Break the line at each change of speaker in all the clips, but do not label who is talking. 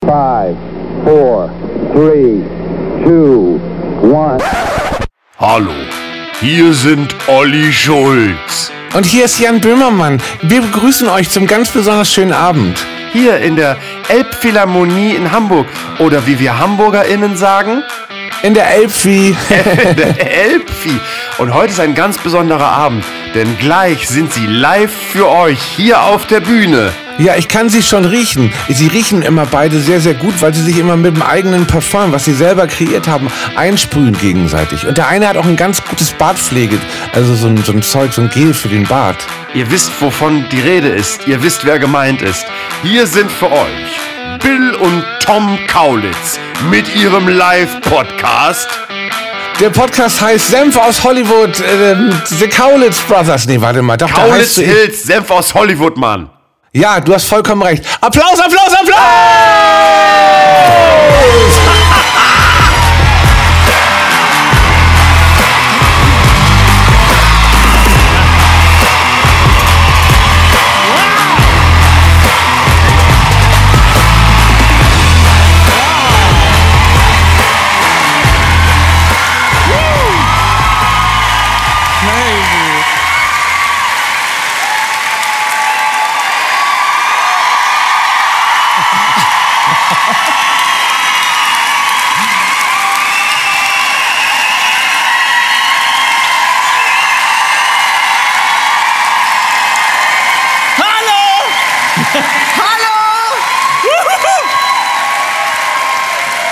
Five, four, three, two, one.
Hallo, hier sind Olli Schulz
Und hier ist Jan Böhmermann. Wir begrüßen euch zum ganz besonders schönen Abend.
hier in der Elbphilharmonie in Hamburg. Oder wie wir HamburgerInnen sagen,
In der Elbvieh.
der Elbvieh. Und heute ist ein ganz besonderer Abend, denn gleich sind sie live für euch hier auf der Bühne.
Ja, ich kann sie schon riechen. Sie riechen immer beide sehr, sehr gut, weil sie sich immer mit dem eigenen Parfum, was sie selber kreiert haben, einsprühen gegenseitig. Und der eine hat auch ein ganz gutes Bartpflege, also so ein, so ein Zeug, so ein Gel für den Bart.
Ihr wisst, wovon die Rede ist. Ihr wisst, wer gemeint ist. Hier sind für euch Bill und Tom Kaulitz mit ihrem Live-Podcast.
Der Podcast heißt Senf aus Hollywood, ähm, The Kaulitz Brothers. Nee, warte mal. Doch, da
Kaulitz
heißt du-
Hills, Senf aus Hollywood, Mann.
Ja, du hast vollkommen recht. Applaus, Applaus, Applaus!
Hallo! Hallo!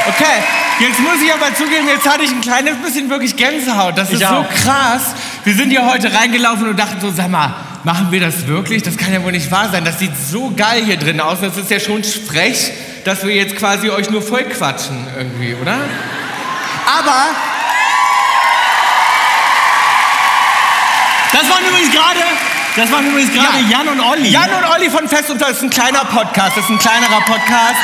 Okay, jetzt muss ich aber zugeben, jetzt hatte ich ein kleines bisschen wirklich Gänsehaut. Das ist so krass. Wir sind hier heute reingelaufen und dachten so, sag mal, machen wir das wirklich? Das kann ja wohl nicht wahr sein. Das sieht so geil hier drin aus. Das ist ja schon frech, dass wir jetzt quasi euch nur voll quatschen irgendwie, oder? Aber
Das waren übrigens gerade, das waren übrigens gerade
Ja.
Jan und Olli.
Jan und Olli von Fest und Flauschig, das ist ein kleiner Podcast, das ist ein kleinerer Podcast.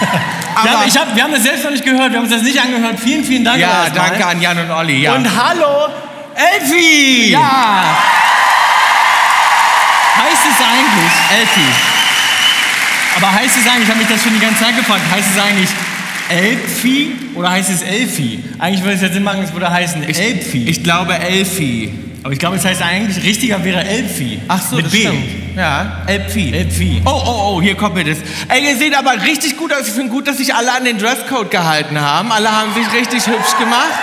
wir, haben, ich hab, wir haben das selbst noch nicht gehört, wir haben uns das nicht angehört. Vielen, vielen Dank. aber
ja,
erstmal.
danke an Jan und Olli. Ja.
Und hallo, Elfi.
ja.
Heißt es eigentlich Elfi? Aber heißt es eigentlich, ich habe mich das schon die ganze Zeit gefragt, heißt es eigentlich Elfi oder heißt es Elfi? Eigentlich würde es ja Sinn machen, es würde heißen Elfi.
Ich glaube Elfi.
aber ich glaube, es heißt eigentlich, richtiger wäre Elfi.
Ach so,
Mit
das
B.
stimmt. Ja, Elfi.
Elfi.
Oh, oh, oh, hier kommt mir das. Ey, ihr seht aber richtig gut aus. Ich finde gut, dass sich alle an den Dresscode gehalten haben. Alle haben sich richtig hübsch gemacht.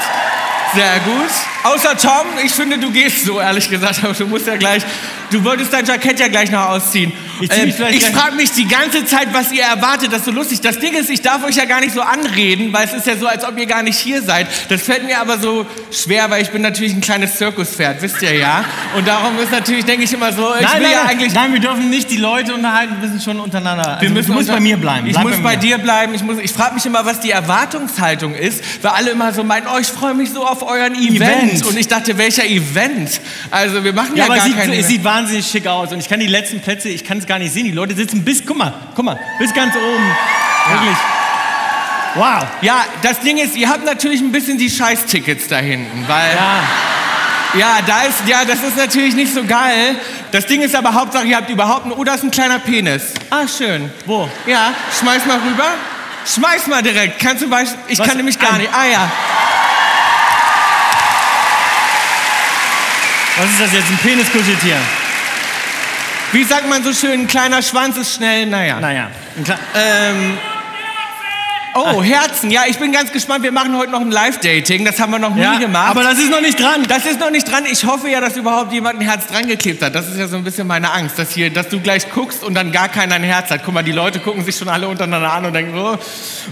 Sehr gut. Außer Tom, ich finde, du gehst so, ehrlich gesagt. Aber du musst ja gleich, du wolltest dein Jackett ja gleich noch ausziehen. Ähm,
Ich zieh mich vielleicht
ich
gleich-
frage mich die ganze Zeit, was ihr erwartet. Das ist so lustig. Das Ding ist, ich darf euch ja gar nicht so anreden, weil es ist ja so, als ob ihr gar nicht hier seid. Das fällt mir aber so schwer, weil ich bin natürlich ein kleines Zirkuspferd, wisst ihr ja. Und darum ist natürlich, denke ich immer so, ich
nein,
will
nein,
ja
nein,
eigentlich
nein, wir dürfen nicht die Leute unterhalten, wir müssen schon untereinander.
wir
also,
müssen
du musst
unter-
bei mir bleiben.
Ich
Bleib
muss bei,
mir.
dir bleiben. Ich, muss- ich frage mich immer, was die Erwartungshaltung ist, weil alle immer so meinen, oh, ich freue mich so auf euren Event.
Event.
Und ich dachte, welcher Event? Also wir machen ja,
Ja, aber es
gar
sieht,
keine.
es sieht wahnsinnig schick aus. Und ich kann die letzten Plätze, ich kann es gar nicht sehen. Die Leute sitzen bis, guck mal, guck mal, bis ganz oben. Wirklich. Wow.
ja, das Ding ist, ihr habt natürlich ein bisschen die Scheiß-Tickets da hinten, weil ja.
Ja.
da ist ja, das ist natürlich nicht so geil. Das Ding ist aber Hauptsache, ihr habt überhaupt einen, oh, das ist ein kleiner Penis. Ah, schön.
Wo?
Ja, schmeiß mal rüber. Schmeiß mal direkt. Kannst du beispielsweise, ich
Was?
kann nämlich gar
Ein-
nicht. Ah ja.
Was ist das jetzt? Ein Peniskuscheltier?
Wie sagt man so schön, ein kleiner Schwanz ist schnell, naja.
Naja. Ein kle-
Ähm, oh, Herzen. Ja, ich bin ganz gespannt. Wir machen heute noch ein Live-Dating. Das haben wir noch nie
ja,
gemacht.
aber das ist noch nicht dran.
das ist noch nicht dran. Ich hoffe ja, dass überhaupt jemand ein Herz dran geklebt hat. Das ist ja so ein bisschen meine Angst, dass, hier, dass du gleich guckst und dann gar keiner ein Herz hat. Guck mal, die Leute gucken sich schon alle untereinander an und denken, oh,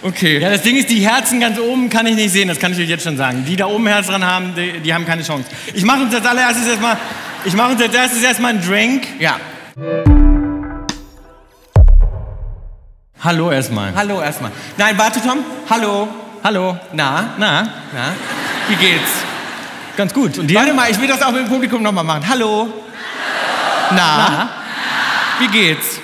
okay.
Ja, das Ding ist, die Herzen ganz oben kann ich nicht sehen, das kann ich euch jetzt schon sagen. Die da oben Herz dran haben, die, die haben keine Chance. Ich mache uns als allererstes erstmal, ich mache uns als erstes erstmal einen Drink.
Ja.
Hallo erstmal.
Hallo erstmal. Nein, warte, Tom. Hallo.
Hallo.
Na,
Na,
na, wie geht's?
ganz gut. Und dir?
Warte mal, ich will das auch mit dem Publikum nochmal machen. Hallo. Na, wie geht's?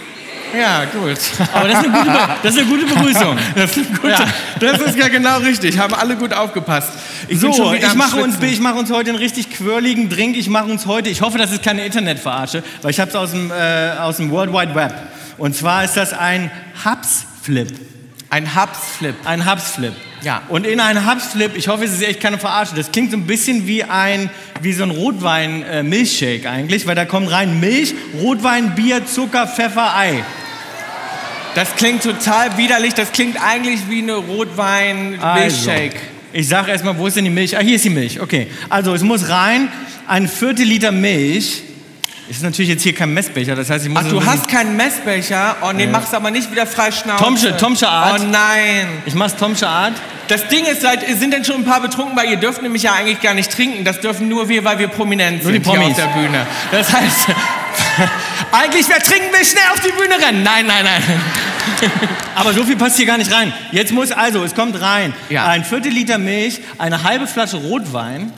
Ja, gut.
Aber das ist eine gute, Be- das ist eine gute Begrüßung.
Das ist, gut.
Ja.
das ist ja genau richtig. Haben alle gut aufgepasst. Ich bin schon
So,
wieder
ich
am
mache, uns,
Schwitzen.
ich mache uns heute einen richtig quirligen Drink. Ich mache uns heute, ich hoffe, das ist keine Internetverarsche, weil ich habe es aus, dem, äh, aus dem World Wide Web. Und zwar ist das ein Hubs Flip.
Ein Hubs-Flip.
Ein Hubsflip.
Ja.
Und in einem Hubsflip, ich hoffe, es ist echt keine Verarsche. Das klingt so ein bisschen wie ein wie so ein Rotwein äh, Milchshake eigentlich, weil da kommt rein Milch, Rotwein, Bier, Zucker, Pfeffer, Ei.
Das klingt total widerlich. Das klingt eigentlich wie eine Rotwein-Milchshake.
Also, ich sage erstmal, wo ist denn die Milch? Ah, hier ist die Milch. Okay. Also, es muss rein ein Viertel Liter Milch. Ist natürlich jetzt hier kein Messbecher, das heißt, ich muss
Ach,
so ein
du
bisschen-
hast keinen Messbecher? Oh, nee, mach's aber nicht wieder frei Schnauze.
Tomsche- Tomsche Art.
Oh nein.
Ich mach's Tomsche Art.
Das Ding ist, seid, sind denn schon ein paar betrunken, weil ihr dürft nämlich ja eigentlich gar nicht trinken. Das dürfen nur wir, weil wir prominent
Nur
sind
die Promis.
hier auf der Bühne. Das heißt, eigentlich wer trinken will, schnell auf die Bühne rennen. Nein, nein, nein.
Aber so viel passt hier gar nicht rein. Jetzt muss also, es kommt rein.
Ja.
Ein Viertel Liter Milch, eine halbe Flasche Rotwein.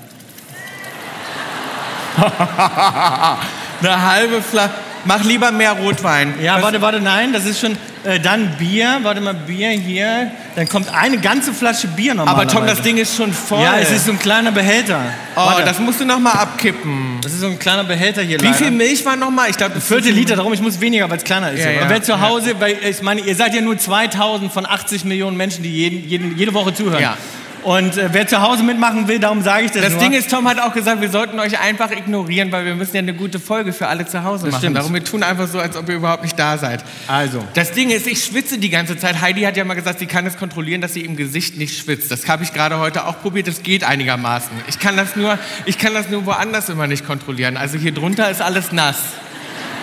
Eine halbe Flasche. Mach lieber mehr Rotwein.
Ja,
Was-
warte, warte, nein, das ist schon. Äh, dann Bier, warte mal, Bier hier. Dann kommt eine ganze Flasche Bier
Aber
normalerweise.
Tom, das Ding ist schon voll.
Ja, es ist so ein kleiner Behälter.
Oh,
Warte,
das musst du noch mal abkippen.
das ist so ein kleiner Behälter hier
Wie
leider.
viel Milch war noch mal? Ich glaube,
Viertel Liter, darum, ich muss weniger, weil es kleiner ist.
Ja, ja.
Aber wer zu Hause, weil ich meine, ihr seid ja nur 2000 von 80 Millionen Menschen, die jeden, jeden, jede Woche zuhören.
Ja.
Und äh, wer zu Hause mitmachen will, darum sage ich das
Das
nur.
Ding ist, Tom hat auch gesagt, wir sollten euch einfach ignorieren, weil wir müssen ja eine gute Folge für alle zu Hause machen.
stimmt.
Darum wir tun einfach so, als ob ihr überhaupt nicht da seid.
also.
Das Ding ist, ich schwitze die ganze Zeit. Heidi hat ja mal gesagt, sie kann es kontrollieren, dass sie im Gesicht nicht schwitzt. Das habe ich gerade heute auch probiert. Das geht einigermaßen. Ich kann das nur, ich kann das nur woanders immer nicht kontrollieren. Also hier drunter ist alles nass.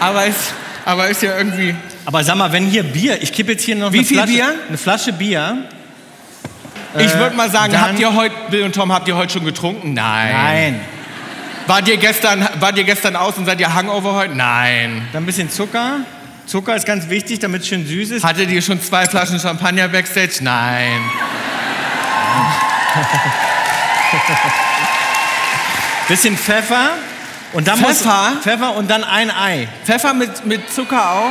Aber ist, aber ist ja irgendwie.
Aber sag mal, wenn hier Bier, ich kippe jetzt hier noch
Wie
eine
viel
Flasche,
Bier?
eine Flasche Bier.
Ich würde mal sagen,
Äh, dann-
habt ihr heute, Bill und Tom, habt ihr heute schon getrunken? Nein.
Nein.
Wart ihr gestern, wart ihr gestern aus und seid ihr Hangover heute? Nein.
Dann ein bisschen Zucker. Zucker ist ganz wichtig, damit es schön süß ist.
Hattet ihr schon zwei Flaschen Champagner backstage? Nein.
Bisschen Pfeffer. Und dann
Pfeffer?
Muss, Pfeffer und dann ein Ei.
Pfeffer mit, mit Zucker auch?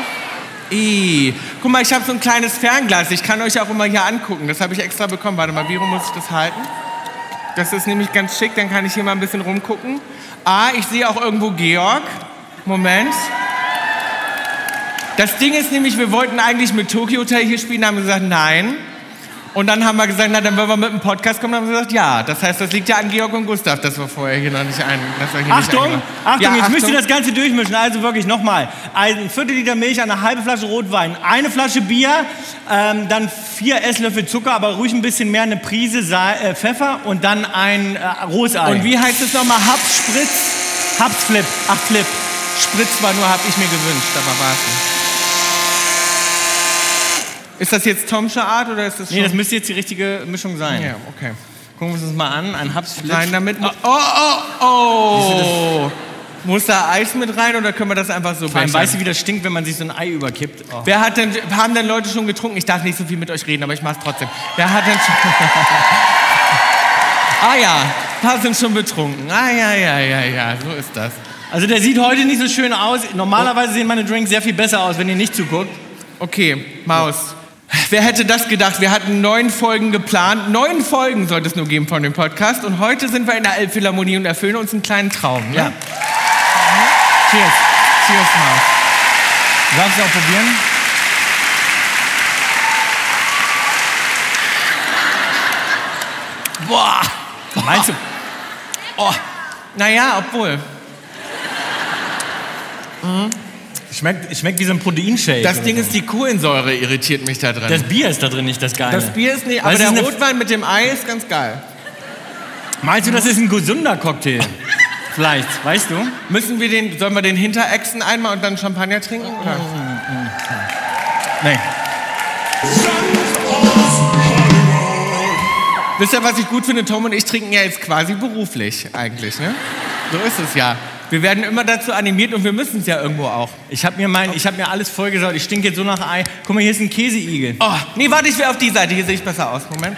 I. Guck mal, ich habe so ein kleines Fernglas. Ich kann euch auch immer hier angucken. Das habe ich extra bekommen. Warte mal, wie rum muss ich das halten? Das ist nämlich ganz schick. Dann kann ich hier mal ein bisschen rumgucken. Ah, ich sehe auch irgendwo Georg. Moment. Das Ding ist nämlich, wir wollten eigentlich mit Tokyo Hotel hier spielen, haben gesagt, nein. Und dann haben wir gesagt, na, dann wollen wir mit dem Podcast kommen. Dann haben wir gesagt, ja. Das heißt, das liegt ja an Georg und Gustav, dass wir vorher hier noch nicht ein. Dass wir hier nicht
Achtung,
ein-
Achtung,
Ja,
jetzt müsst ihr das Ganze durchmischen. Also wirklich nochmal. Ein Viertel Liter Milch, eine halbe Flasche Rotwein, eine Flasche Bier, ähm, dann vier Esslöffel Zucker, aber ruhig ein bisschen mehr, eine Prise Sa äh, Pfeffer und dann ein äh, rohes Ei.
Und wie heißt es nochmal? Hapspritz?
Hapsflip. Ach, Flip.
Spritz war nur, hab ich mir gewünscht, aber war es nicht. Ist das jetzt Tomsche Art oder ist das schon...
Nee, das müsste jetzt die richtige Mischung sein.
ja, okay.
Gucken wir uns das mal an. Ein Hapsflip.
Rein damit. Oh, oh, oh! Muss da Eis mit rein oder können wir das einfach so
Vor allem
bechern?
weißt du, wie das stinkt, wenn man sich so ein Ei überkippt. Oh.
Wer hat denn, haben denn Leute schon getrunken? Ich darf nicht so viel mit euch reden, aber ich mach's trotzdem. Wer hat denn schon... ah ja, ein paar sind schon betrunken. Ah ja, ja, ja, ja, so ist das.
Also der sieht heute nicht so schön aus. Normalerweise sehen meine Drinks sehr viel besser aus, wenn ihr nicht zuguckt.
Okay, Maus. Wer hätte das gedacht? Wir hatten neun Folgen geplant. Neun Folgen sollte es nur geben von dem Podcast. Und heute sind wir in der Elbphilharmonie und erfüllen uns einen kleinen Traum. Ne?
Ja.
Cheers. Cheers, Maus.
Darfst du auch probieren?
Boah.
Meinst du?
Oh. Naja, obwohl.
Schmeckt, schmeckt wie so ein Proteinshake.
Das
oder
Ding
so.
ist, die Kohlensäure irritiert mich da drin.
Das Bier ist da drin nicht das Geile.
Das Bier ist nicht, aber
Weißt du,
der
es ist eine-
Rotwein mit dem Ei ist ganz geil.
Meinst du, das ist ein gesunder Cocktail? Vielleicht, weißt du?
Müssen wir den, sollen wir den hinterexen einmal und dann Champagner trinken? Oder?
Mhm. Nee.
Wisst ihr, was ich gut finde? Tom und ich trinken ja jetzt quasi beruflich eigentlich, ne? So ist es ja. Wir werden immer dazu animiert und wir müssen es ja irgendwo auch.
Ich habe mir, mein, ich hab mir alles vollgesaugt. Ich stinke jetzt so nach Ei. Guck mal, hier ist ein Käseigel.
Oh, nee, warte, ich will auf die Seite. Hier sehe ich besser aus. Moment.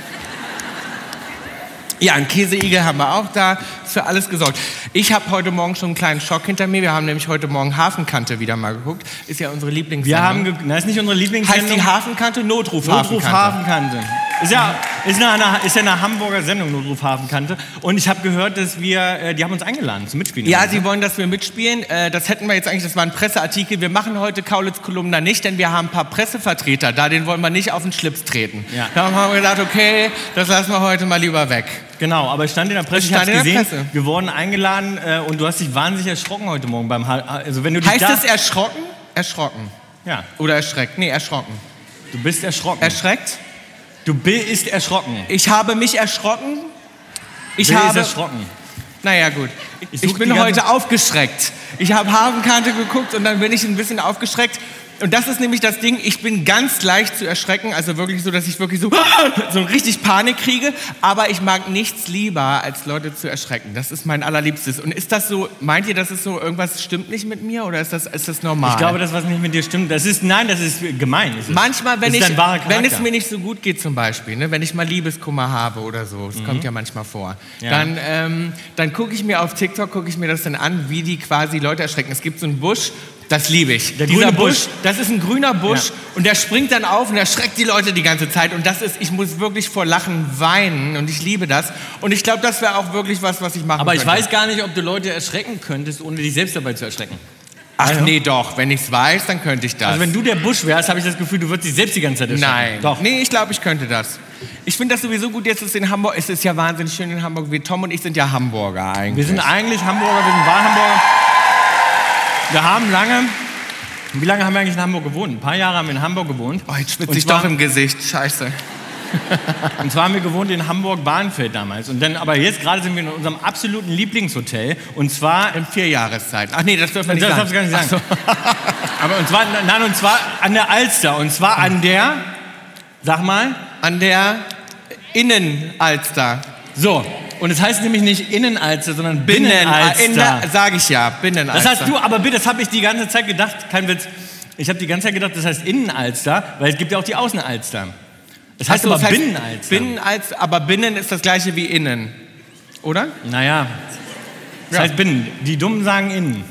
Ja, einen Käseigel haben wir auch da. Ist für alles gesorgt. Ich habe heute Morgen schon einen kleinen Schock hinter mir. Wir haben nämlich heute Morgen Hafenkante wieder mal geguckt. Ist ja unsere
Wir
Lieblingssendung.
haben... ge- Na, ist nicht unsere
Heißt
Lieblingssendung.
die Hafenkante Notruf,
Notruf
Hafenkante?
Hafenkante. Ist ja, ist ja eine, ist ja eine Hamburger Sendung, Notruf Hafenkante. Und ich habe gehört, dass wir, äh, die haben uns eingeladen zum Mitspielen.
Ja, Sie wollen, dass wir mitspielen. Äh, Das hätten wir jetzt eigentlich, das war ein Presseartikel. Wir machen heute Kaulitz-Kolumna nicht, denn wir haben ein paar Pressevertreter da, den wollen wir nicht auf den Schlips treten.
Ja.
Da haben wir gedacht, okay, das lassen wir heute mal lieber weg.
Genau, aber es stand in der Presse,
Es
ich habe
stand in der
gesehen,
Presse.
wir wurden eingeladen äh, und du hast dich wahnsinnig erschrocken heute Morgen beim Ha- also wenn du dich
Heißt
da,
das erschrocken? Erschrocken.
Ja,
Oder erschreckt? Nee, erschrocken.
du bist erschrocken.
Erschreckt?
du bist erschrocken.
Ich habe mich erschrocken. Ich
Bill ist
habe.
erschrocken.
Naja, gut.
Ich
Ich,
such die
bin
ganze-
heute aufgeschreckt. Ich habe Hafenkante geguckt und dann bin ich ein bisschen aufgeschreckt. Und das ist nämlich das Ding, ich bin ganz leicht zu erschrecken, also wirklich so, dass ich wirklich so, so richtig Panik kriege. Aber ich mag nichts lieber, als Leute zu erschrecken. Das ist mein allerliebstes. Und ist das so, meint ihr, das ist so, irgendwas stimmt nicht mit mir oder ist das, ist das normal?
Ich glaube, das was nicht mit dir stimmt, das ist nein, das ist gemein. Das ist,
Manchmal, wenn,
das
ich,
ist dein wahrer
wenn es
Charakter.
mir nicht so gut geht zum Beispiel, ne, wenn ich mal Liebeskummer habe oder so, das kommt ja manchmal vor,
Mhm. Ja.
dann, ähm, dann gucke ich mir auf TikTok, gucke ich mir das dann an, wie die quasi Leute erschrecken. Es gibt so einen Busch, das liebe ich.
Der
Dieser
grüne Busch.
Das ist ein grüner Busch
Ja.
und der springt dann auf und erschreckt die Leute die ganze Zeit. Und das ist, ich muss wirklich vor Lachen weinen und ich liebe das. Und ich glaube, das wäre auch wirklich was, was ich machen
Aber ich
könnte.
weiß gar nicht, ob du Leute erschrecken könntest, ohne dich selbst dabei zu erschrecken.
Ach nee, doch, wenn ich es weiß, dann könnte ich das.
also wenn du der Busch wärst, habe ich das Gefühl, du würdest dich selbst die ganze Zeit erschrecken.
Nein.
Doch.
Nee, ich glaube, ich könnte das. Ich finde das sowieso gut. Jetzt ist in Hamburg, es ist ja wahnsinnig schön in Hamburg. Wir, Tom und ich sind ja Hamburger
Wir
eigentlich.
sind eigentlich Hamburger, wir sind Wahlhamburger. Wir haben lange, wie lange haben wir eigentlich in Hamburg gewohnt? Ein paar Jahre haben wir in Hamburg gewohnt.
oh, jetzt schwitze
Und
ich
zwar-
doch im Gesicht. Scheiße.
Und zwar haben wir gewohnt in Hamburg-Bahnfeld damals. Und dann, aber jetzt gerade sind wir in unserem absoluten Lieblingshotel. Und zwar.
In vier Jahreszeiten. Ach nee, das dürfen wir nicht
das
sagen.
darfst du gar nicht sagen. aber und zwar, nein, und zwar an der Alster. Und zwar an der, sag mal,
An der Innenalster.
so. Und es heißt nämlich nicht Innenalster, sondern
Binnenalster. In
Binnenalster.
der, sag ich ja, Binnenalster.
Das hast du, aber bitte, das habe ich die ganze Zeit gedacht. Kein Witz. Ich habe die ganze Zeit gedacht, das heißt Innenalster, weil es gibt ja auch die Außenalster. Das heißt
Achso,
aber
es heißt
Binnenalster.
Binnenalster, aber Binnen ist das gleiche wie Innen. Oder?
Naja, das
Ja.
heißt Binnen. Die Dummen sagen Innen.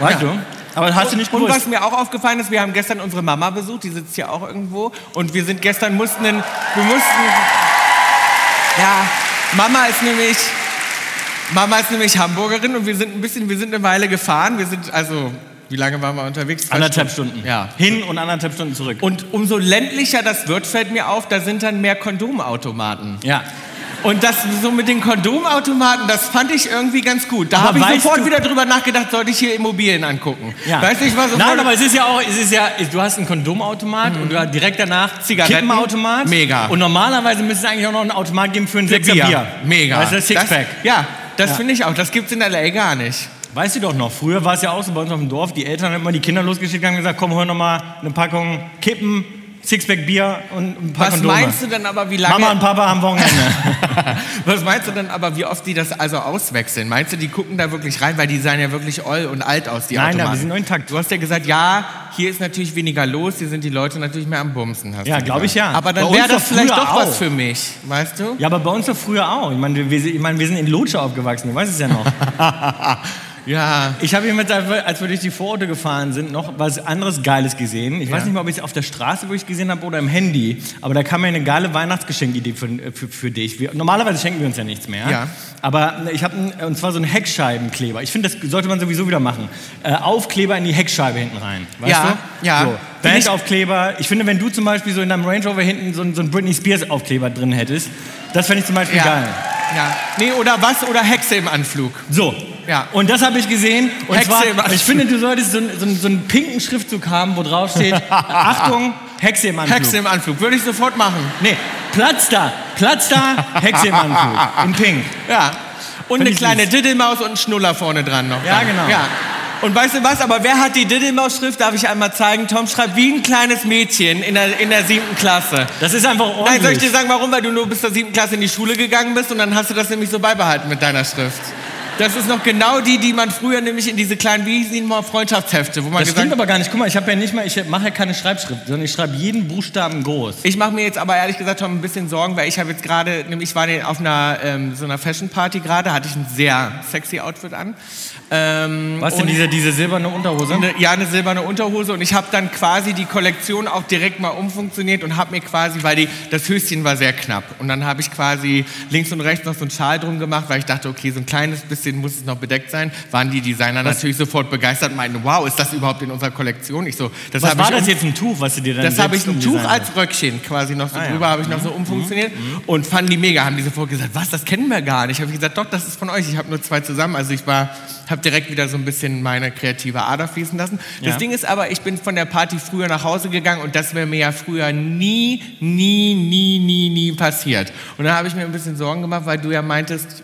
Weißt
Ja.
du? Aber hast du nicht
Und was
gewusst.
mir auch aufgefallen ist, wir haben gestern unsere Mama besucht, die sitzt hier auch irgendwo. Und wir sind gestern, mussten, in, wir mussten, ja, Mama ist nämlich, Mama ist nämlich Hamburgerin und wir sind ein bisschen, wir sind eine Weile gefahren. Wir sind, also, wie lange waren wir unterwegs? Zwei
Anderthalb Stunden.
Ja.
Hin und anderthalb Stunden zurück.
Und umso ländlicher das wird, fällt mir auf, da sind dann mehr Kondomautomaten.
ja.
Und das so mit den Kondomautomaten, das fand ich irgendwie ganz gut. Da
Aber
habe ich
weißt
sofort
du-
wieder drüber nachgedacht, sollte ich hier Immobilien angucken.
ja.
Weißt du, ich war sofort
Nein, aber es ist ja auch, es ist ja, du hast einen Kondomautomat und du hast direkt danach
Zigaretten.
Kippenautomat.
Mega.
Und normalerweise müsste es eigentlich auch noch einen Automat geben für ein
Für
Sechser Bier.
Bier. Mega.
Weißt du, das Sixpack.
Das, ja, das
Ja.
finde ich auch. Das gibt's in LA gar nicht.
Weißt du doch noch, früher war es ja auch so bei uns auf dem Dorf, die Eltern haben immer die Kinder losgeschickt und haben gesagt, komm, hol noch mal eine Packung Kippen, Sixpack Bier und ein paar
Was
Kondome.
meinst du denn aber, wie lange?
Mama und Papa haben Wochenende.
was meinst du denn aber, wie oft die das also auswechseln? Meinst du, die gucken da wirklich rein, weil die sahen ja wirklich all und alt aus, die
Nein, nein,
Automaten?
wir sind noch intakt.
Du hast ja gesagt, ja, hier ist natürlich weniger los, hier sind die Leute natürlich mehr am Bumsen. Hast
Ja,
du
glaub ich
gesagt.
ja.
Aber
Bei
dann
uns
wäre
doch
das vielleicht
früher
doch
auch.
was für mich, weißt du?
Ja, aber bei uns doch früher auch. Ich meine, wir, ich meine, wir sind in Lotsche aufgewachsen, du weißt es ja noch.
Ja.
ich habe jemals, als wir durch die Vororte gefahren sind, noch was anderes Geiles gesehen. Ich weiß nicht mal, ob ich es auf der Straße wirklich gesehen habe oder im Handy, aber da kam mir eine geile Weihnachtsgeschenkidee für, für, für dich. Wir, normalerweise schenken wir uns ja nichts mehr.
Ja.
Aber ich habe, einen- und zwar so einen Heckscheibenkleber. Ich finde, das sollte man sowieso wieder machen. Äh, Aufkleber in die Heckscheibe hinten rein. Weißt
Ja,
du?
ja.
So,
Bin ich-
Bandaufkleber. Ich finde, wenn du zum Beispiel so in deinem Range Rover hinten so, einen- so einen Britney Spears Aufkleber drin hättest, das fände ich zum Beispiel
ja.
geil.
Ja. Nee, oder was? Oder Hexe im Anflug.
So.
Ja.
Und das habe ich gesehen. Und
Hexe
zwar,
im Anzug.
ich finde, du solltest so, einen- so, einen- so einen pinken Schriftzug haben, wo drauf steht, Achtung, Hexe im Anflug.
Hexe im Anflug. Würde ich sofort machen.
Nee, Platz da, Platz da, Hexe im Anflug. In pink.
Ja. Und
Find
eine
ich
kleine
süß.
Diddelmaus und einen Schnuller vorne dran noch.
Ja,
Dann.
genau.
Ja. Und weißt du was, aber wer hat die Diddelmaus-Schrift, darf ich einmal zeigen? Tom schreibt wie ein kleines Mädchen in der, in der siebten Klasse.
Das ist einfach ordentlich.
Nein, soll ich dir sagen, warum? Weil du nur bis zur siebten Klasse in die Schule gegangen bist und dann hast du das nämlich so beibehalten mit deiner Schrift. Das ist noch genau die, die man früher nämlich in diese kleinen Wiesen-Freundschaftshefte, wo man
Das stimmt
gesagt
aber gar nicht. Guck mal, ich habe ja nicht mal, ich mache ja keine Schreibschrift, sondern ich schreibe jeden Buchstaben groß.
Ich mache mir jetzt aber ehrlich gesagt schon ein bisschen Sorgen, weil ich habe jetzt gerade, nämlich ich war auf einer ähm, so einer Fashion Party gerade, hatte ich ein sehr sexy Outfit an. Ähm,
Was denn
und-
diese, diese silberne Unterhose?
Eine, ja, eine silberne Unterhose und ich habe dann quasi die Kollektion auch direkt mal umfunktioniert und habe mir quasi, weil die, das Höschen war sehr knapp und dann habe ich quasi links und rechts noch so einen Schal drum gemacht, weil ich dachte, okay, so ein kleines bisschen muss es noch bedeckt sein. Waren die Designer natürlich sofort begeistert und meinten, wow, ist das überhaupt in unserer Kollektion? Ich so, das
Was
hab
war
ich
das
um-
jetzt ein Tuch, was du dir dann um
das habe ich ein Tuch
als
als Röckchen quasi noch so
Ah,
drüber, habe ich noch
Mhm.
so umfunktioniert und fanden die mega. Haben die sofort gesagt, was, das kennen wir gar nicht. Habe ich gesagt, doch, das ist von euch. Ich habe nur zwei zusammen. Also ich war, habe direkt wieder so ein bisschen meine kreative Ader fließen lassen. Das
Ja.
Ding ist aber, ich bin von der Party früher nach Hause gegangen und das wäre mir ja früher nie, nie, nie, nie, nie passiert. Und da habe ich mir ein bisschen Sorgen gemacht, weil du ja meintest,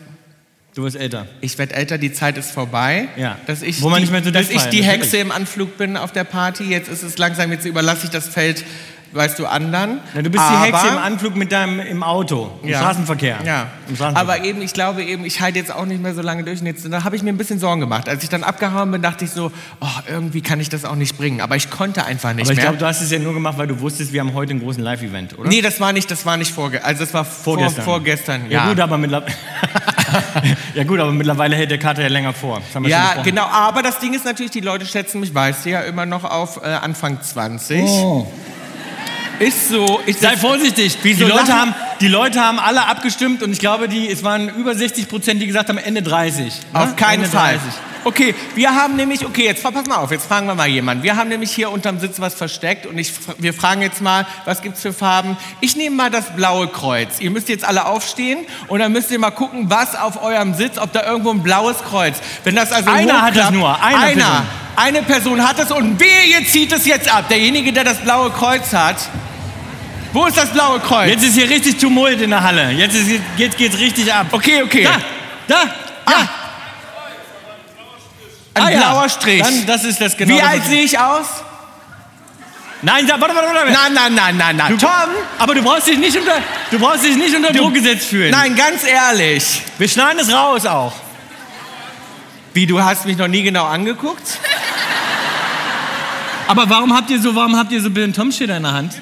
Du wirst älter.
ich werde älter, die Zeit ist vorbei.
Ja.
Dass ich
Wo man
die,
nicht mehr so
dass
denkt,
ich die
natürlich.
Hexe im Anflug bin auf der Party. Jetzt ist es langsam, jetzt überlasse ich das Feld, weißt du, anderen.
Na, du bist
Aber-
die Hexe im Anflug mit deinem im Auto, im
Ja.
Straßenverkehr.
Ja.
Im Straßenverkehr.
Aber eben, ich glaube eben, ich halte jetzt auch nicht mehr so lange durch. Und jetzt, da habe ich mir ein bisschen Sorgen gemacht. Als ich dann abgehauen bin, dachte ich so, oh, irgendwie kann ich das auch nicht bringen. Aber ich konnte einfach nicht
Aber ich
mehr.
glaube, du hast es ja nur gemacht, weil du wusstest, wir haben heute einen großen Live-Event, oder?
Nee, das war nicht, das war nicht vorge also das war vor-
Vorgestern.
vorgestern
Ja, gut, aber mittlerweile. ja, gut, aber mittlerweile hält der Kater ja länger vor. Das haben wir schon
Ja,
besprochen.
genau. Aber das Ding ist natürlich, die Leute schätzen mich, weißt du ja, immer noch auf äh, Anfang 20.
Oh.
Ist so. Ich
Sei vorsichtig.
Wieso
die, Leute
lachen-
haben, die Leute haben alle abgestimmt und ich glaube, die, es waren über 60 Prozent, die gesagt haben, Ende 30. ne?
Auf keinen
Ende
Fall.
30.
Okay, wir haben nämlich, okay, jetzt fa- pass mal auf, jetzt fragen wir mal jemanden. Wir haben nämlich hier unterm Sitz was versteckt und ich, fra- wir fragen jetzt mal, was gibt's für Farben? Ich nehme mal das blaue Kreuz. Ihr müsst jetzt alle aufstehen und dann müsst ihr mal gucken, was auf eurem Sitz, ob da irgendwo ein blaues Kreuz. Wenn das also
Einer hat
hochklappt-
es nur, eine
einer.
Person.
Eine Person hat es und wehe, ihr zieht es jetzt ab. Derjenige, der das blaue Kreuz hat. Wo ist das blaue Kreuz?
Jetzt ist hier richtig Tumult in der Halle. Jetzt, ist, jetzt geht's richtig ab.
okay, okay.
Da, da, ja.
Ein
Ah, ja.
blauer Strich.
Dann, das ist das genau.
Wie
das,
alt
was-
sehe ich aus?
Nein, da, warte, warte, warte.
Na, na, na, na, na.
Ah, Du, Tom, aber du brauchst dich nicht unter, du brauchst dich nicht unter Druck gesetzt fühlen.
Nein, ganz ehrlich.
Wir schneiden es raus auch.
Wie, du hast mich noch nie genau angeguckt?
Aber warum habt ihr so, warum habt ihr so Bill und Tom Schilder in der Hand?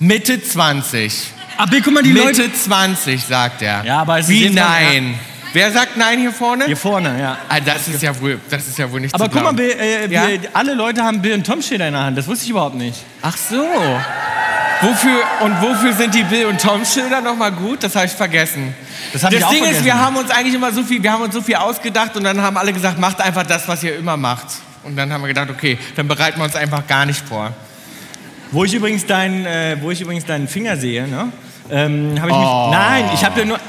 Mitte 20.
Ah, Bill, guck mal, die Leute.
Mitte 20, sagt er.
Ja, aber es ist
Wie
jetzt-
nein? Wer sagt nein hier vorne?
Hier vorne, ja.
Ah, das, ist ja wohl, das ist ja wohl nicht
Aber
zu
guck mal,
glauben.
Bill, äh,
Ja?
Bill, alle Leute haben Bill und Tom Schilder in der Hand. Das wusste ich überhaupt nicht.
Ach so. Oh. Wofür, und wofür sind die Bill- und Tom-Schilder nochmal gut? Das habe ich vergessen.
Das hab ich auch
Ding ist,
vergessen.
wir haben uns eigentlich immer so viel, wir haben uns so viel ausgedacht und dann haben alle gesagt, macht einfach das, was ihr immer macht. Und dann haben wir gedacht, okay, dann bereiten wir uns einfach gar nicht vor.
Wo ich übrigens deinen, äh, wo ich übrigens deinen Finger sehe, ne? Ähm, hab ich mich, nein, ich habe ja nur.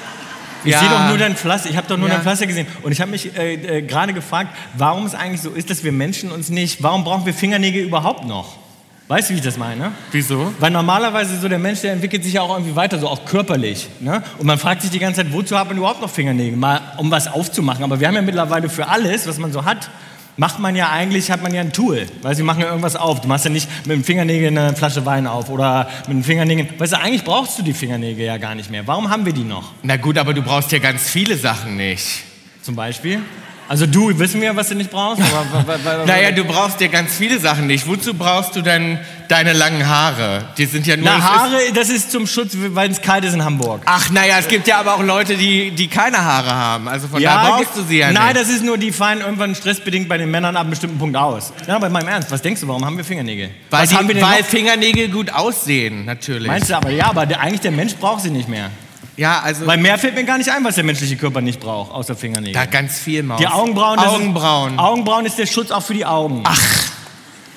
Ich
Ja.
sehe doch nur dein Pflaster. Ich habe doch nur
Ja.
dein Pflaster gesehen. Und ich habe mich äh, äh, gerade gefragt, warum es eigentlich so ist, dass wir Menschen uns nicht. Warum brauchen wir Fingernägel überhaupt noch? Weißt du, wie ich das meine?
Wieso?
Weil normalerweise so der Mensch, der entwickelt sich ja auch irgendwie weiter, so auch körperlich. Ne? Und man fragt sich die ganze Zeit, wozu hat man überhaupt noch Fingernägel? Mal, um was aufzumachen. Aber wir haben ja mittlerweile für alles, was man so hat, macht man ja eigentlich, hat man ja ein Tool. Weißt du, wir machen ja irgendwas auf. Du machst ja nicht mit dem Fingernägel eine Flasche Wein auf oder mit dem Fingernägel. Weißt du, eigentlich brauchst du die Fingernägel ja gar nicht mehr. Warum haben wir die noch?
Na gut, aber du brauchst ja ganz viele Sachen nicht.
Zum Beispiel. Also du, wissen wir, was du nicht brauchst? Aber, wa- wa- wa-
Naja, du brauchst dir ganz viele Sachen nicht. Wozu brauchst du denn deine langen Haare? Die sind ja nur.
Na,
es Ist,
Haare, das ist zum Schutz, weil es kalt ist in Hamburg.
ach, naja, es gibt ja aber auch Leute, die, die keine Haare haben. Also von da brauchst du sie ja
Nein,
nicht.
das ist nur, die fallen irgendwann stressbedingt bei den Männern ab einem bestimmten Punkt aus. Ja, aber mal im Ernst, was denkst du, warum haben wir Fingernägel?
Weil,
was
die,
haben wir
weil
noch?
Fingernägel gut aussehen, natürlich.
Meinst du aber, ja, aber der, eigentlich der Mensch braucht sie nicht mehr.
Ja, also
Weil mehr fällt mir gar nicht ein, was der menschliche Körper nicht braucht, außer Fingernägel.
da ganz viel Maus.
die Augenbrauen, das
Augenbrauen.
Ist, Augenbrauen ist der Schutz auch für die Augen. Ach.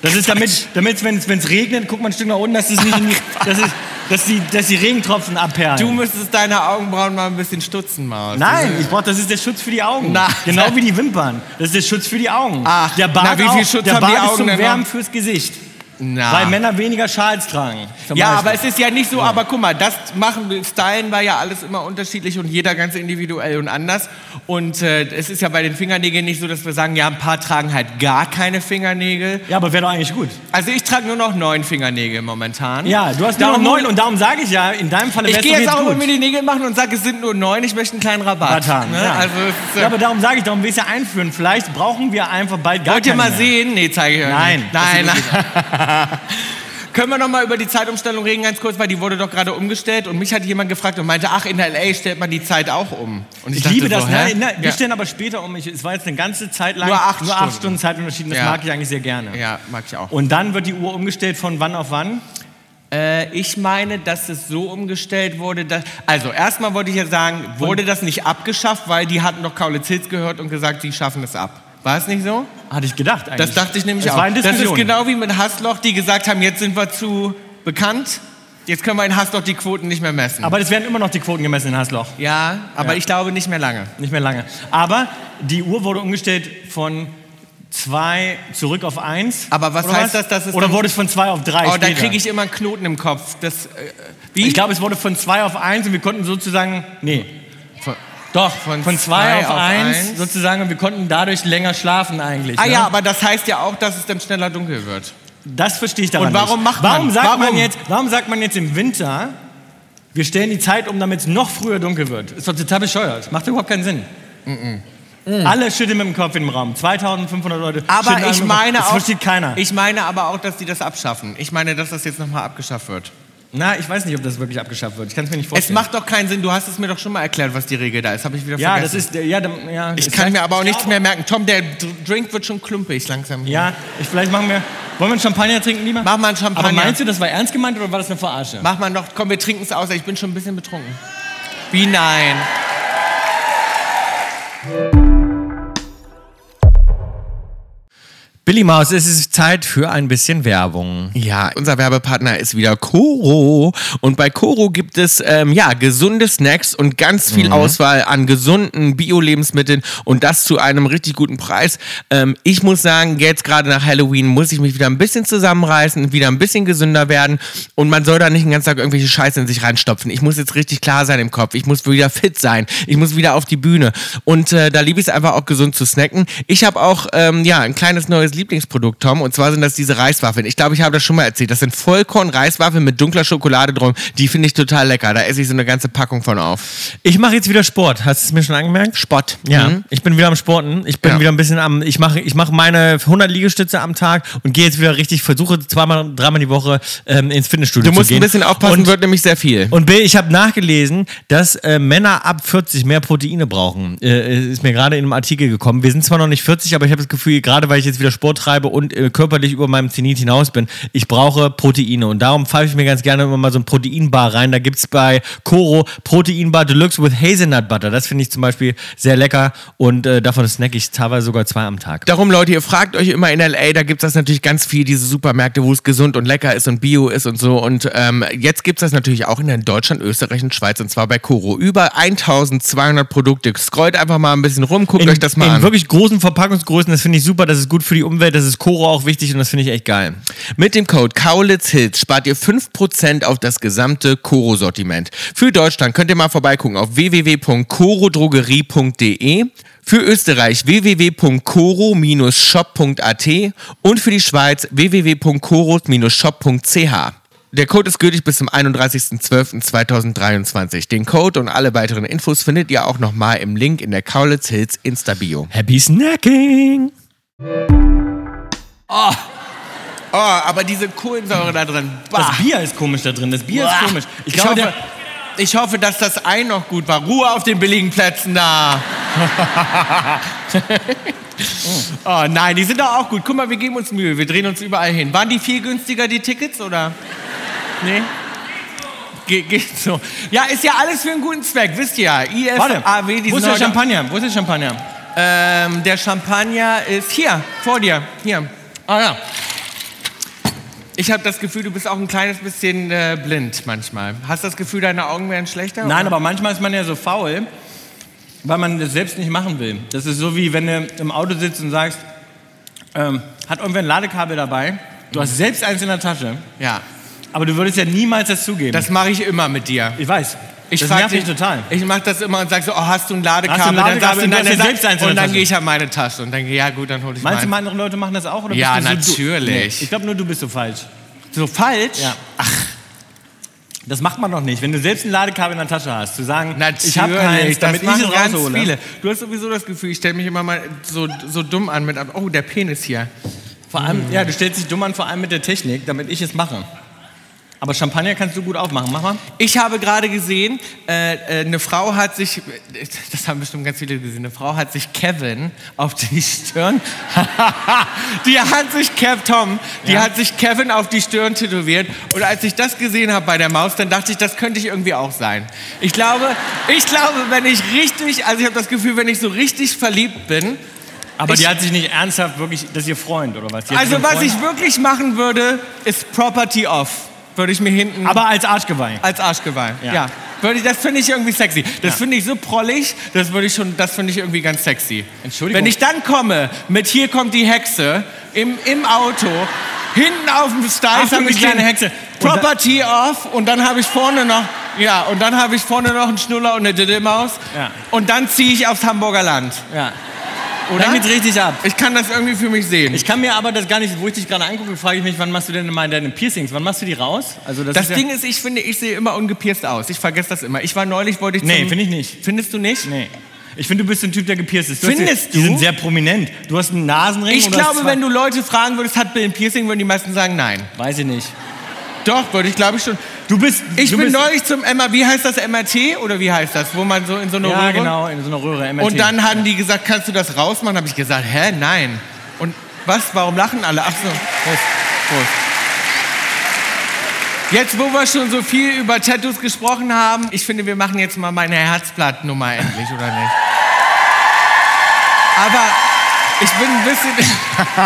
Das ist damit, damit wenn es regnet, guckt man ein Stück nach unten, dass es nicht in die, dass, es, dass, die, dass die Regentropfen abperlen.
du müsstest deine Augenbrauen mal ein bisschen stutzen, Maus.
Nein, ich brauch, das ist der Schutz für die Augen.
Na.
genau wie die Wimpern. Das ist der Schutz für die Augen.
Ach,
der Bart
na, wie viel
auch.
Schutz
der
haben
Bart
die
ist
Augen
zum
denn
Wärmen
noch?
fürs Gesicht.
Na.
Weil Männer weniger Schals tragen. zum
Ja,
Beispiel.
aber es ist ja nicht so, aber guck mal, das machen, wir- stylen war ja alles immer unterschiedlich und jeder ganz individuell und anders. Und äh, es ist ja bei den Fingernägeln nicht so, dass wir sagen, ja, ein paar tragen halt gar keine Fingernägel.
Ja, aber wäre doch eigentlich gut.
Also ich trage nur noch neun Fingernägel momentan.
Ja, du hast nur noch
Darum-
neun und darum sage ich ja, in deinem Falle
Ich
wär's
gehe
doch
jetzt auch
gut.
mit mir die Nägel machen und sage, es sind nur neun, ich möchte einen kleinen Rabatt.
Rabatt haben,
ne?
ja.
Also es ist, äh,
ja, aber darum sage ich, darum will ich es ja einführen. Vielleicht brauchen wir einfach bald gar
Wollt ihr
keine
mal
mehr.
sehen? Nee, zeige ich euch
Nein,
nicht.
das
Nein,
sieht
nein. Können wir noch mal über die Zeitumstellung reden, ganz kurz, weil die wurde doch gerade umgestellt und mich hat jemand gefragt und meinte, ach, in L.A. stellt man die Zeit auch um. Und
Ich,
dachte
liebe das.
so,
ne?
hä?
Ne, wir
ja.
stellen aber später um. Ich, es war jetzt eine ganze Zeit lang
Nur acht Stunden.
Stunden Zeitunterschied. und Das
Ja.
mag ich eigentlich sehr gerne.
ja, mag ich auch.
Und dann wird die Uhr umgestellt von wann auf wann?
Äh, ich meine, dass es so umgestellt wurde, dass, also erstmal wollte ich ja sagen, wurde das nicht abgeschafft, weil die hatten doch Kaulitz Hills gehört und gesagt, sie schaffen es ab. War es nicht so?
Hatte ich gedacht eigentlich.
Das dachte ich nämlich
es
auch.
War eine
das ist
Diskussion.
genau wie mit Hassloch, die gesagt haben, jetzt sind wir zu bekannt, jetzt können wir in Hassloch die Quoten nicht mehr messen.
aber es werden immer noch die Quoten gemessen in Hasloch.
ja, aber ich glaube nicht mehr lange.
Nicht mehr lange. Aber die Uhr wurde umgestellt von zwei zurück auf eins.
Aber was
oder
heißt das, dass es
Oder
dann-
wurde es von zwei auf drei?
Oh, da
später?
kriege ich immer einen Knoten im Kopf. Das, äh, wie?
Ich glaube, es wurde von 2 auf 1 und wir konnten sozusagen. Nee.
Von-
Doch,
von
von 2
zwei
auf
auf
1
eins.
sozusagen und wir konnten dadurch länger schlafen eigentlich.
ah
ne?
ja, aber das heißt ja auch, dass es dann schneller dunkel wird.
Das verstehe ich daran
Und warum
nicht.
macht man-
warum sagt man
warum?
jetzt, Warum sagt man jetzt im Winter, wir stellen die Zeit um, damit es noch früher dunkel wird? Ist doch total bescheuert. Macht doch überhaupt keinen Sinn. Alle schütteln mit dem Kopf im Raum. 2500 Leute. schütteln
Aber
alle mit
ich
dem Kopf.
meine
Das
auch,
versteht keiner.
ich meine aber auch, dass die das abschaffen. Ich meine, dass das jetzt nochmal abgeschafft wird.
na, ich weiß nicht, ob das wirklich abgeschafft wird. Ich kann es mir nicht
Es
vorstellen.
macht doch keinen Sinn. Du hast es mir doch schon mal erklärt, was die Regel da ist. Habe ich wieder
ja, das
vergessen.
ist. Ja, dann- ja,
ich
es
kann
reicht-
mir aber auch
ich
nichts
glaube-
mehr merken. Tom, der D- Drink wird schon klumpig langsam hier.
Ja, ich, vielleicht machen wir. Wollen wir einen Champagner trinken lieber?
Mach mal einen Champagner.
Aber meinst du, das war ernst gemeint oder war das eine Verarsche?
Mach mal noch, komm, wir trinken es aus. Ich bin schon ein bisschen betrunken. Wie nein?
Billy Maus, es ist Zeit für ein bisschen Werbung.
Ja, unser Werbepartner ist wieder Koro. Und bei Koro gibt es ähm, ja gesunde Snacks und ganz
Mhm.
viel Auswahl an gesunden Bio-Lebensmitteln und das zu einem richtig guten Preis. Ähm, ich muss sagen, jetzt gerade nach Halloween muss ich mich wieder ein bisschen zusammenreißen, wieder ein bisschen gesünder werden. Und man soll da nicht den ganzen Tag irgendwelche Scheiße in sich reinstopfen. Ich muss jetzt richtig klar sein im Kopf. Ich muss wieder fit sein. Ich muss wieder auf die Bühne. Und äh, da liebe ich es einfach auch gesund zu snacken. Ich habe auch ähm, ja, ein kleines neues Lieblingsprodukt, Tom. Und zwar sind das diese Reiswaffeln. Ich glaube, ich habe das schon mal erzählt. Das sind Vollkorn-Reiswaffeln mit dunkler Schokolade drum. Die finde ich total lecker. Da esse ich so eine ganze Packung von auf.
Ich mache jetzt wieder Sport. Hast du es mir schon angemerkt? Sport. Ja.
Mhm.
Ich bin wieder am Sporten. Ich bin
Ja.
wieder ein bisschen am. Ich mache ich mache meine 100 Liegestütze am Tag und gehe jetzt wieder richtig. Versuche zweimal, dreimal die Woche ähm, ins Fitnessstudio
Du
zu
musst
gehen.
ein bisschen aufpassen,
Und
wird nämlich sehr viel.
Und Bill, ich habe nachgelesen, dass äh, Männer ab 40 mehr Proteine brauchen. Äh, ist mir gerade in einem Artikel gekommen. Wir sind zwar noch nicht 40, aber ich habe das Gefühl, gerade weil ich jetzt wieder Sport treibe und äh, körperlich über meinem Zenit hinaus bin, ich brauche Proteine. Und darum pfeife ich mir ganz gerne immer mal so ein Proteinbar rein. Da gibt's bei Coro Proteinbar Deluxe with Hazelnut Butter. Das finde ich zum Beispiel sehr lecker und äh, davon snacke ich teilweise sogar zwei am Tag.
Darum, Leute, ihr fragt euch immer in L.A., da gibt es das natürlich ganz viel, diese Supermärkte, wo es gesund und lecker ist und bio ist und so. Und ähm, jetzt gibt es das natürlich auch in Deutschland, Österreich und Schweiz und zwar bei Koro. Über 1200 Produkte. Scrollt einfach mal ein bisschen rum, guckt
in,
euch das mal
in
an.
wirklich großen Verpackungsgrößen, das finde ich super, das ist gut für die Umwelt, das ist Coro auch wichtig und das finde ich echt geil.
Mit dem Code KaulitzHilz spart ihr 5% auf das gesamte Koro-Sortiment. Für Deutschland könnt ihr mal vorbeigucken auf www.korodrogerie.de, E, für Österreich www.koro-shop.at und für die Schweiz www.koro-shop.ch. Der Code ist gültig bis zum 31.12.2023. Den Code und alle weiteren Infos findet ihr auch nochmal im Link in der Kaulitz Hills Insta-Bio.
Happy Snacking!
Oh, aber diese Kohlensäure da drin. Bah.
Das Bier ist komisch da drin. Das Bier ist komisch. Ich
Ich,
glaube,
hoffe, ich hoffe, dass das Ei noch gut war. Ruhe auf den billigen Plätzen da. oh nein, die sind doch auch gut. Guck mal, wir geben uns Mühe. Wir drehen uns überall hin. Waren die viel günstiger, die Tickets, oder? Nee? Ge geht so. Ja, ist ja alles für einen guten Zweck, wisst ihr ja.
der, warte,
IFAW, die
wo
sind
ist der
heute-
Champagner? Wo ist der Champagner?
Ähm, der Champagner ist hier, vor dir. Hier.
Ah ja.
Ich habe das Gefühl, du bist auch ein kleines bisschen äh, blind manchmal. Hast du das Gefühl, deine Augen werden schlechter?
Nein, aber manchmal ist man ja so faul, weil man das selbst nicht machen will. Das ist so wie, wenn du im Auto sitzt und sagst, ähm, hat irgendwer ein Ladekabel dabei? Du hast selbst eins in der Tasche.
Ja.
Aber du würdest ja niemals das zugeben.
Das mache ich immer mit dir.
ich weiß.
Ich
das
frag
nervt mich
dich-
total.
Ich mache das immer und sage so, oh, hast du ein Ladekabel?
Hast du ein
Dann sagst du, nein,
Ladekabel? Und du hast ja
dann
selbst
sag-
eins
Und
in der
dann
Tasche.
gehe ich an meine Tasche und denke, ja gut, dann hole ich
Meinst du,
meine.
andere Leute machen das auch? Oder
Ja,
bist du So du?
natürlich.
Ich glaube, nur du bist so falsch. So falsch? Ja. Ach. Das macht man doch nicht, wenn du selbst ein Ladekabel in der Tasche hast. Zu sagen,
Natürlich,
ich habe keins, damit ich
das
es
machen ganz
raushole.
viele. Du hast sowieso das Gefühl, ich stelle mich immer mal so, so dumm an mit, oh, der Penis hier.
Vor allem, ja, du stellst dich dumm an, vor allem mit der Technik, damit ich es mache. Aber Champagner kannst du gut aufmachen, mach mal.
Ich habe gerade gesehen, äh, äh, eine Frau hat sich, das haben bestimmt ganz viele gesehen, eine Frau hat sich Kevin auf die Stirn, die hat sich Kev, Tom, die hat sich Kevin auf die Stirn tätowiert. Und als ich das gesehen habe bei der Maus, dann dachte ich, das könnte ich irgendwie auch sein. Ich glaube, ich glaube, wenn ich richtig, also ich habe das Gefühl, wenn ich so richtig verliebt bin,
Aber
Ich-
die hat sich nicht ernsthaft wirklich, das ist ihr Freund oder was? Die hat
also
ihren
was
Freund-
ich wirklich machen würde, ist Property Off. Würde ich mir hinten
Aber als Arschgeweih.
Als Arschgeweih, ja.
Ja.
Würde ich, das finde ich irgendwie sexy. Das finde ich so prollig, das würde ich schon, das finde ich irgendwie ganz sexy.
Entschuldigung.
Wenn ich dann komme mit hier kommt die Hexe im, im Auto, hinten auf dem Style
Achtung,
habe ich
die kleine
den
Hexe. Und da-
Property off und dann habe ich vorne noch, ja, und dann habe ich vorne noch einen Schnuller und eine Diddelmaus.
Ja.
Und dann ziehe ich aufs Hamburger Land.
Ja.
Oder?
Dann geht's richtig ab.
Ich kann das irgendwie für mich sehen.
Ich kann mir aber das gar nicht, wo ich dich gerade angucke, frage ich mich, wann machst du denn mal deine Piercings? Wann machst du die raus? Also das,
das
ist ja-
Ding ist, ich finde, ich sehe immer ungepierst aus. Ich vergesse das immer. Ich war neulich, wollte ich
Nee,
zum-
finde ich nicht.
Findest du nicht?
Nee. Ich finde, du bist ein Typ, der gepierst ist. Du hast
Findest
die, Die
du?
sind sehr prominent. Du hast einen Nasenring.
Ich
und du hast
glaube,
zwei-
wenn du Leute fragen würdest, hat Bill ein Piercing, würden die meisten sagen nein.
Weiß ich nicht.
Doch, würde ich glaube ich schon.
Du bist...
Ich
du
bin
bist,
neulich zum MR, wie heißt das, MRT oder wie heißt das, wo man so in so eine
Ja,
Röhre...
genau, in so einer Röhre. MRT.
Und dann haben die gesagt, kannst du das rausmachen? Habe ich gesagt, hä, nein. Und was, warum lachen alle? Ach so, Prost, Prost. Jetzt, wo wir schon so viel über Tattoos gesprochen haben, ich finde, wir machen jetzt mal meine Herzblattnummer endlich, oder nicht? Aber ich bin ein bisschen...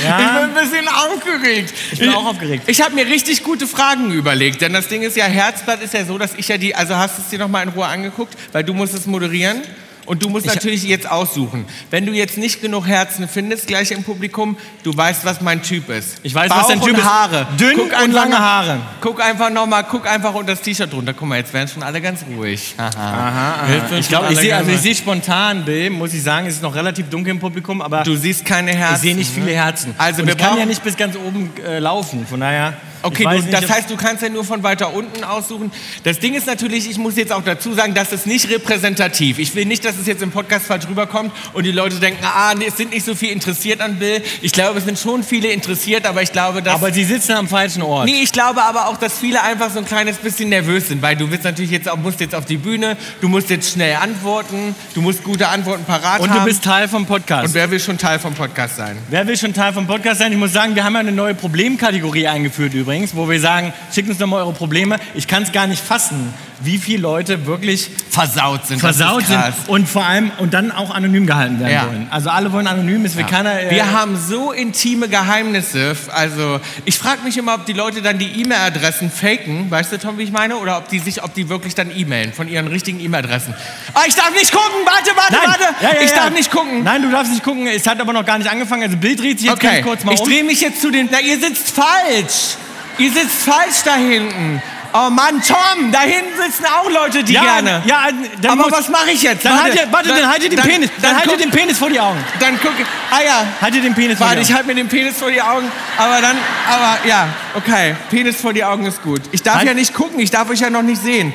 Ich bin ein bisschen aufgeregt. Ich
bin auch aufgeregt.
Ich habe mir richtig gute Fragen überlegt, denn das Ding ist ja, Herzblatt ist ja so, dass ich ja die, also hast du es dir nochmal in Ruhe angeguckt, weil du musst es moderieren und du musst natürlich jetzt aussuchen. Wenn du jetzt nicht genug Herzen findest, gleich im Publikum, du weißt, was mein Typ ist.
Ich weiß,
Bauch
was dein Typ
und
ist.
Haare.
Dünn und
einfach
lange
noch-
Haare.
Guck einfach nochmal, guck einfach unter das T-Shirt drunter. Guck mal, jetzt werden schon alle ganz ruhig. Aha, aha.
Ich glaube, ich sehe also ich sehe spontan, Bill, muss ich sagen, es ist noch relativ dunkel im Publikum, aber
Du siehst keine Herzen.
ich sehe nicht viele Herzen.
Also
Und
wir
ich kann
brauchen-
ja nicht bis ganz oben äh, laufen, von daher.
Okay,
ich weiß
du,
nicht,
das
ob-
heißt, du kannst ja nur von weiter unten aussuchen. Das Ding ist natürlich, ich muss jetzt auch dazu sagen, das ist nicht repräsentativ. Ich will nicht, dass es jetzt im Podcast falsch rüberkommt und die Leute denken, ah, nee, es sind nicht so viel interessiert an Bill. Ich glaube, es sind schon viele interessiert, aber ich glaube, dass...
Aber sie sitzen am falschen Ort.
Nee, ich glaube aber auch, dass viele einfach so ein kleines bisschen nervös sind, weil du willst natürlich jetzt auch, musst jetzt auf die Bühne, du musst jetzt schnell antworten, du musst gute Antworten parat
Und
haben.
du bist Teil vom Podcast.
und wer will schon Teil vom Podcast sein?
Wer will schon Teil vom Podcast sein? Ich muss sagen, wir haben ja eine neue Problemkategorie eingeführt übrigens, wo wir sagen, schickt uns doch mal eure Probleme. Ich kann es gar nicht fassen, wie viele Leute wirklich
Versaut sind.
versaut
das ist krass.
sind und vor allem und dann auch anonym gehalten werden
Ja.
wollen. Also alle wollen anonym, es will keiner. äh,
Wir haben so intime Geheimnisse. Also ich frage mich immer, ob die Leute dann die E-Mail-Adressen faken, weißt du, Tom, wie ich meine, oder ob die sich, ob die wirklich dann e-mailen von ihren richtigen E-Mail-Adressen. Ah, ich darf nicht gucken. Warte, warte,
Nein,
warte.
ja, ja,
ich
ja.
darf nicht gucken.
Nein, du darfst nicht gucken. Es hat aber noch gar nicht angefangen. Also Bild dreht sich jetzt ganz kurz mal
ich
um.
drehe mich jetzt zu den. Na, ihr sitzt falsch. Ihr sitzt falsch da hinten. Oh Mann, Tom, da hinten sitzen auch Leute, die
ja,
gerne.
Ja, dann
Aber
muss-
was mache ich jetzt?
Dann warte, halt, ihr- warte, dann, halt ihr den Penis. Dann, halt ihr
guck-
den Penis vor die Augen.
Dann gucke. Ah ja,
Halt ihr den Penis vor
Warte,
die
ich
Augen.
halte mir den Penis vor die Augen, aber dann, aber ja, okay, Penis vor die Augen ist gut. Ich darf
Halt.
ja nicht gucken, ich darf euch ja noch nicht sehen.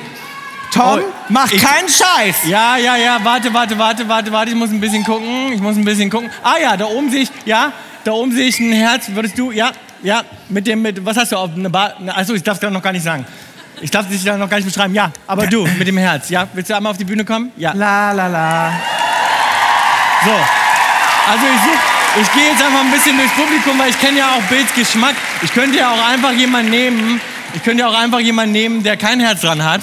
Tom,
Oh,
mach
ich-
keinen Scheiß.
Ja, ja, ja, warte, warte, warte, warte, warte, ich muss ein bisschen gucken, ich muss ein bisschen gucken. Ah ja, da oben sehe ich, ja, da oben sehe ich ein Herz, würdest du, ja, ja, mit dem, mit, was hast du auf, eine Bar, ne, achso, ich darf das noch gar nicht sagen. Ich darf dich da noch gar nicht beschreiben, ja, aber du, mit dem Herz, ja, willst du einmal auf die Bühne kommen? Ja.
La la la.
So, also ich, such- ich gehe jetzt einfach ein bisschen durchs Publikum, weil ich kenne ja auch Bilds Geschmack. Ich könnte ja auch einfach jemanden nehmen, ich könnte ja auch einfach jemanden nehmen, der kein Herz dran hat.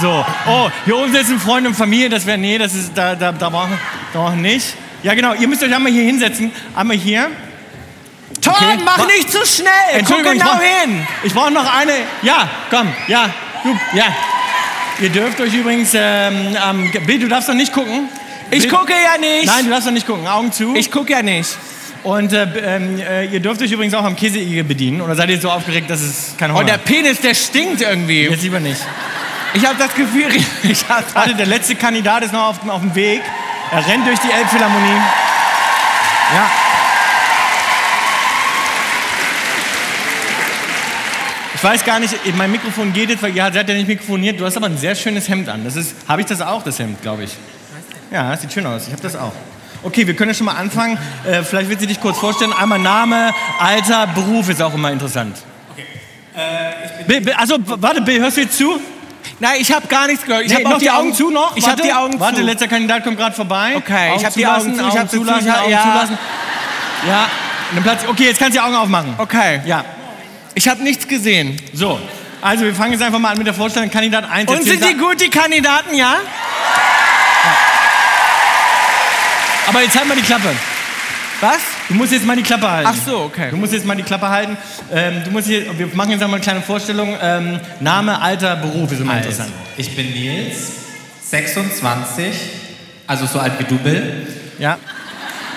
So, oh, hier oben sitzen Freunde und Familie, das wäre, nee, das ist, da, da, da brauchen da brauchen nicht. Ja genau, ihr müsst euch einmal hier hinsetzen, einmal hier.
Tom,
Okay.
mach
Ma-
nicht zu schnell. Guck
Entschuldigung,
genau
ich brauch-
hin.
Ich brauche noch eine, ja, komm, ja, du, ja. Ihr dürft euch übrigens, ähm, ähm, Bild, du darfst doch nicht gucken.
Ich
Bild-
gucke ja nicht.
Nein, du darfst doch nicht gucken, Augen zu.
ich gucke ja nicht.
Und äh, b- ähm, äh, ihr dürft euch übrigens auch am Käseigel bedienen. Oder seid ihr so aufgeregt, dass es kein
Und
Hunger
der Penis, der stinkt irgendwie.
Jetzt lieber nicht.
Ich habe das Gefühl, ich hab das
Warte, der letzte Kandidat ist noch auf, dem- auf dem Weg. Er rennt durch die Elbphilharmonie. Ja. Ich weiß gar nicht, mein Mikrofon geht jetzt, weil ihr seid ja nicht mikrofoniert. Du hast aber ein sehr schönes Hemd an. Das ist, habe ich das auch, das Hemd, glaube ich. Ja, das sieht schön aus. Ich habe das auch. Okay, wir können ja schon mal anfangen. Äh, vielleicht willst du dich kurz vorstellen. Einmal Name, Alter, Beruf ist auch immer interessant. Okay. also, w- warte, Bill, hörst du jetzt zu?
Nein, ich habe gar nichts gehört. Ich
Ich
habe
hab noch die Augen zu noch.
Ich habe
Warte.
die Augen
Warte,
zu.
letzter Kandidat kommt gerade vorbei.
Okay,
Augen
ich hab
zu
die
lassen,
Augen zu,
Augen
ich hab sie zu,
zulassen,
ich hab-
Augen
ja.
zulassen. Ja, einen Platz. Okay, jetzt kannst du die Augen aufmachen.
Okay.
Ja,
Ich habe nichts gesehen.
so. Also, wir fangen jetzt einfach mal an mit der Vorstellung. Kandidat 1.
Und sind die gut, die Kandidaten, ja?
Aber jetzt halt mal die Klappe.
Was?
Du musst jetzt mal die Klappe halten.
Ach so, okay.
Du musst jetzt mal die Klappe halten. Ähm, du musst hier, wir machen jetzt einmal eine kleine Vorstellung. Ähm, Name, Alter, Beruf ist immer interessant.
Ich bin Nils, 26, also so alt wie du Bill.
Ja.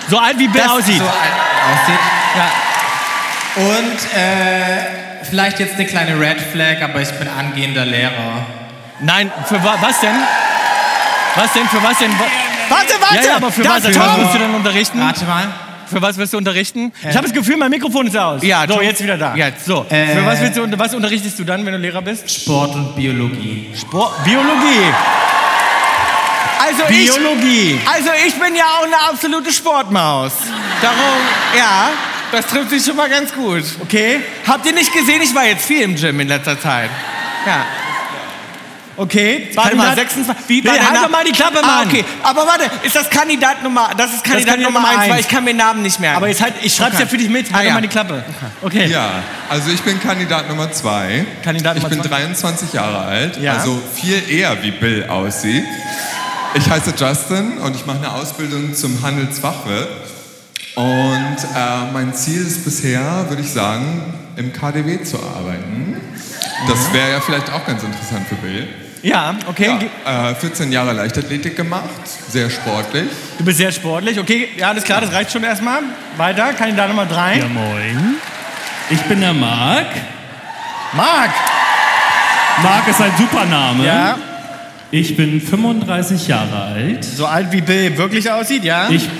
So alt wie Bill
Das
aussieht.
So alt aussieht.
Ja.
Und äh, vielleicht jetzt eine kleine Red Flag, aber ich bin angehender Lehrer.
Nein, für wa was denn? Was denn, für was denn? Wa
Warte, warte!
Ja, ja, aber für
das
was, für was wirst du
kommt.
denn unterrichten?
Warte mal.
Für was wirst du unterrichten? Ich habe das Gefühl, mein Mikrofon ist aus.
Äh. Ja, Äh.
so,
Tom-
jetzt wieder da.
Jetzt.
So, für was, willst du, unter- was unterrichtest du dann, wenn du Lehrer bist?
Sport und Biologie.
Sport, Biologie.
Also ich,
Biologie.
also ich bin ja auch eine absolute Sportmaus. Darum, ja, das trifft sich schon mal ganz gut.
Okay,
Habt ihr nicht gesehen, ich war jetzt viel im Gym in letzter Zeit. Ja.
okay.
Warte mal,
Kandidat-
26. Wie
Nee, halt doch mal die Klappe,
Ah,
Mann.
okay. Aber warte, ist das Kandidat Nummer, das ist Kandidat,
Kandidat
Nummer 1,
Nummer
weil
eins.
ich kann mir Namen nicht merken.
Aber jetzt halt, ich
Ah,
schreib's
Okay.
ja für dich mit.
Ah,
Halt doch
ja.
mal die Klappe. Okay.
Ja, also ich bin Kandidat Nummer zwei.
Kandidat
ich
Nummer
bin
zwei.
23 Jahre alt,
Ja.
also viel eher wie Bill aussieht. Ich heiße Justin und ich mache eine Ausbildung zum Handelsfachwirt. Und äh, mein Ziel ist bisher, würde ich sagen, im KDW zu arbeiten. Das wäre ja vielleicht auch ganz interessant für Bill.
Ja, okay. Ge-
Ja, äh, 14 Jahre Leichtathletik gemacht, sehr sportlich.
Du bist sehr sportlich. Okay, ja, alles klar, das reicht schon erstmal. Weiter, Kandidat Nummer drei.
moin. Ich bin der Marc.
Marc.
Marc ist ein super Name.
Ja,
Ich bin 35 Jahre alt.
so alt wie Bill wirklich aussieht, ja?
Ich,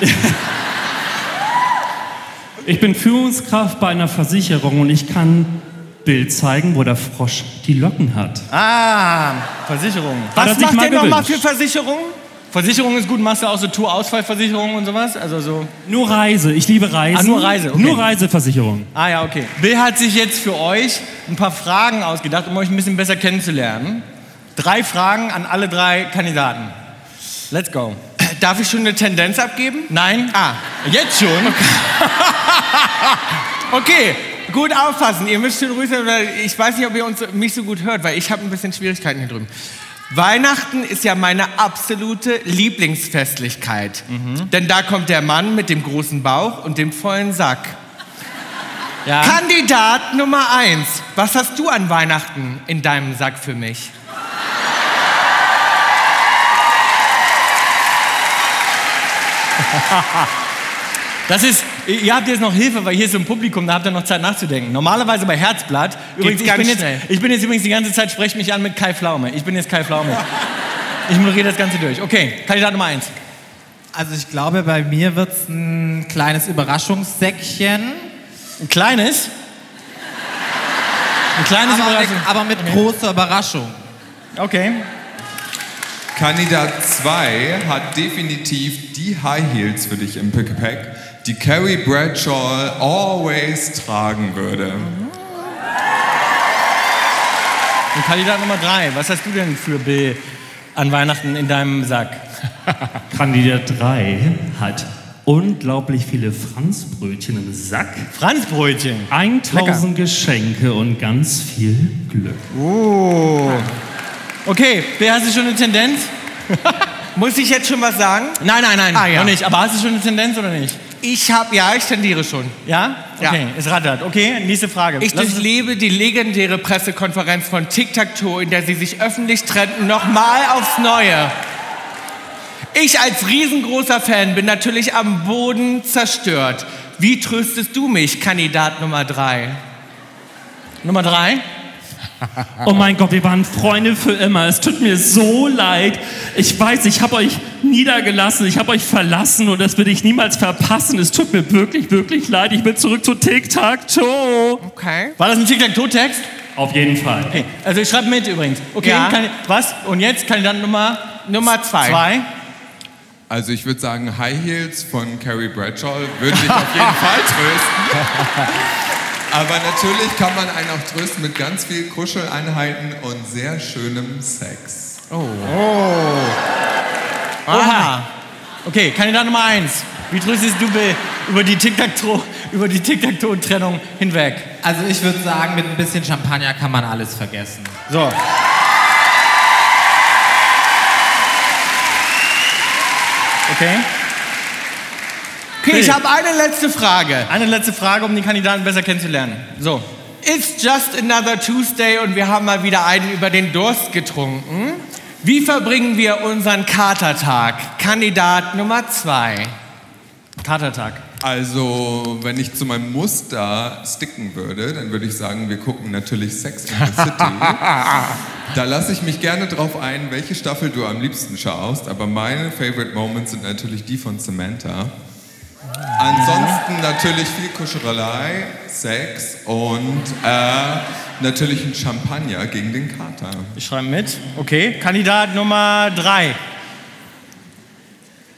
ich bin Führungskraft bei einer Versicherung und ich kann Bild zeigen, wo der Frosch die Locken hat.
Ah, Versicherung.
Hat er
Was
sich
macht
mal
der nochmal für
gewünscht.
Versicherung? Versicherung ist gut, machst du auch so Tourausfallversicherung und sowas? Also so.
Nur Reise, ich liebe Reisen.
Ah, nur Reise, okay.
Nur Reiseversicherung.
Ah ja, okay. Bill hat sich jetzt für euch ein paar Fragen ausgedacht, um euch ein bisschen besser kennenzulernen. Drei Fragen an alle drei Kandidaten. Let's go.
Darf ich schon eine Tendenz abgeben?
Nein?
Ah,
Jetzt schon?
okay. Gut aufpassen. Ihr müsst schön ruhig sein, weil ich weiß nicht, ob ihr uns, mich so gut hört, weil ich habe ein bisschen Schwierigkeiten hier drüben. Weihnachten ist ja meine absolute Lieblingsfestlichkeit. Denn da kommt der Mann mit dem großen Bauch und dem vollen Sack.
Ja.
Kandidat Nummer eins. Was hast du an Weihnachten in deinem Sack für mich?
Das ist, ihr habt jetzt noch Hilfe, weil hier ist so ein Publikum, da habt ihr noch Zeit nachzudenken. Normalerweise bei Herzblatt. Übrigens, ich
ganz
bin, jetzt,
schnell.
ich bin jetzt übrigens die ganze Zeit, sprecht mich an mit Kai Pflaume. Ich bin jetzt Kai Pflaume. Ich moderiere das Ganze durch. Okay, Kandidat Nummer eins.
Also ich glaube, bei mir wird es ein kleines Überraschungssäckchen.
Ein kleines. Ein kleines
Aber,
Überraschung.
aber mit großer Überraschung.
Okay.
Kandidat 2 hat definitiv die High Heels für dich im Pick-Pack, die Carrie Bradshaw always tragen würde.
Und Kandidat Nummer drei. Was hast du denn für Bill an Weihnachten in deinem Sack?
Kandidat 3 hat unglaublich viele Franzbrötchen im Sack.
Franzbrötchen.
1000 Geschenke und ganz viel Glück.
Oh. Okay, Bill, hast du schon eine Tendenz?
Muss ich jetzt schon was sagen?
Nein, nein, nein.
Ah, ja.
Noch nicht. Aber hast du schon eine Tendenz oder nicht?
Ich habe, ja, ich tendiere schon.
Ja? Okay,
Ja.
es rattert. Okay, nächste Frage.
Ich
Lass uns-
durchlebe die legendäre Pressekonferenz von Tic Tac Toe, in der sie sich öffentlich trennten, nochmal aufs Neue. Ich als riesengroßer Fan bin natürlich am Boden zerstört. Wie tröstest du mich, Kandidat Nummer drei? Nummer drei?
Oh mein Gott, wir waren Freunde für immer. Es tut mir so leid. Ich weiß, ich habe euch niedergelassen, ich habe euch verlassen und das will ich niemals verpassen. Es tut mir wirklich, wirklich leid. Ich bin zurück zu Tic Tac Toe.
Okay.
War das ein Tic-Tac-Toe-Text?
Auf jeden Fall.
Okay. Also ich schreibe mit übrigens. Okay,
Ja.
kann, was? Und jetzt Kandidat Nummer
Nummer zwei.
zwei.
Also ich würde sagen, High Heels von Carrie Bradshaw würde ich auf jeden Fall trösten. Aber natürlich kann man einen auch trösten mit ganz viel Kuscheleinheiten und sehr schönem Sex.
Oh.
Oha. Okay, Kandidat Nummer eins. Wie tröstest du Bill über die Tic-Tac-Toe, über die Tic-Tac-Toe-Trennung hinweg?
Also ich würde sagen, mit ein bisschen Champagner kann man alles vergessen.
So. Okay.
Okay, ich habe eine letzte Frage.
Eine letzte Frage, um die Kandidaten besser kennenzulernen. So.
It's just another Tuesday und wir haben mal wieder einen über den Durst getrunken. Wie verbringen wir unseren Katertag? Kandidat Nummer zwei.
Katertag.
Also, wenn ich zu meinem Muster sticken würde, dann würde ich sagen, wir gucken natürlich Sex in the City. da lasse ich mich gerne drauf ein, welche Staffel du am liebsten schaust, aber meine Favorite Moments sind natürlich die von Samantha. Ansonsten natürlich viel Kuschelei, Sex und äh, natürlich ein Champagner gegen den Kater.
Ich schreibe mit. Okay. Kandidat Nummer drei.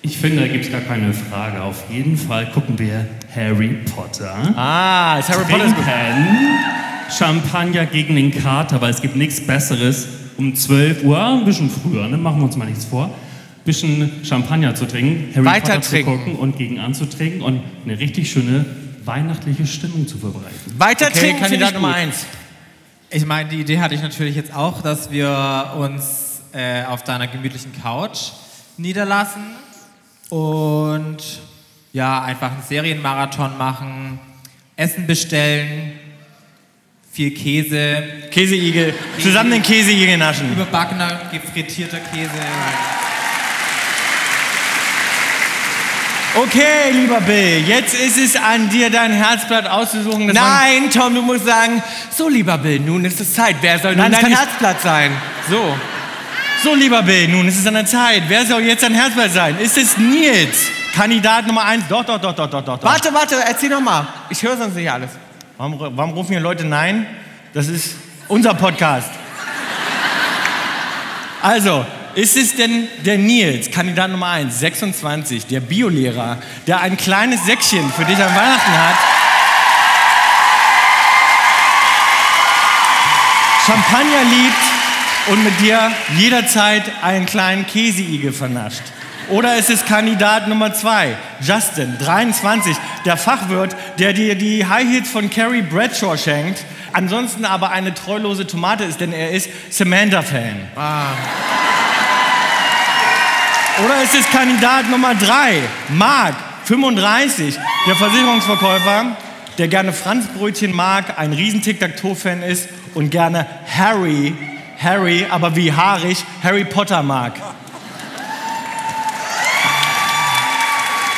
Ich finde, da gibt es gar keine Frage. Auf jeden Fall gucken wir Harry Potter.
Ah, ist Harry Potter ist gut.
Trinken, Champagner gegen den Kater, weil es gibt nichts Besseres. Um 12 Uhr, ein bisschen früher, ne? machen wir uns mal nichts vor. Ein bisschen Champagner zu trinken, Harry
Weiter
Potter zu
trinken.
gucken und gegen anzutrinken und eine richtig schöne weihnachtliche Stimmung zu verbreiten.
Weiter
Okay,
trinken finde
Kandidat
ich
Nummer
gut.
eins.
Ich meine, die Idee hatte ich natürlich jetzt auch, dass wir uns äh, auf deiner gemütlichen Couch niederlassen und ja, einfach einen Serienmarathon machen, Essen bestellen, viel Käse,
Käseigel. Zusammen den Käseigel naschen.
überbackener, Genau, gefrittierter Käse.
Okay, lieber Bill, jetzt ist es an dir, dein Herzblatt auszusuchen. Das waren-
Nein, Tom, du musst sagen, so lieber Bill, nun ist es Zeit. Wer soll nun
Nein, das
dein
kann ich-
Herzblatt sein?
So. So, lieber Bill, nun ist es an der Zeit. Wer soll jetzt dein Herzblatt sein? Ist es Nils? Kandidat Nummer eins. Doch, doch, doch, doch, doch, doch. doch.
Warte, warte, erzähl noch mal. Ich höre sonst nicht alles.
Warum, warum rufen hier Leute Nein? Das ist unser Podcast. Also, ist es denn der Nils, Kandidat Nummer 1, 26, der Biolehrer, der ein kleines Säckchen für dich an Weihnachten hat? Champagner liebt und mit dir jederzeit einen kleinen Käseigel vernascht. Oder ist es Kandidat Nummer 2, Justin, 23, der Fachwirt, der dir die High Heels von Carrie Bradshaw schenkt, ansonsten aber eine treulose Tomate ist, denn er ist Samantha-Fan. Oder ist es Kandidat Nummer 3, Marc, 35, der Versicherungsverkäufer, der gerne Franzbrötchen mag, ein riesen Tic-Tac-Toe-Fan ist und gerne Harry, Harry, aber wie haarig, Harry Potter mag?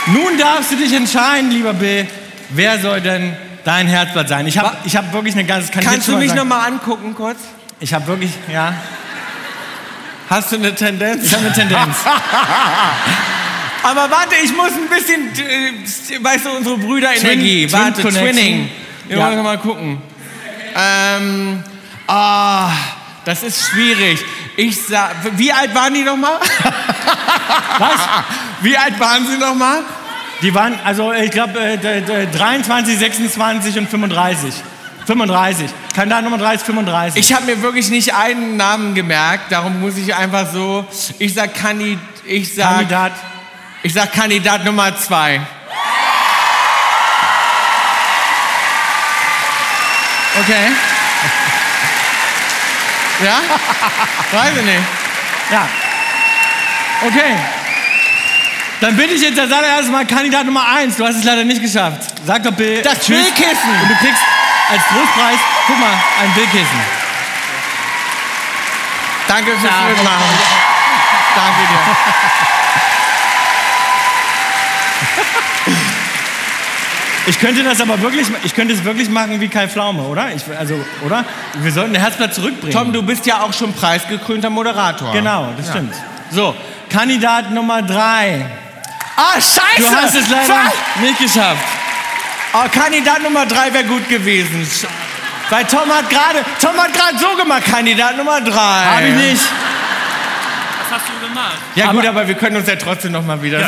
Nun darfst du dich entscheiden, lieber Bill, wer soll denn dein Herzblatt sein? Ich habe ich hab wirklich eine ganze... Kann ich jetzt
Kannst
schon
du
mal
mich
sagen?
noch mal angucken kurz?
Ich habe wirklich, ja...
Hast du eine Tendenz?
Ich habe eine Tendenz.
Aber warte, ich muss ein bisschen, äh, weißt du, unsere Brüder-Energie.
Twin-
warte,
Twin Connection.
Twinning. Wir
Ja.
wollen mal gucken. Ähm, ah, das ist schwierig. Ich sag, wie alt waren die nochmal?
Was?
Wie alt waren sie nochmal?
Die waren, also ich glaube, äh, d- d- 23, 26 und 35. 35. Kann da Nummer 30, 35.
Ich habe mir wirklich nicht einen Namen gemerkt, darum muss ich einfach so, ich sag Kandi, ich sag,
Kandidat.
ich sag Kandidat Nummer zwei. Okay. Ja? Weiß ich nicht.
Ja. Okay. Dann bin ich jetzt als allererstes mal Kandidat Nummer 1. Du hast es leider nicht geschafft. Sag doch Bill.
Das
Tschüss.
Billkissen.
Und du kriegst als Trostpreis, guck mal, ein Billkissen.
Danke fürs Mitmachen. Danke dir.
Ich könnte das aber wirklich, ich könnte es wirklich machen wie Kai Pflaume, oder? Ich, also, oder? Wir sollten den Herzblatt zurückbringen.
Tom, du bist ja auch schon preisgekrönter Moderator.
Genau, das
Ja.
stimmt. So, Kandidat Nummer drei.
Ah, scheiße!
Du hast es leider
nicht geschafft.
Ah,
Oh, Kandidat Nummer drei wäre gut gewesen. Sch- Weil Tom hat gerade, Tom hat gerade so gemacht, Kandidat Nummer drei.
Hab ich nicht.
Was hast du gemacht?
Ja gut, aber wir können uns ja trotzdem noch mal wieder.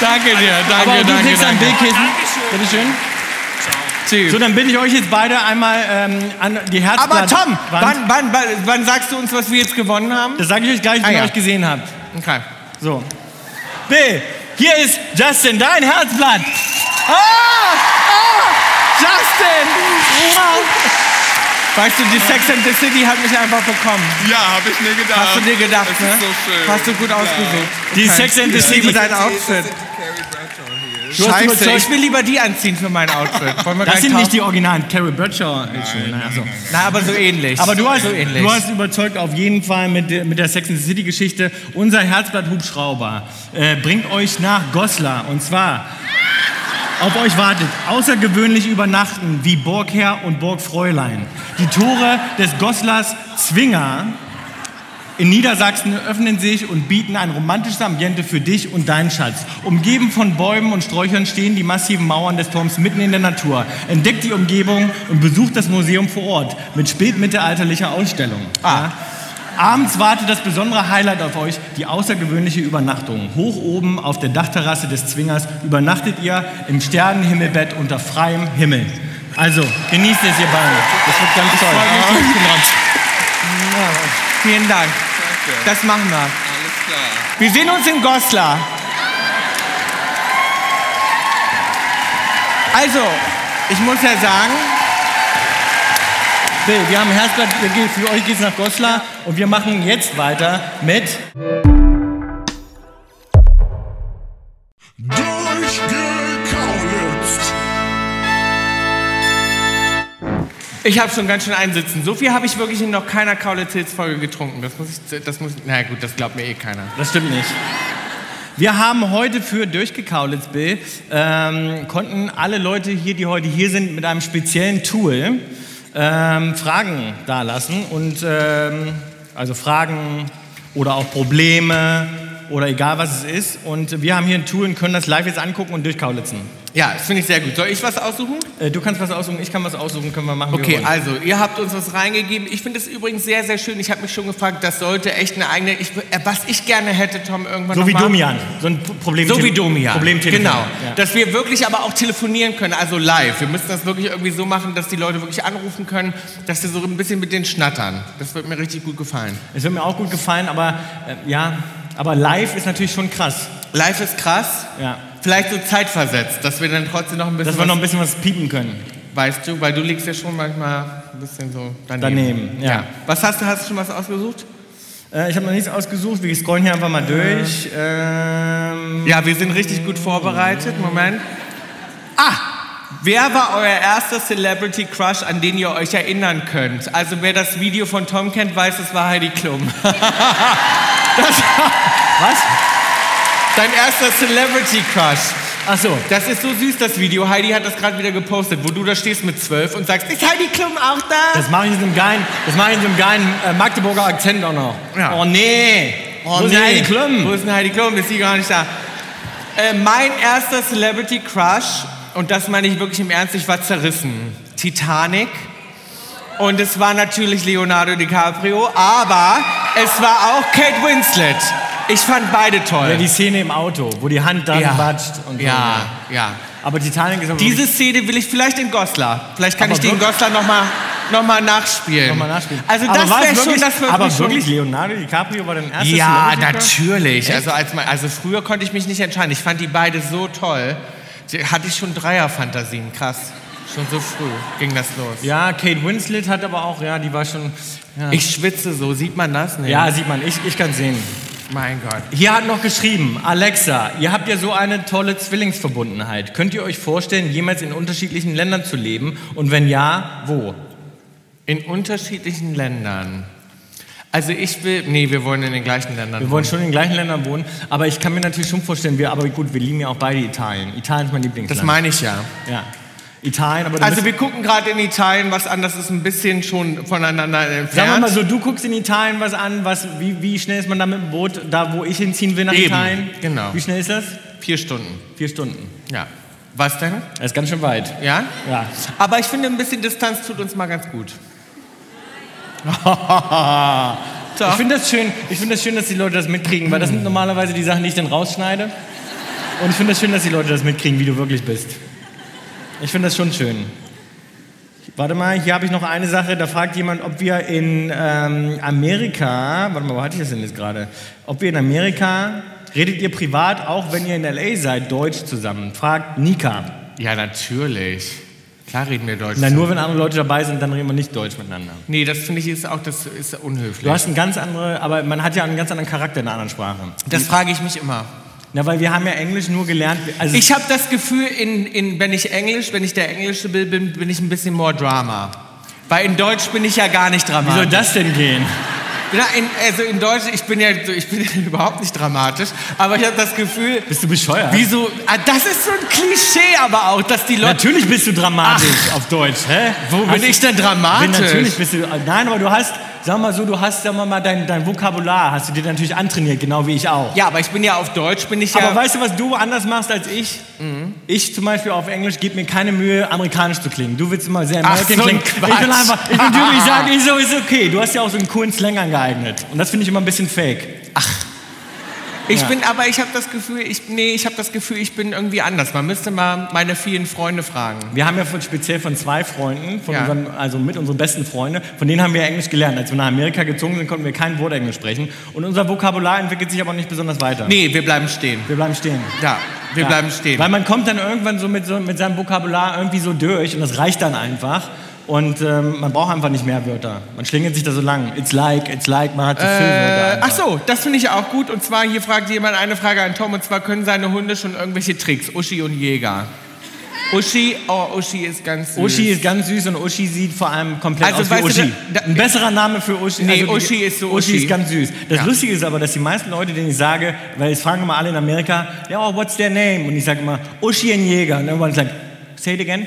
danke dir, danke,
Aber auch du
danke,
kriegst ein
danke.
Bildkissen.
Dankeschön.
Bitteschön.
So, dann bin ich euch jetzt beide einmal ähm, an die Herzblatt.
Aber Tom,
Wand.
wann, wann, wann, wann sagst du uns, was wir jetzt gewonnen haben?
Das sage ich euch gleich, wenn
Ah,
ihr
ja.
euch gesehen habt.
Okay.
So. Bill, hier ist Justin, dein Herzblatt.
Ah! Ah! Justin! Weißt du, die Sex and the City hat mich einfach bekommen.
Ja, habe ich mir gedacht.
Hast du dir gedacht,
das
ne?
Ist so schön.
Hast du gut ausgesucht.
Die Sex and the
Ich liebe
City.
dein Outfit.
Du hast
Scheiße,
überzeugt.
ich will lieber die anziehen für mein Outfit. Wollen wir
Das
gleich
sind nicht die
tauschen?
originalen Carrie ne? Also, Bradshaw. Nein, nein, so.
Na, aber so ähnlich.
Aber du hast,
so ähnlich.
du hast überzeugt auf jeden Fall mit, der- mit der Sex and the City Geschichte. Unser Herzblatt Hubschrauber äh, bringt euch nach Goslar und zwar auf euch wartet außergewöhnlich übernachten wie Burgherr und Burgfräulein. Die Tore des Goslars Zwinger in Niedersachsen öffnen sich und bieten ein romantisches Ambiente für dich und deinen Schatz. Umgeben von Bäumen und Sträuchern stehen die massiven Mauern des Turms mitten in der Natur. Entdeckt die Umgebung und besucht das Museum vor Ort mit spätmittelalterlicher Ausstellung. Ja. Abends wartet das besondere Highlight auf euch, die außergewöhnliche Übernachtung. Hoch oben auf der Dachterrasse des Zwingers übernachtet ihr im Sternenhimmelbett unter freiem Himmel. Also, genießt es, ihr beiden. Das wird ganz toll.
Ja, vielen Dank. Das machen wir.
Alles klar.
Wir sehen uns in Goslar. Also, ich muss ja sagen,
Bill, wir haben Herzblatt, wir gehen- für euch geht's nach Goslar und wir machen jetzt weiter mit
Durchgekauletzt.
ich habe schon ganz schön einsitzen. So viel habe ich wirklich in noch keiner Kaulitz Hills Folge getrunken. Das muss ich, das muss, na gut, das glaubt mir eh keiner.
Das stimmt nicht. Wir haben heute für Durchgekaulitz, Bill, ähm, konnten alle Leute hier, die heute hier sind, mit einem speziellen Tool ähm, Fragen dalassen. Und, ähm, also Fragen oder auch Probleme oder egal was es ist. Und wir haben hier ein Tool und können das live jetzt angucken und durchkaulitzen.
Ja, das finde ich sehr gut. Soll ich was aussuchen?
Äh, du kannst was aussuchen, ich kann was aussuchen, können wir machen. wie wir
Okay,
wollen.
also ihr habt uns was reingegeben. Ich finde es übrigens sehr, sehr schön. Ich habe mich schon gefragt, das sollte echt eine eigene. Ich, äh, was ich gerne hätte, Tom, irgendwann also
so
noch
wie
mal-
Domian. So ein Problem
So wie Domian.
Problemtelefon.
Genau.
Ja.
Dass wir wirklich aber auch telefonieren können, also live. Wir müssen das wirklich irgendwie so machen, dass die Leute wirklich anrufen können, dass wir so ein bisschen mit denen schnattern. Das wird mir richtig gut gefallen.
Es wird mir auch gut gefallen, aber äh, ja, aber live ist natürlich schon krass.
Live ist krass.
Ja.
Vielleicht so zeitversetzt, dass wir dann trotzdem noch ein bisschen.
Dass wir noch ein
was-
bisschen was piepen können.
weißt du, weil du liegst ja schon manchmal ein bisschen so daneben.
Daneben, ja.
Was hast du? Hast du schon was ausgesucht?
Äh, ich habe noch nichts ausgesucht, wir scrollen hier einfach mal durch. Ähm,
Ja, wir sind richtig gut vorbereitet. Moment. Ah! Wer war euer erster Celebrity Crush, an den ihr euch erinnern könnt? Also wer das Video von Tom kennt, weiß, es war Heidi Klum. das war
was?
dein erster Celebrity Crush.
Ach so.
Das ist so süß, das Video. Heidi hat das gerade wieder gepostet, wo du da stehst mit zwölf und sagst, ist Heidi Klum auch da?
Das mache ich in so einem geilen, das mache ich in so einem geilen äh, Magdeburger Akzent auch noch.
Ja.
Oh nee.
Oh,
Wo ist
nee.
Heidi Klum?
Wo ist denn Heidi Klum? Ist die gar nicht da? Äh, mein erster Celebrity Crush, und das meine ich wirklich im Ernst, ich war zerrissen. Titanic. Und es war natürlich Leonardo DiCaprio, aber es war auch Kate Winslet. Ich fand beide
Ja,
toll.
die Szene im Auto, wo die Hand dann
Äh, Ja.
batscht und so.
ja, ja.
Aber Titanic ist aber
Diese Szene will ich vielleicht in Goslar. Vielleicht kann
Aber
ich die in
wirklich-
Goslar nochmal noch mal nachspielen.
Nochmal nachspielen.
Also
aber
das
war es
wäre schon
wirklich,
das
Aber
schon-
wirklich, Leonardo DiCaprio war dein erstes
Ja,
Celebrity Crush?
natürlich. Also, als man, also früher konnte ich mich nicht entscheiden. Ich fand die beide so toll. Die, hatte ich schon Dreierfantasien. Krass. Schon so früh ging das los.
Ja, Kate Winslet hat aber auch, ja, die war schon. Ja,
Ich schwitze so. Sieht man das? Nee.
ja sieht man, ich, ich kann sehen.
Mein Gott.
Hier hat noch geschrieben, Alexa, ihr habt ja so eine tolle Zwillingsverbundenheit. Könnt ihr euch vorstellen, jemals in unterschiedlichen Ländern zu leben? Und wenn ja, wo?
In unterschiedlichen Ländern. Also ich will, nee, wir wollen in den gleichen Ländern.
Wir wollen schon in den gleichen Ländern wohnen, aber ich kann mir natürlich schon vorstellen, wir, aber gut, wir lieben ja auch beide Italien. Italien ist mein Lieblingsland.
Das meine ich ja.
Ja. Italien, aber du
Also
bist-
wir gucken gerade in Italien was an, das ist ein bisschen schon voneinander
Sagen wir
entfernt.
mal so, du guckst in Italien was an, was, wie, wie schnell ist man da mit dem Boot, da wo ich hinziehen will nach
Eben,
Italien?
genau.
Wie schnell ist das?
Vier Stunden.
Vier Stunden.
Ja. Was denn?
Das ist ganz schön weit.
Ja?
Ja.
Aber ich finde, ein bisschen Distanz tut uns mal ganz gut.
Ich finde das, schön, ich find das schön, dass die Leute das mitkriegen, weil das sind normalerweise die Sachen, die ich dann rausschneide. Und ich finde das schön, dass die Leute das mitkriegen, wie du wirklich bist. Ich finde das schon schön. Warte mal, hier habe ich noch eine Sache. Da fragt jemand, ob wir in ähm, Amerika, warte mal, wo hatte ich das denn jetzt gerade? Ob wir in Amerika, redet ihr privat, auch wenn ihr in L.A. seid, Deutsch zusammen? Fragt Nika.
Ja, natürlich. Klar reden wir Deutsch.
Na, nur wenn andere Leute dabei sind, dann reden wir nicht Deutsch miteinander.
nee, das finde ich ist auch das ist unhöflich.
Du hast einen ganz andere, aber man hat ja einen ganz anderen Charakter in einer anderen Sprache.
Das frage ich mich immer.
Na, weil wir haben ja Englisch nur gelernt. Also
Ich habe das Gefühl, in, in, wenn ich Englisch, wenn ich der Englische bin, bin, bin ich ein bisschen more Drama. Weil in Deutsch bin ich ja gar nicht
wie soll
dramatisch.
das denn gehen?
Ja, in, also in Deutsch, ich bin ja, ich bin ja überhaupt nicht dramatisch, aber ich habe das Gefühl,
Bist du bescheuert?
wieso, ah, das ist so ein Klischee aber auch, dass die Leute,
Natürlich bist du dramatisch auf Deutsch, hä?
wo bin ich denn dramatisch?
Wenn natürlich bist du. Nein, aber du hast, sag mal so, du hast, sag mal, dein, dein Vokabular hast du dir natürlich antrainiert, genau wie ich auch.
Ja, aber ich bin ja auf Deutsch, bin ich ja,
Aber weißt du, was du anders machst als ich? Ich zum Beispiel auf Englisch gebe mir keine Mühe, amerikanisch zu klingen. Du willst immer sehr
Ach,
American
so ein
klingen. Ich bin
Quatsch.
einfach, ich bin typisch, ich sage, ich so, ist okay. Du hast ja auch so einen coolen Slang angeeignet. Und das finde ich immer ein bisschen fake.
ich
ja.
bin, aber ich habe das Gefühl, ich, nee, ich habe das Gefühl, ich bin irgendwie anders. Man müsste mal meine vielen Freunde fragen.
Wir haben ja von, speziell von zwei Freunden, von
Ja.
unseren, also mit unseren besten Freunden, von denen haben wir Englisch gelernt. Als wir nach Amerika gezogen sind, konnten wir kein Wort Englisch sprechen. Und unser Vokabular entwickelt sich aber nicht besonders weiter.
Nee, wir bleiben stehen.
Wir bleiben stehen.
Ja, wir
Ja.
bleiben stehen.
Weil man kommt dann irgendwann so mit, so mit seinem Vokabular irgendwie so durch und das reicht dann einfach. Und ähm, man braucht einfach nicht mehr Wörter. Man schlingelt sich da so lang. It's like, it's like, man hat so viel Wörter.
Äh,
einfach.
ach so, das finde ich auch gut. Und zwar hier fragt jemand eine Frage an Tom. Und zwar können seine Hunde schon irgendwelche Tricks? Uschi und Jäger. Uschi, oh, Uschi ist ganz süß.
Uschi ist ganz süß und Uschi sieht vor allem komplett
Also,
aus wie
weißt du,
Uschi.
da- da-
Ein besserer Name für Uschi. also
Nee,
die-
Uschi ist so
Uschi.
Uschi.
ist ganz süß. Das
Ja.
Lustige ist aber, dass die meisten Leute, denen ich sage, weil es fragen immer alle in Amerika, ja, oh, what's their name? Und ich sage immer, Uschi and Jäger. Und irgendwann sagt, say it again,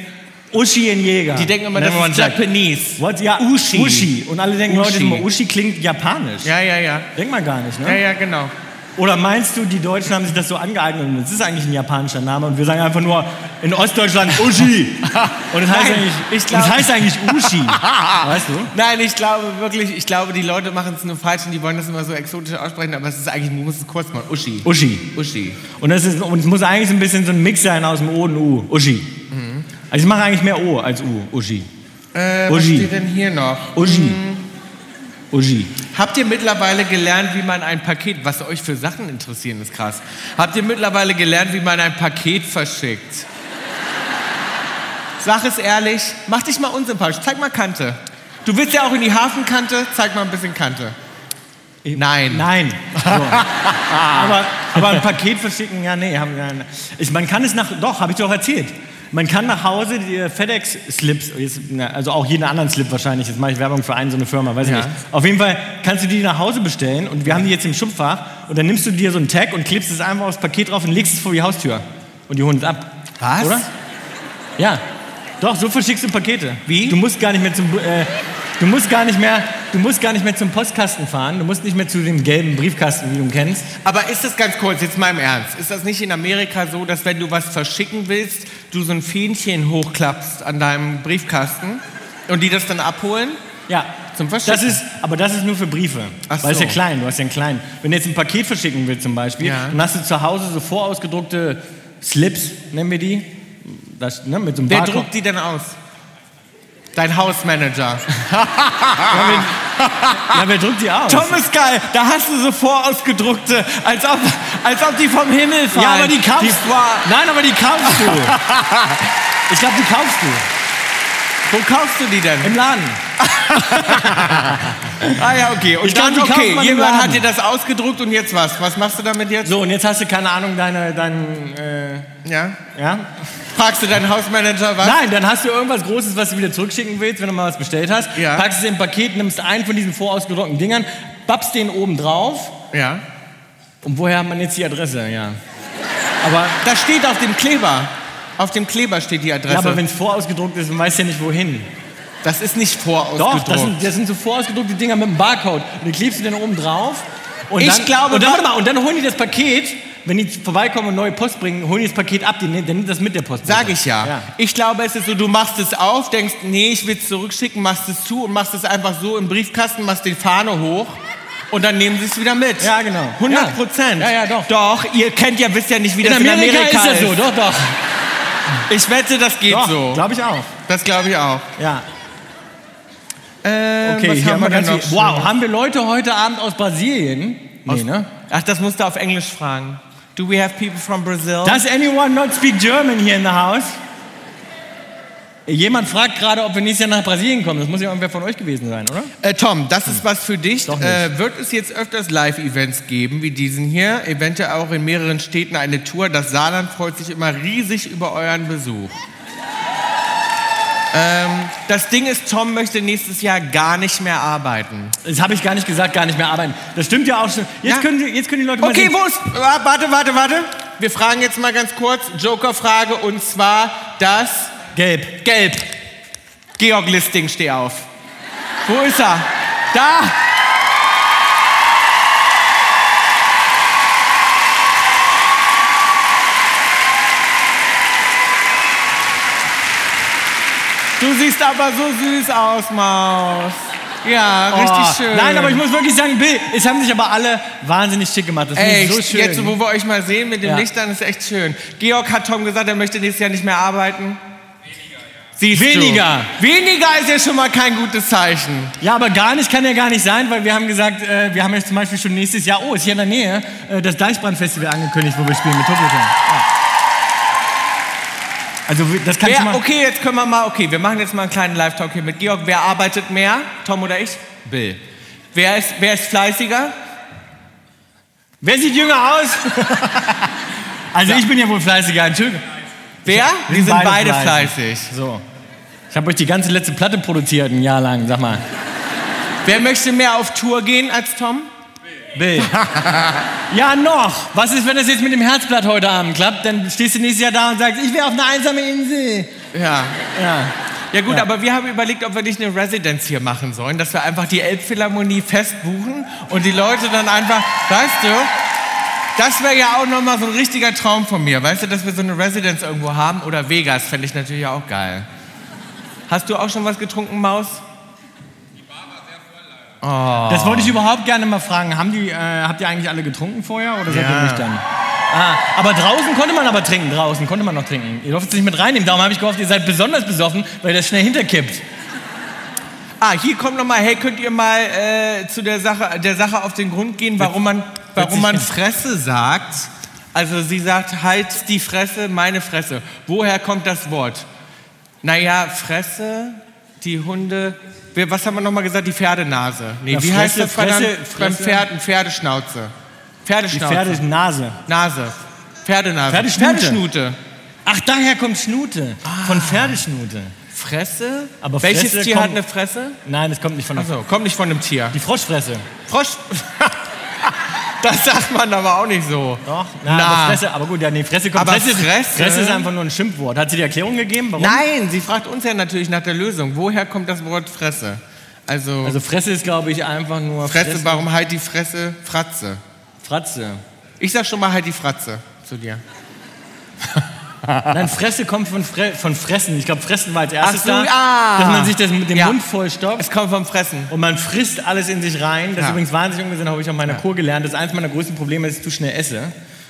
Uschi and Jäger.
Die denken immer,
Und
das
everyone
ist
sagt,
Japanese.
What? Ja, Uschi.
Uschi.
Uschi. Und alle denken Leute
Uschi.
immer, Uschi klingt japanisch.
Ja, ja, ja.
Denkt man gar nicht, ne?
Ja, ja, genau.
Oder meinst du, die Deutschen haben sich das so angeeignet und es ist eigentlich ein japanischer Name und wir sagen einfach nur in Ostdeutschland Uschi. Und es heißt,
Nein,
eigentlich,
ich
und es
glaub-
heißt eigentlich Uschi. weißt du?
Nein, ich glaube wirklich, ich glaube, die Leute machen es nur falsch und die wollen das immer so exotisch aussprechen, aber es ist eigentlich, man muss es kurz machen. Uschi.
Uschi.
Uschi.
Und, das ist, und es muss eigentlich so ein bisschen so ein Mix sein aus dem O und U. Uschi.
Mhm.
Also ich mache eigentlich mehr O als U. Uschi.
Äh, was
Uschi.
steht denn hier noch?
Uschi.
Mhm.
Uschi.
Habt ihr mittlerweile gelernt, wie man ein Paket, was euch für Sachen interessieren, ist krass. Habt ihr mittlerweile gelernt, wie man ein Paket verschickt? Sag es ehrlich, mach dich mal unsympathisch, zeig mal Kante. Du willst ja auch in die Hafenkante, zeig mal ein bisschen Kante. Nein.
Äh, Nein. So. aber, aber ein Paket verschicken, ja, nee. Haben, ja, ich, man kann es nach, doch, habe ich dir auch erzählt. Man kann nach Hause die äh, FedEx-Slips, jetzt, na, also auch jeden anderen Slip wahrscheinlich, jetzt mache ich Werbung für einen, so eine Firma, weiß ich
Ja.
nicht. Auf jeden Fall kannst du die nach Hause bestellen und wir haben die jetzt im Schubfach und dann nimmst du dir so einen Tag und klebst es einfach aufs Paket drauf und legst es vor die Haustür und die holen es ab.
Was?
Oder? Ja. Doch, so verschickst du Pakete.
Wie?
Du musst gar nicht mehr zum. Bu- Äh, du musst gar nicht mehr. Du musst gar nicht mehr zum Postkasten fahren. Du musst nicht mehr zu dem gelben Briefkasten, wie du ihn kennst.
Aber ist das ganz kurz, jetzt mal im Ernst, ist das nicht in Amerika so, dass wenn du was verschicken willst, du so ein Fähnchen hochklappst an deinem Briefkasten und die das dann abholen?
Ja.
Zum Verschicken.
Das ist, aber das ist nur für Briefe.
Ach
weil es
so.
ja klein, du hast ja einen kleinen. Wenn du jetzt ein Paket verschicken willst zum Beispiel,
Ja.
dann hast du zu Hause so vorausgedruckte Slips, nennen wir die. Das, ne, mit so einem
Wer
Barcode.
druckt die denn aus? Dein Hausmanager.
Ja, wer druckt die aus?
Tom ist geil, da hast du so vorausgedruckte, als ob, als ob die vom Himmel fallen.
ja, aber die kaufst
Die war-
Nein, aber die kaufst du. ich glaube, die kaufst du.
Wo kaufst du die denn?
Im Laden.
Ah ja, okay. Und
Ich glaub,
dann,
die kauft
okay,
man im
jemand
Laden.
hat dir das ausgedruckt und jetzt was? Was machst du damit jetzt?
So, und jetzt hast du keine Ahnung, deine, dein, äh,
Ja?
ja?
Fragst du deinen Hausmanager was?
Nein, dann hast du irgendwas Großes, was du wieder zurückschicken willst, wenn du mal was bestellt hast.
Ja.
Packst es in ein Paket, nimmst einen von diesen vorausgedruckten Dingern, babst den oben drauf.
Ja.
Und woher hat man jetzt die Adresse? Ja. Aber
das steht auf dem Kleber. Auf dem Kleber steht die Adresse.
ja, aber wenn es vorausgedruckt ist, dann weiß ja nicht wohin.
das ist nicht
Doch,
vorausgedruckt.
das sind, das sind so vorausgedruckte Dinger mit einem Barcode. Und die klebst du dann oben drauf. Und
Ich
dann,
glaube,
und dann,
wa-
warte mal, und dann holen die das Paket, wenn die vorbeikommen und neue Post bringen, holen die das Paket ab, die, ne- dann nimmt das mit der Post.
Sag ich ja.
Ja.
Ich glaube, es ist so, du machst es auf, denkst, nee, ich will es zurückschicken, machst es zu und machst es einfach so im Briefkasten, machst die Fahne hoch und dann nehmen sie es wieder mit.
Ja, genau.
100 Prozent.
Ja, ja, doch.
Doch, ihr kennt ja, wisst ja nicht, wie
In
das
Amerika,
in Amerika
ist das so, doch, doch.
Ich wette, das geht
doch
so.
Glaube ich auch.
Das glaube ich auch.
Ja.
Ähm,
Okay,
was
hier haben wir ganz
denn
viel.
noch?
Wow, haben wir Leute heute Abend aus Brasilien? Nee, ne?
Ach, das musst du auf Englisch fragen. Do we have people from Brazil?
Does anyone not speak German here in the house? Jemand fragt gerade, ob wir nächstes Jahr nach Brasilien kommen. Das muss ja irgendwer von euch gewesen sein, oder?
Äh, Tom, das ist was für dich.
Doch nicht.
Äh, wird es jetzt öfters Live-Events geben, wie diesen hier? Eventuell auch in mehreren Städten eine Tour. Das Saarland freut sich immer riesig über euren Besuch. ähm, das Ding ist, Tom möchte nächstes Jahr gar nicht mehr arbeiten.
Das habe ich gar nicht gesagt, gar nicht mehr arbeiten. Das stimmt ja auch schon. Jetzt,
Ja.
Können, die, jetzt können die Leute mal
Okay,
sehen.
wo ist... wa- Warte, warte, warte. Wir fragen jetzt mal ganz kurz. Joker-Frage und zwar das...
Gelb.
Gelb. Georg Listing, steh auf. Wo ist er?
Da!
Du siehst aber so süß aus, Maus. Ja, richtig
Oh,
schön.
Nein, aber ich muss wirklich sagen, Bill, es haben sich aber alle wahnsinnig schick gemacht. Das finde ich
Echt,
so schön.
jetzt, wo wir euch mal sehen mit den
Ja.
Lichtern, ist echt schön. Georg hat Tom gesagt, er möchte nächstes Jahr nicht mehr arbeiten. Siehst
Weniger.
Du. Weniger ist ja schon mal kein gutes Zeichen.
Ja, aber gar nicht kann ja gar nicht sein, weil wir haben gesagt, äh, wir haben jetzt zum Beispiel schon nächstes Jahr, oh, ist hier in der Nähe, äh, das Deichbrand-Festival angekündigt, wo wir spielen mit Publikum. Ja. Also wir- das kann ich
Wer,
mal...
okay, jetzt können wir mal, okay, wir machen jetzt mal einen kleinen Live-Talk hier mit Georg. Wer arbeitet mehr, Tom oder ich? Bill. Wer ist, wer ist fleißiger?
Wer sieht jünger aus? also ich bin ja wohl fleißiger, Entschuldigung.
Wer?
Wir
Wir
sind
sind
beide
beide fleißig.
So. Ich habe euch die ganze letzte Platte produziert, ein Jahr lang, sag mal.
Wer möchte mehr auf Tour gehen als Tom?
Bill. ja, noch. Was ist, wenn das jetzt mit dem Herzblatt heute Abend klappt? Dann stehst du nächstes Jahr da und sagst, ich wäre auf einer einsamen Insel.
Ja.
Ja.
Ja gut, aber wir haben überlegt, ob wir nicht eine Residenz hier machen sollen, dass wir einfach die Elbphilharmonie festbuchen und die Leute dann einfach, weißt du, das wäre ja auch nochmal so ein richtiger Traum von mir, weißt du, dass wir so eine Residenz irgendwo haben oder Vegas, fände ich natürlich auch geil. Hast du auch schon was getrunken, Maus?
Das wollte
Oh.
ich überhaupt gerne mal fragen. Haben die, äh, habt ihr eigentlich alle getrunken vorher oder seid ihr nüchtern? Ah, aber draußen konnte man aber trinken, draußen konnte man noch trinken. Ihr durftet es nicht mit reinnehmen, darum habe ich gehofft, ihr seid besonders besoffen, weil ihr das schnell hinterkippt.
Ah, hier kommt nochmal, hey, könnt ihr mal äh, zu der Sache, der Sache auf den Grund gehen, warum man, warum man Fresse sagt? Also sie sagt, halt die Fresse, meine Fresse. Woher kommt das Wort? Naja, Fresse, die Hunde, wir- was haben wir nochmal gesagt? Die Pferdenase. Nee,
Ja,
wie
Fresse,
heißt das bei
Fresse,
einem- beim
Fresse.
Pferden? Pferdeschnauze.
Die
Pferdeschnauze.
Pferde Nase.
Nase. Pferdenase.
Pferdeschnute.
Pferdeschnute.
Ach, daher kommt Schnute. Von Pferdeschnute.
Fresse?
Aber
Welches
Fresse
Tier hat
kommt-
eine Fresse?
Nein, das kommt nicht von der
Achso, kommt nicht von einem Tier.
Die Froschfresse.
Frosch. Das sagt man aber auch nicht so.
Doch, na,
Na.
Aber, Fresse, aber gut, ja, nee, Fresse kommt.
Aber
ist-
Fresse-
Fresse ist einfach nur ein Schimpfwort. Hat sie die Erklärung gegeben? Warum?
Nein, sie fragt uns ja natürlich nach der Lösung. Woher kommt das Wort Fresse? Also,
Also Fresse ist, glaube ich, einfach nur
Fresse,
Fress-
warum halt die Fresse Fratze?
Fratze.
Ich sag schon mal halt die Fratze zu dir.
Nein, Fresse kommt von, Fre von Fressen. Ich glaube, Fressen war als erstes
Ach so,
da.
ah.
Dass man sich das mit dem
Ja.
Mund vollstopft
Es kommt vom Fressen.
und man frisst alles in sich rein. Das ist
Ja.
übrigens wahnsinnig ungesund, habe ich auf meiner Kur gelernt. Das ist eines meiner größten Probleme, dass ich zu schnell esse.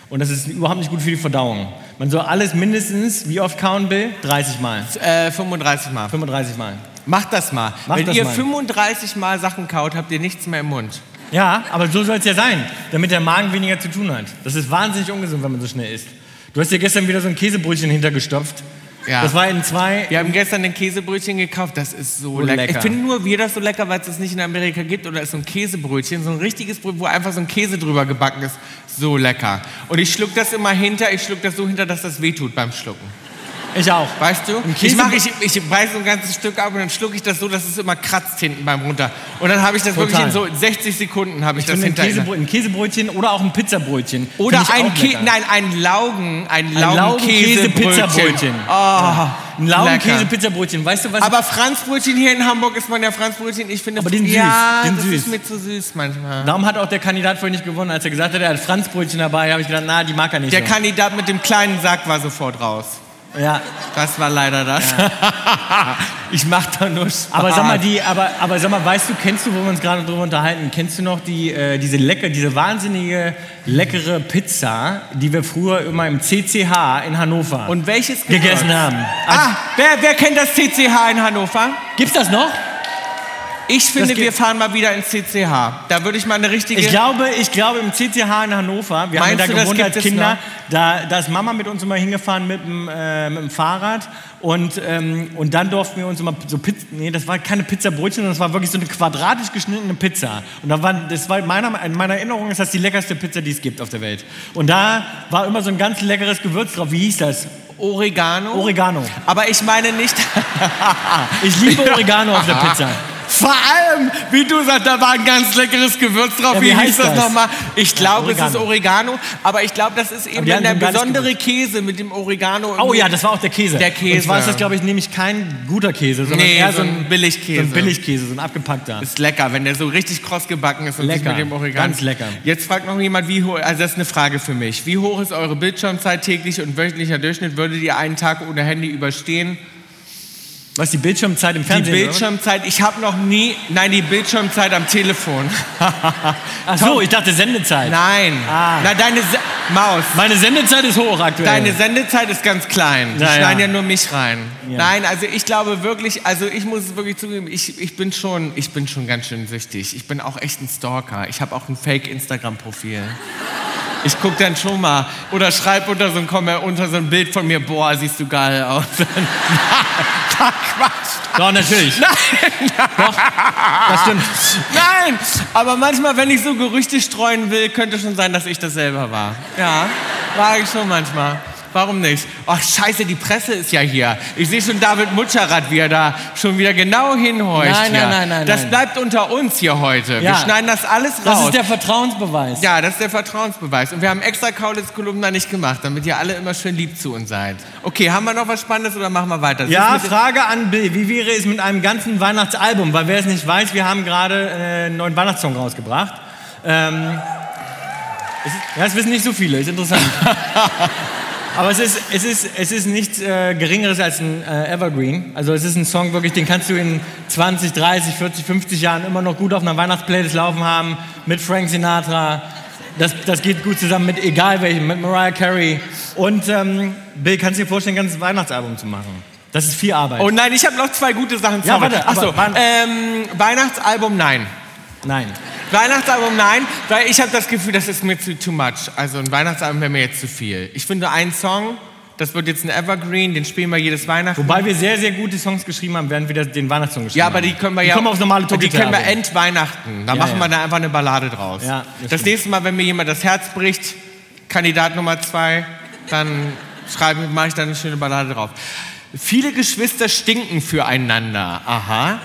Und das ist überhaupt nicht gut für die Verdauung. Man soll alles mindestens, wie oft kauen will? 30 Mal.
Äh, 35 Mal.
35 Mal.
Macht das mal.
Macht
Wenn
das
ihr
mal.
35 Mal Sachen kaut, habt ihr nichts mehr im Mund.
Ja, aber so soll es ja sein, damit der Magen weniger zu tun hat. Das ist wahnsinnig ungesund, wenn man so schnell isst. Du hast dir gestern wieder so ein Käsebrötchen hintergestopft.
Ja.
Das war in zwei.
Wir haben gestern ein Käsebrötchen gekauft, das ist so
So
lecker.
Oh, lecker.
Ich finde nur wir das so lecker, weil es das nicht in Amerika gibt. Oder ist so ein Käsebrötchen, so ein richtiges Brötchen, wo einfach so ein Käse drüber gebacken ist, so lecker. Und ich schluck das immer hinter, ich schluck das so hinter, dass das wehtut beim Schlucken.
Ich auch.
Weißt du? Ich, mach, ich, ich beiß so ein ganzes Stück ab und dann schlucke ich das so, dass es immer kratzt hinten beim runter. Und dann habe ich das
Total.
wirklich in so 60 Sekunden habe ich,
Ich
das
finde ein,
hinter
Käsebr ein Käsebrötchen oder auch ein Pizzabrötchen.
Oder
Finde ich
ein
auch
Kä
lecker.
nein, ein Laugen, ein
Ein Laugenkäse-Pizzabrötchen.
Laugenkäsebrötchen. Ah,
Ein Laugenkäse-Pizzabrötchen. Weißt du was?
Aber Franzbrötchen hier in Hamburg ist man ja Franzbrötchen. Ich finde,
Aber die sind
ja,
süß, die sind
das ist
süß.
mir zu süß manchmal.
Darum hat auch der Kandidat vorhin nicht gewonnen, als er gesagt hat, er hat Franzbrötchen dabei. habe ich gedacht, na, die mag er nicht.
Der
so.
Kandidat mit dem kleinen Sack war sofort raus.
ja.
Das war leider das. ich mach da nur Spaß.
Aber sag mal, die, aber, aber sag mal, weißt du, kennst du, wo wir uns gerade drüber unterhalten, kennst du noch die, äh, diese lecker, diese wahnsinnige leckere Pizza, die wir früher immer im CCH in Hannover
Und welches
gegessen haben?
Ah, wer, wer kennt das CCH in Hannover?
Gibt's das noch?
Ich finde,
gibt-
wir fahren mal wieder ins CCH. Da würde ich mal eine richtige.
Ich glaube, ich glaube im CCH in Hannover, wir
Meinst
haben ja
du,
da
das
gewohnt
gibt
als
es
Kinder,
noch?
da, da ist Mama mit uns immer hingefahren mit dem, äh, mit dem Fahrrad und, ähm, und dann durften wir uns immer so Pizza, nee, das war keine Pizzabrötchen, sondern das war wirklich so eine quadratisch geschnittene Pizza. Und da war, das war meiner, in meiner Erinnerung ist das die leckerste Pizza, die es gibt auf der Welt. Und da war immer so ein ganz leckeres Gewürz drauf, wie hieß das?
Oregano.
Oregano.
Aber ich meine nicht.
Ich liebe Oregano auf der Pizza.
Vor allem, wie du sagst, da war ein ganz leckeres Gewürz drauf.
Ja, wie
wie hieß
heißt
das,
das?
nochmal? Ich glaube, es ist
Oregano.
Oregano, aber ich glaube, das ist eben
die
dann
haben
der
so ein geiles
besondere Käse mit dem Oregano.
Oh
irgendwie.
ja, das war auch der Käse.
Der Käse.
Und zwar ist das, glaube ich, nämlich kein guter Käse, sondern
Nee,
eher
so ein Billigkäse.
So ein Billigkäse, so ein abgepackter.
Ist lecker, wenn der so richtig kross gebacken ist und sich
Ah. Lecker,
mit dem Oregano.
ganz lecker.
Jetzt fragt noch jemand, wie hoch, also das ist eine Frage für mich. Wie hoch ist eure Bildschirmzeit täglich und wöchentlicher Durchschnitt? Würdet ihr einen Tag ohne Handy überstehen?
Was die Bildschirmzeit im
Die
Fernsehen? oder was?
Bildschirmzeit, ich habe noch nie, nein, die Bildschirmzeit am Telefon.
Ach so, ich dachte Sendezeit.
Nein.
Ah.
Na, deine Se Maus.
Meine Sendezeit ist hoch aktuell.
Deine Sendezeit ist ganz klein. Die
Ja, ja.
schneiden ja nur mich rein. Nein, also ich glaube wirklich, also ich muss es wirklich zugeben, ich, ich, bin schon, ich bin schon ganz schön süchtig. Ich bin auch echt ein Stalker. Ich habe auch ein Fake-Instagram-Profil. Ich gucke dann schon mal oder schreibe unter so ein Kommentar, unter so ein Bild von mir, boah, siehst du geil aus. da quatscht.
Doch, natürlich.
Nein,
Das stimmt.
nein. Aber manchmal, wenn ich so Gerüchte streuen will, könnte schon sein, dass ich das selber war. Ja, war ich schon manchmal. Warum nicht? Ach scheiße, die Presse ist ja hier. Ich sehe schon David Mutscherath, wie er da schon wieder genau hinhorcht.
Nein,
hier.
nein, nein, nein,
Das
nein.
bleibt unter uns hier heute. Wir
Ja.
schneiden das alles raus.
Das ist der Vertrauensbeweis.
ja, das ist der Vertrauensbeweis. Und wir haben extra Kaulitz-Kolumnen da nicht gemacht, damit ihr alle immer schön lieb zu uns seid. Okay, haben wir noch was Spannendes oder machen wir weiter? Das
Ja,
ist mit-
Frage an Bill. Wie wäre es mit einem ganzen Weihnachtsalbum? Weil wer es nicht weiß, wir haben gerade äh, einen neuen Weihnachtssong rausgebracht. Ähm, es ist, ja, das wissen nicht so viele, ist interessant. Aber es ist, es ist, es ist nichts äh, Geringeres als ein äh, Evergreen. Also es ist ein Song, wirklich, den kannst du in 20, 30, 40, 50 Jahren immer noch gut auf einer Weihnachtsplaylist laufen haben. Mit Frank Sinatra. Das, das geht gut zusammen mit egal welchem, mit Mariah Carey. Und ähm, Bill, kannst du dir vorstellen, ein ganzes Weihnachtsalbum zu machen? Das ist viel Arbeit.
Oh nein, ich habe noch zwei gute Sachen.
Ja,
Sorry.
warte,
Ach so,
aber wann-
ähm, Weihnachtsalbum, nein.
Nein.
Weihnachtsalbum, nein, weil ich habe das Gefühl, das ist mir zu too much. Also ein Weihnachtsalbum wäre mir jetzt zu viel. Ich finde einen Song, das wird jetzt ein Evergreen, den spielen wir jedes Weihnachten.
Wobei wir sehr, sehr gute Songs geschrieben haben, während wir das, den Weihnachtssong geschrieben
ja,
haben.
aber die können wir ja.
Die kommen aufs normale
Die können wir
Top-Gitarre.
entweihnachten. Da
Ja,
machen
ja.
wir dann einfach eine Ballade draus.
Ja, das
das
stimmt.
nächste Mal, wenn mir jemand das Herz bricht, Kandidat Nummer zwei, dann schreibe mache ich da eine schöne Ballade drauf. Viele Geschwister stinken füreinander. Aha.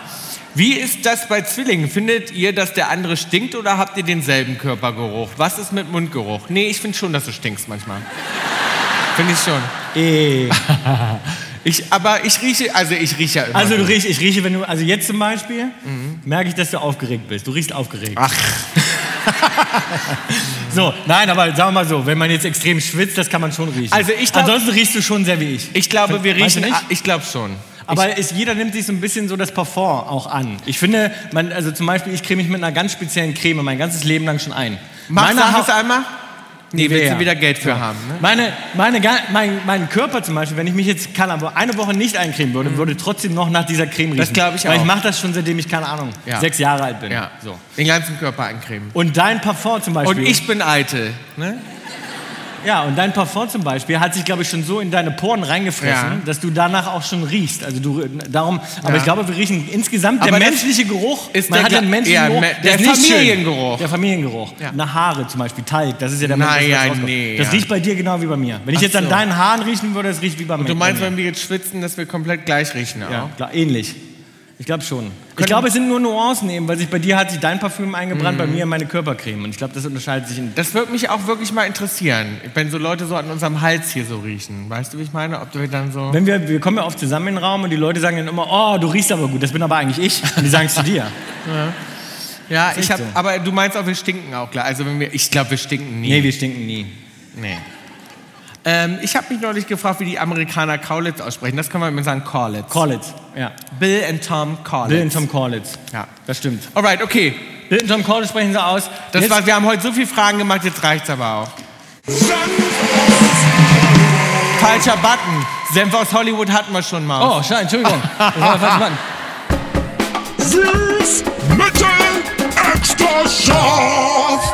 Wie ist das bei Zwillingen? Findet ihr, dass der andere stinkt oder habt ihr denselben Körpergeruch? Was ist mit Mundgeruch? Nee, ich finde schon, dass du stinkst manchmal. Finde ich schon.
Eh.
Ich, aber ich rieche, also ich rieche ja immer.
Also du
gut.
riechst, ich rieche, wenn du, also jetzt zum Beispiel, merke ich, dass du aufgeregt bist. Du riechst aufgeregt. Ach. so, nein, aber sagen wir mal so, wenn man jetzt extrem schwitzt, das kann man schon riechen.
Also ich glaub-
Ansonsten riechst du schon sehr wie ich.
ich glaube, wir
Weißt du
riechen.
nicht?
Ich glaube schon.
Aber es, jeder nimmt sich so ein bisschen so das Parfum auch an. Ich finde, man, also zum Beispiel, ich creme mich mit einer ganz speziellen Creme mein ganzes Leben lang schon ein.
Mach
Meine
sag
Hau-
es einmal. Nee, willst
Nivea.
du wieder Geld für haben. Ne?
Meine, meine, ga- mein, mein Körper zum Beispiel, wenn ich mich jetzt keine, Ahnung, eine Woche nicht eincremen würde, würde trotzdem noch nach dieser Creme riechen.
Mhm. Das glaub ich
Weil
auch.
ich mache das schon, seitdem ich, keine Ahnung,
Ja.
sechs Jahre alt bin.
Ja, so. Den ganzen Körper eincremen.
Und dein Parfum zum Beispiel.
Und ich bin eitel. Ne?
Ja, und dein Parfum zum Beispiel hat sich, glaube ich, schon so in deine Poren reingefressen,
Ja.
dass du danach auch schon riechst. Also du, darum, aber
Ja.
ich glaube, wir riechen insgesamt, der
Aber das
menschliche Geruch
ist
man
der
hat
Gla-
den menschlichen
ja,
Geruch,
me-
der
der
ist nicht schön.
Familiengeruch.
Der Familiengeruch.
Ja.
Na, Haare zum Beispiel, Talg, das ist ja der
Naja,
menschliche Geruch, was rauskommt.
nee,
Das
ja.
riecht bei dir genau wie bei mir. Wenn ich
Ach
jetzt an
so.
deinen Haaren riechen würde, es riecht wie bei mir.
Du meinst,
bei mir.
wenn wir jetzt schwitzen, dass wir komplett gleich riechen auch?
Ja, klar, ähnlich. Ich glaube schon. Ich glaube, es sind nur Nuancen eben, weil sich bei dir hat sich dein Parfüm eingebrannt,
Mhm.
bei mir meine Körpercreme. Und ich glaube, das unterscheidet sich in
Das würde mich auch wirklich mal interessieren, wenn so Leute so an unserem Hals hier so riechen. Weißt du, wie ich meine? Ob wir dann so...
Wenn wir, wir kommen ja oft zusammen in den Raum und die Leute sagen dann immer, oh, du riechst aber gut, das bin aber eigentlich ich. Und die sagen es zu dir.
Ja, ich
echt
hab,
so.
aber du meinst auch, wir stinken auch klar. Also wenn wir, ich glaube, wir stinken nie.
Nee, wir stinken nie.
Nee. Ähm, ich habe mich neulich gefragt, wie die Amerikaner Kaulitz aussprechen. Das kann man immer sagen, Kaulitz.
Collins, ja.
Bill and Tom Kaulitz.
Bill und Tom Collins.
Ja.
Das stimmt.
Alright, okay.
Bill und Tom Collins sprechen sie aus.
Das
Jetzt-
war, wir haben heute so viele Fragen gemacht, jetzt reicht's aber auch. Falscher Button. Senf aus Hollywood hatten wir schon mal.
Oh, schade, Entschuldigung. Das war der falsche Mann.
Süß, Mittel, extra scharf.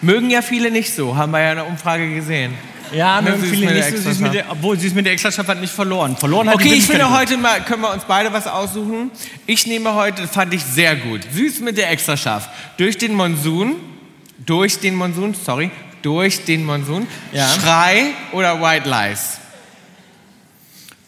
Mögen ja viele nicht so, haben wir ja in der Umfrage gesehen.
Ja,
Ne,
mögen
süß
viele
mit
nicht
der
so süß mit der, obwohl süß mit der Extraschaft hat nicht verloren. Verloren hat die
Okay, ich
Bildungsfernsehen.
finde heute mal, können wir uns beide was aussuchen. Ich nehme heute, fand ich sehr gut, süß mit der extra scharf. Durch den Monsun, durch den Monsun, sorry, durch den Monsun,
Ja.
Schrei oder White Lies?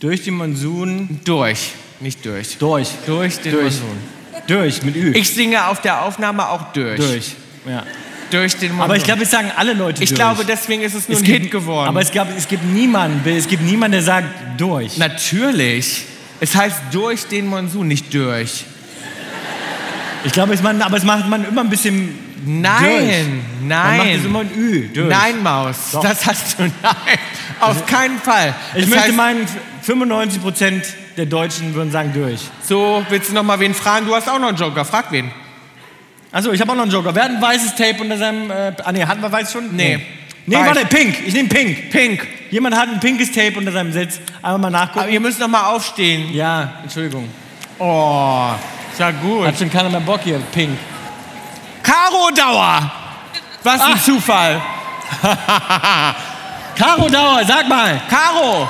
Durch den Monsun.
Durch, nicht durch.
Durch.
Durch den
Durch.
Monsun.
Durch, mit Ü.
Ich singe auf der Aufnahme auch durch.
durch. Ja.
Durch den Monsun.
Aber ich glaube, es sagen alle Leute
ich
durch.
glaube, deswegen ist es nur
es
ein
gibt,
Hit geworden.
Aber es, gab, es gibt niemanden, Bill, es gibt niemanden, der sagt durch.
Natürlich. Es heißt durch den Monsun, nicht durch.
Ich glaube, es man, aber es macht man immer ein bisschen.
Nein,
Man
nein.
macht es immer ein Ü. Durch.
Nein, Maus.
Doch. Also,
Das hast du. Nein. Auf keinen Fall.
Ich
das
möchte
heißt,
meinen, 95% der Deutschen würden sagen durch.
So, willst du noch mal wen fragen? Du hast auch noch einen Joker. Frag wen.
Achso, Also, ich habe auch noch einen Joker. Wer hat ein weißes Tape unter seinem. Äh, ah, nee, hatten wir weiß schon?
Nee.
Nee,
Weiß.
warte, pink. Ich nehme pink.
Pink.
Jemand hat ein pinkes Tape unter seinem Sitz. Einmal mal
Aber
nachgucken.
ihr müsst noch mal aufstehen.
ja, Entschuldigung.
Oh, ist ja gut.
Hat schon keiner mehr Bock hier, pink.
Caro Dauer. Was
Ah.
ein Zufall.
Caro Dauer, sag mal.
Caro.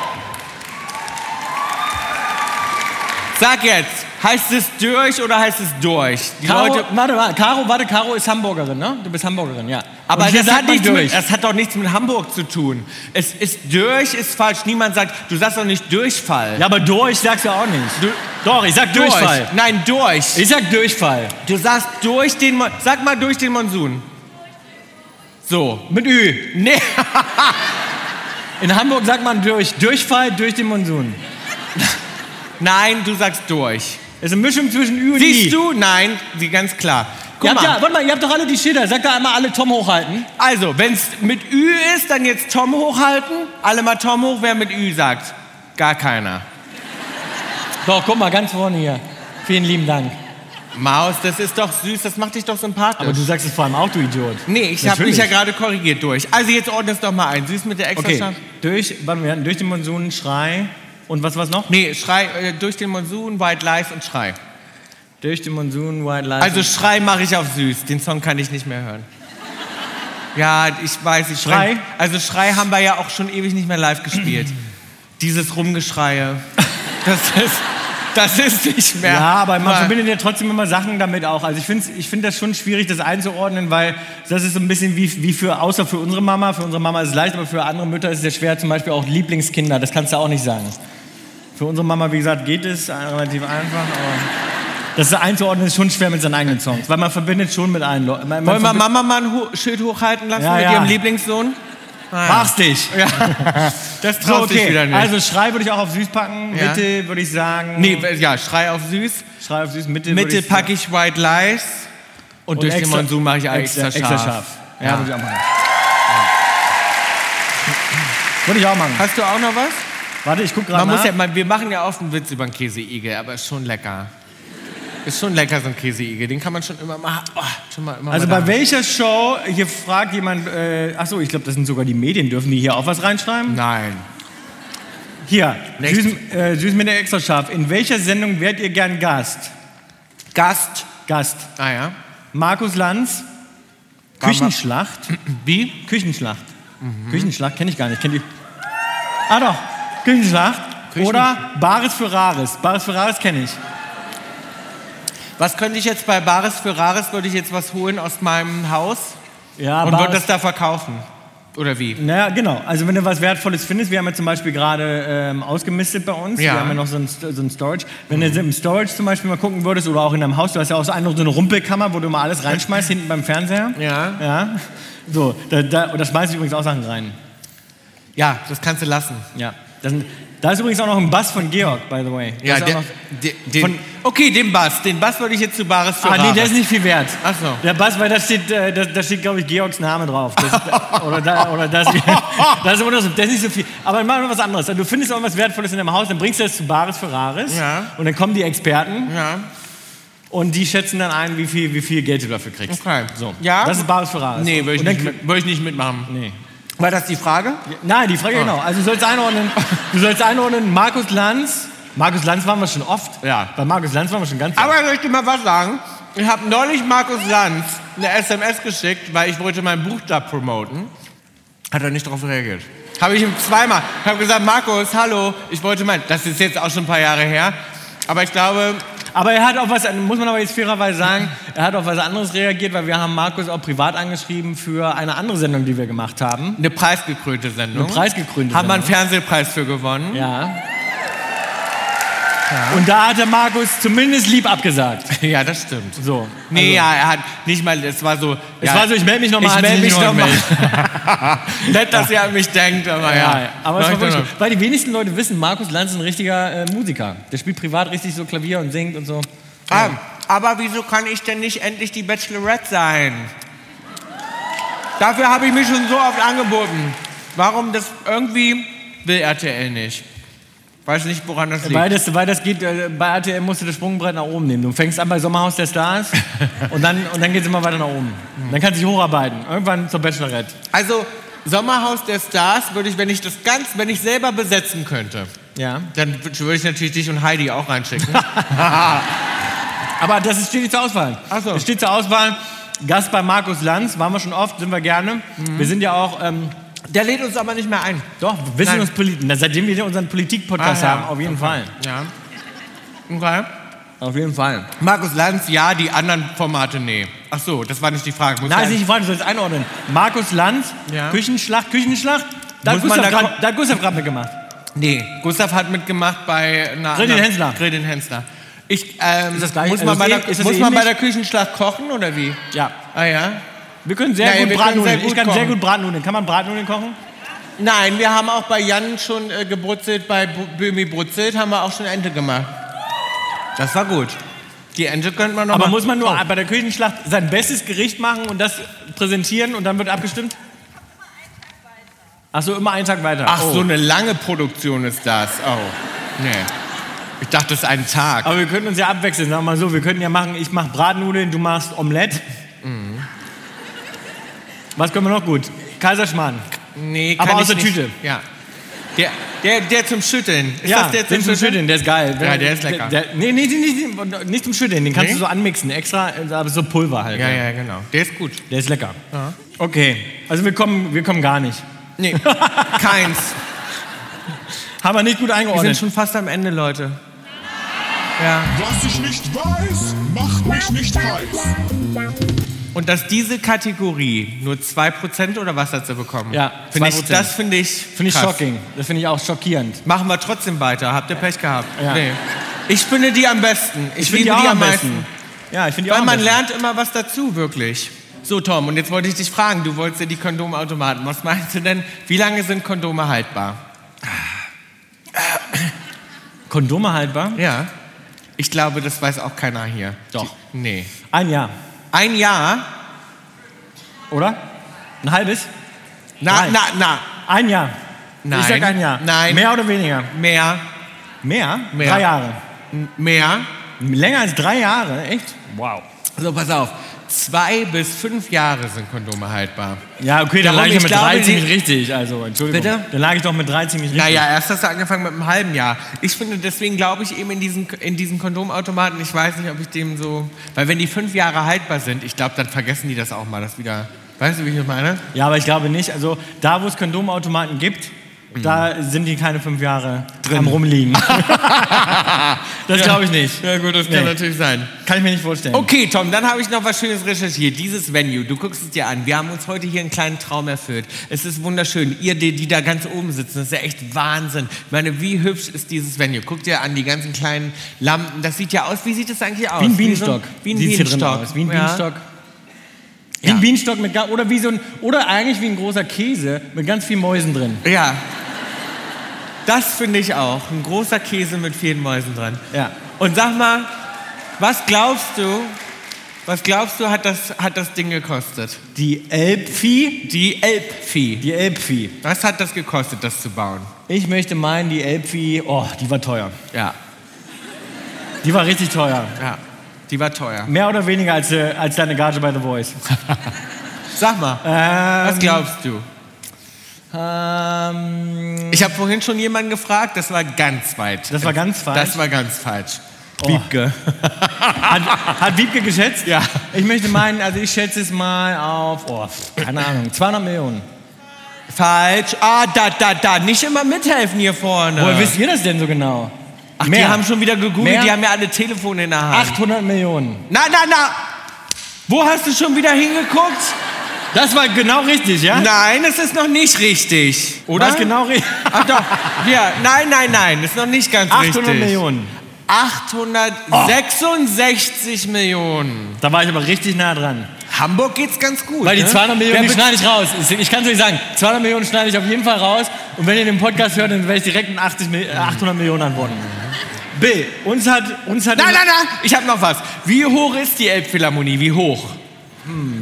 Sag jetzt, heißt es durch oder heißt es durch? Die
Caro,
Leute,
warte, warte, Caro, warte, Caro ist Hamburgerin, ne? Du bist Hamburgerin, ja.
aber
Und hier
das
sagt
hat,
man
nichts mit, das hat doch nichts mit Hamburg zu tun. Es ist durch, ist falsch. Niemand sagt, du sagst doch nicht Durchfall.
Ja, aber durch sagst du auch nicht. Doch, ich sag
Durch.
Durchfall.
Nein, durch.
Ich sag Durchfall.
Du sagst durch den Mon Sag mal durch den Monsun. So.
Mit Ü.
Nee.
In Hamburg sagt man durch. Durchfall durch den Monsun.
Nein, du sagst durch.
Ist eine Mischung zwischen Ü und I.
Siehst du? Nein, die ganz klar.
Ihr
Guck
habt ja,
mal.
warte mal, ihr habt doch alle die Schilder. Sagt da einmal alle Tom hochhalten.
Also, wenn es mit Ü ist, dann jetzt Tom hochhalten. Alle mal Tom hoch, wer mit Ü sagt. Gar keiner.
Doch, guck mal, ganz vorne hier. Vielen lieben Dank.
Maus, das ist doch süß, das macht dich doch sympathisch.
Aber du sagst es vor allem auch, du Idiot.
nee, ich habe
Natürlich.
mich ja gerade korrigiert durch. Also jetzt ordne es doch mal ein. Süß mit der extra
Okay,
Schaf-
durch, warte, wir hatten durch den Monsun, Schrei und was war's noch?
Nee, Schrei, äh, durch den Monsun, White Lies und Schrei.
Durch den Monsun, White Lies.
Also Schrei mache ich auf süß. Den Song kann ich nicht mehr hören. Ja, ich weiß, ich
Schrei?
Schrei. Also Schrei haben wir ja auch schon ewig nicht mehr live gespielt. Dieses Rumgeschreie. Das ist, das ist nicht mehr.
Ja, aber man
Mal-
verbindet ja trotzdem immer Sachen damit auch. Also ich finde ich find das schon schwierig, das einzuordnen, weil das ist so ein bisschen wie, wie für, außer für unsere Mama, für unsere Mama ist es leicht, aber für andere Mütter ist es ja schwer, zum Beispiel auch Lieblingskinder, das kannst du auch nicht sagen. Für unsere Mama, wie gesagt, geht es äh, relativ einfach, aber das einzuordnen ist schon schwer mit seinen eigenen Songs, weil man verbindet schon mit allen Leuten. Man- man
Wollen wir
verbi-
Mama mal ein Ho Schild hochhalten lassen
Ja,
mit
ja.
ihrem Lieblingssohn?
Mach's dich!
Ja. Das
So,
traust dich
okay.
Ah, wieder nicht.
Also Schrei würde ich auch auf süß packen,
Ja.
Mitte würde ich sagen...
nee, ja, Schrei auf süß.
Schrei auf süß, Mitte würde
Mitte
ich sagen-
packe ich White Lies. Und, durch
extra-
den Monsun mache ich extra,
extra
scharf.
Ja, würde ich auch machen. Würde ich auch machen.
Hast du auch noch was?
Warte, ich guck gerade
Man
nach.
muss ja, man, wir machen ja oft einen Witz über einen Käseigel, aber ist schon lecker. Ist schon lecker, so ein Käseigel. Den kann man schon immer mal. Oh, schon mal immer
also
mal
bei welcher Show, hier fragt jemand, äh, achso, ich glaube, das sind sogar die Medien, dürfen die hier auch was reinschreiben?
Nein.
Hier,
Next.
süß, äh, süß mit der extra scharf. In welcher Sendung wärt ihr gern Gast?
Gast.
Gast.
Ah ja.
Markus Lanz,
War mal-
Küchenschlacht.
Wie? Mhm.
Küchenschlacht. Küchenschlacht kenne ich gar nicht. Kenn die ah doch, Küchenschlacht.
Küchen-
Oder Bares für Rares. Bares für Rares kenne ich.
Was könnte ich jetzt bei Bares für Rares, würde ich jetzt was holen aus meinem Haus
Ja,
und
Bares-
würde das da verkaufen? Oder wie?
Naja, genau. Also wenn du was Wertvolles findest, wir haben ja zum Beispiel gerade ähm, ausgemistet bei uns,
Ja.
wir haben ja noch so ein, Sto- so ein Storage. Wenn du im Storage zum Beispiel mal gucken würdest oder auch in deinem Haus, du hast ja auch so eine, so eine Rumpelkammer, wo du mal alles reinschmeißt, hinten beim Fernseher.
Ja.
Ja. So, da, da, und da schmeiße ich übrigens auch Sachen rein.
Ja, das kannst du lassen.
Ja. Das, sind- da ist übrigens auch noch ein Bass von Georg, by the way. Da
Ja,
ist auch
der,
noch,
der, den,
von-
okay, den Bass. Den Bass würde ich jetzt zu Bares für
Ah, nee,
Rares.
der ist nicht viel wert.
Ach so.
Der Bass, weil da steht, äh, da, da steht glaube ich, Georgs Name drauf. Das, äh, oder da, oder das, das ist immer so, das ist nicht so viel. Aber machen wir was anderes. Also, Du findest irgendwas Wertvolles in deinem Haus, dann bringst du das zu Bares für Rares.
Ja.
Und dann kommen die Experten
Ja,
und die schätzen dann ein, wie viel, wie viel Geld du dafür kriegst.
okay.
So.
Ja?
Das ist Bares für Rares.
nee, würde ich,
Also, Und dann-
nicht mit- Ah. würde ich nicht mitmachen.
Nee.
War das die Frage?
Nein, die Frage genau. Also du sollst einordnen, du sollst einordnen, Markus Lanz. Markus Lanz waren wir schon oft.
Ja.
Bei Markus Lanz waren wir schon ganz oft.
Aber ich möchte mal was sagen. Ich habe neulich Markus Lanz eine SMS geschickt, weil ich wollte mein Buch da promoten. Hat er nicht darauf reagiert. Habe ich ihm zweimal. Ich habe gesagt, Markus, hallo, ich wollte mein... Das ist jetzt auch schon ein paar Jahre her. Aber ich glaube,
Aber er hat auch was, muss man aber jetzt fairerweise sagen, er hat auf was anderes reagiert, weil wir haben Markus auch privat angeschrieben für eine andere Sendung, die wir gemacht haben.
eine preisgekrönte Sendung.
Eine preisgekrönte
Haben wir einen
Sendung.
Fernsehpreis für gewonnen.
Ja. Und da hatte Markus zumindest lieb abgesagt.
Ja, das stimmt.
So.
Nee, ja, er hat nicht mal, es war so.
Also- Es
ja,
war so, ich melde mich nochmal
Ich
an.
melde
Sie
mich
nicht
nochmal.
melden.
Nett, dass ihr an mich denkt, aber ja.
Ja, ja. Aber
Mach
es war
ich doch
wirklich,
noch.
weil die wenigsten Leute wissen, Markus Lanz ist ein richtiger äh, Musiker. Der spielt privat richtig so Klavier und singt und so.
ah, aber wieso kann ich denn nicht endlich die Bachelorette sein? Dafür habe ich mich schon so oft angeboten. Warum das irgendwie will RTL nicht? Weiß nicht, woran das liegt.
Weil das, weil das geht, äh, bei RTL musst du das Sprungbrett nach oben nehmen. Du fängst an bei Sommerhaus der Stars und dann, und dann geht es immer weiter nach oben.
Mhm.
Dann kannst du dich hocharbeiten. Irgendwann zur Bachelorette.
Also Sommerhaus der Stars würde ich, wenn ich das ganz, wenn ich selber besetzen könnte,
Ja.
dann würde ich natürlich dich und Heidi auch reinschicken.
Aber das ist, steht nicht zur Auswahl.
Ach so.
Das steht zur Auswahl. Gast bei Markus Lanz, waren wir schon oft, sind wir gerne.
Mhm.
Wir sind ja auch, ähm,
Der lädt uns aber nicht mehr ein.
doch, wissen
Nein.
uns Politiken. Seitdem wir unseren Politik-Podcast
Ah, ja.
haben, auf jeden Fall.
Ja. Okay.
Auf jeden Fall.
Markus Lanz, ja, die anderen Formate, nee. Ach so, das war nicht die Frage. Muss
Nein,
ja-
ist nicht die Frage, du sollst einordnen. Markus Lanz,
Ja.
Küchenschlacht, Küchenschlacht. Da hat
Muss man
Gustav
da-
grad- da hat Gustav gerade mitgemacht.
nee, Gustav hat mitgemacht bei... einer
Grillen
anderen-
Hensler.
Grillen Hensler. Ich, ähm,
das gleich?
Muss
Also
man,
ist
bei,
eh-
der,
ist das
muss
eh
man bei
ähnlich?
der Küchenschlacht kochen oder wie?
Ja.
Ah ja?
Wir können sehr
Naja,
gut
wir können
Bratnudeln.
sehr gut
ich kann sehr
kochen.
gut Bratnudeln. Kann man Bratnudeln kochen?
Nein, wir haben auch bei Jan schon äh, gebrutzelt, bei Bu- Böhmi brutzelt haben wir auch schon Ente gemacht. Das war gut. Die Ente könnte man noch
Aber
mal- Oh.
muss man nur bei der Küchenschlacht sein bestes Gericht machen und das präsentieren und dann wird abgestimmt? Ach so, immer einen Tag weiter.
Ach,
oh.
so ne. eine lange Produktion ist das. Oh, nee. Ich dachte, es ist ein Tag.
Aber wir können uns ja abwechseln, sagen wir mal so. Wir können ja machen, ich mache Bratnudeln, du machst Omelette.
Mhm.
Was können wir noch gut? Kaiserschmarrn.
Nee,
Aber
kann
aus
ich
der
nicht.
Tüte.
Ja. Der, der, der zum Schütteln. Ist
ja,
das der
den
zum Schütteln?
der ist geil.
Ja, der ist lecker.
Der, nee, nee, nee, nee, nicht zum Schütteln, den kannst
Nee?
du so anmixen. Extra, aber so Pulver halt.
Ja, ja, genau. Der ist gut.
Der ist lecker. Okay, also wir kommen, wir kommen gar nicht.
Nee, keins.
Haben wir nicht gut
Wir sind
eingeordnet.
schon fast am Ende, Leute. Ja.
Was ich nicht weiß, macht mich nicht heiß.
Und dass diese Kategorie nur 2% oder was hat sie bekommen?
Ja,
Finde ich,
2%.
das finde ich.
Finde ich
krass.
shocking. Das finde ich auch schockierend.
Machen wir trotzdem weiter. Habt ihr Pech gehabt?
Ja.
Nee. Ich finde die am besten. Ich, liebe die, am meisten.
Ja, ich finde die auch
Weil
am
man
besten.
lernt immer was dazu, wirklich. So, Tom, und jetzt wollte ich dich fragen, du wolltest ja die Kondomautomaten. Was meinst du denn, wie lange sind Kondome haltbar?
Kondome haltbar?
Ja. Ich glaube, das weiß auch keiner hier.
Doch.
Die, nee.
Ein Jahr,
Ein Jahr?
oder? Ein halbes?
Na,
Nein.
na, na.
Ein Jahr.
Nein.
Ich sag ein Jahr.
Nein.
Mehr oder weniger?
Mehr.
Mehr?
Mehr.
Drei Jahre.
N- Mehr.
Länger als drei Jahre, echt? Wow.
So, pass auf. Zwei bis fünf Jahre sind Kondome haltbar.
Ja, okay, dann
Darum,
lag
ich
ich ja mit
glaube,
drei
die-
ziemlich richtig. Also, Entschuldigung.
Bitte?
Dann lag ich doch mit drei ziemlich richtig.
Naja, erst hast du angefangen mit einem halben Jahr. Ich finde, deswegen glaube ich eben in diesen, in diesen Kondomautomaten, ich weiß nicht, ob ich dem so. Weil, wenn die fünf Jahre haltbar sind, ich glaube, dann vergessen die das auch mal, dass wieder.
Weißt du, wie ich das meine?
Ja, aber ich glaube nicht. Also da, wo es Kondomautomaten gibt, da sind die keine fünf Jahre Drin. am Rumliegen. das glaube ich nicht.
Ja gut, das kann
Nee.
natürlich sein.
Kann ich mir nicht vorstellen.
Okay, Tom, dann habe ich noch was Schönes recherchiert. Dieses Venue, du guckst es dir an. Wir haben uns heute hier einen kleinen Traum erfüllt. Es ist wunderschön. Ihr, die, die da ganz oben sitzen, das ist ja echt Wahnsinn. Ich meine, wie hübsch ist dieses Venue? Guck dir an, die ganzen kleinen Lampen. Das sieht ja aus, wie sieht das eigentlich aus?
Wie ein
so-
Bienenstock.
Wie ein
Sieht's hier drin
Bienenstock.
aus. Wie ein
Ja.
Bienenstock. Wie ein Bienenstock mit ga- oder wie so ein oder eigentlich wie ein großer Käse mit ganz vielen Mäusen drin.
Ja. Das finde ich auch. Ein großer Käse mit vielen Mäusen dran.
Ja.
Und sag mal, was glaubst du, was glaubst du, hat das, hat das Ding gekostet?
Die Elbvieh,
Die Elbvieh.
die Elbvieh.
Was hat das gekostet, das zu bauen?
Ich möchte meinen, die Elbvieh, oh, die war teuer.
Ja,
Die war richtig teuer.
ja. Die war teuer.
Mehr oder weniger als, äh, als deine Gage bei The Voice.
Sag mal, was glaubst du?
Ähm,
Ich habe vorhin schon jemanden gefragt, das war ganz falsch.
das war ganz falsch.
Das war ganz falsch.
Wiebke. hat, hat Wiebke geschätzt? Ja. Ich möchte meinen, also ich schätze es mal auf, oh, keine Ahnung, 200 Millionen.
Falsch. Ah, da, da, da. Nicht immer mithelfen hier vorne.
Woher wisst ihr das denn so genau?
Ach, die haben schon wieder gegoogelt,
Mehr?
die haben ja alle Telefone in der Hand.
800 Millionen.
Na, na, na! Wo hast du schon wieder hingeguckt?
Das war genau richtig, ja?
Nein, es ist noch nicht richtig. Oder?
Oder? Was genau richtig?
Ach doch. Ja, nein, nein, nein, ist noch nicht ganz
800
richtig.
Millionen.
866 Millionen.
Da war ich aber richtig nah dran.
Hamburg geht's ganz gut.
Weil die
ne? Wer
200 Millionen, die
be-
schneide ich raus. Ich kann es euch sagen, 200 Millionen schneide ich auf jeden Fall raus. Und wenn ihr den Podcast hört, dann werde ich direkt mit 80, Mil- äh, 800 Millionen antworten. Bill, uns hat... Uns hat
Nein, nein, nein, ich habe noch was. Wie hoch ist die Elbphilharmonie? Wie hoch?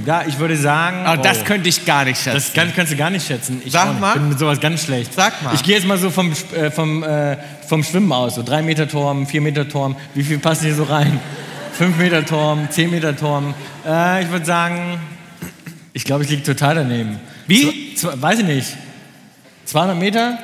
Ja, ich würde sagen... oh,
Ah, Das könnte ich gar nicht schätzen.
Das kann, kannst du gar nicht schätzen. Ich
Sag
auch nicht.
mal.
bin mit sowas ganz schlecht.
Sag mal.
Ich gehe jetzt mal so vom, Sp- äh, vom, äh, vom Schwimmen aus. So 3 Meter Turm, 4 Meter Turm. Wie viel passen hier so rein? 5 Meter Turm, 10 Meter Turm. Äh, ich würde sagen, ich glaube, ich liege total daneben.
Wie?
Zw- zw- weiß ich nicht. 200 Meter?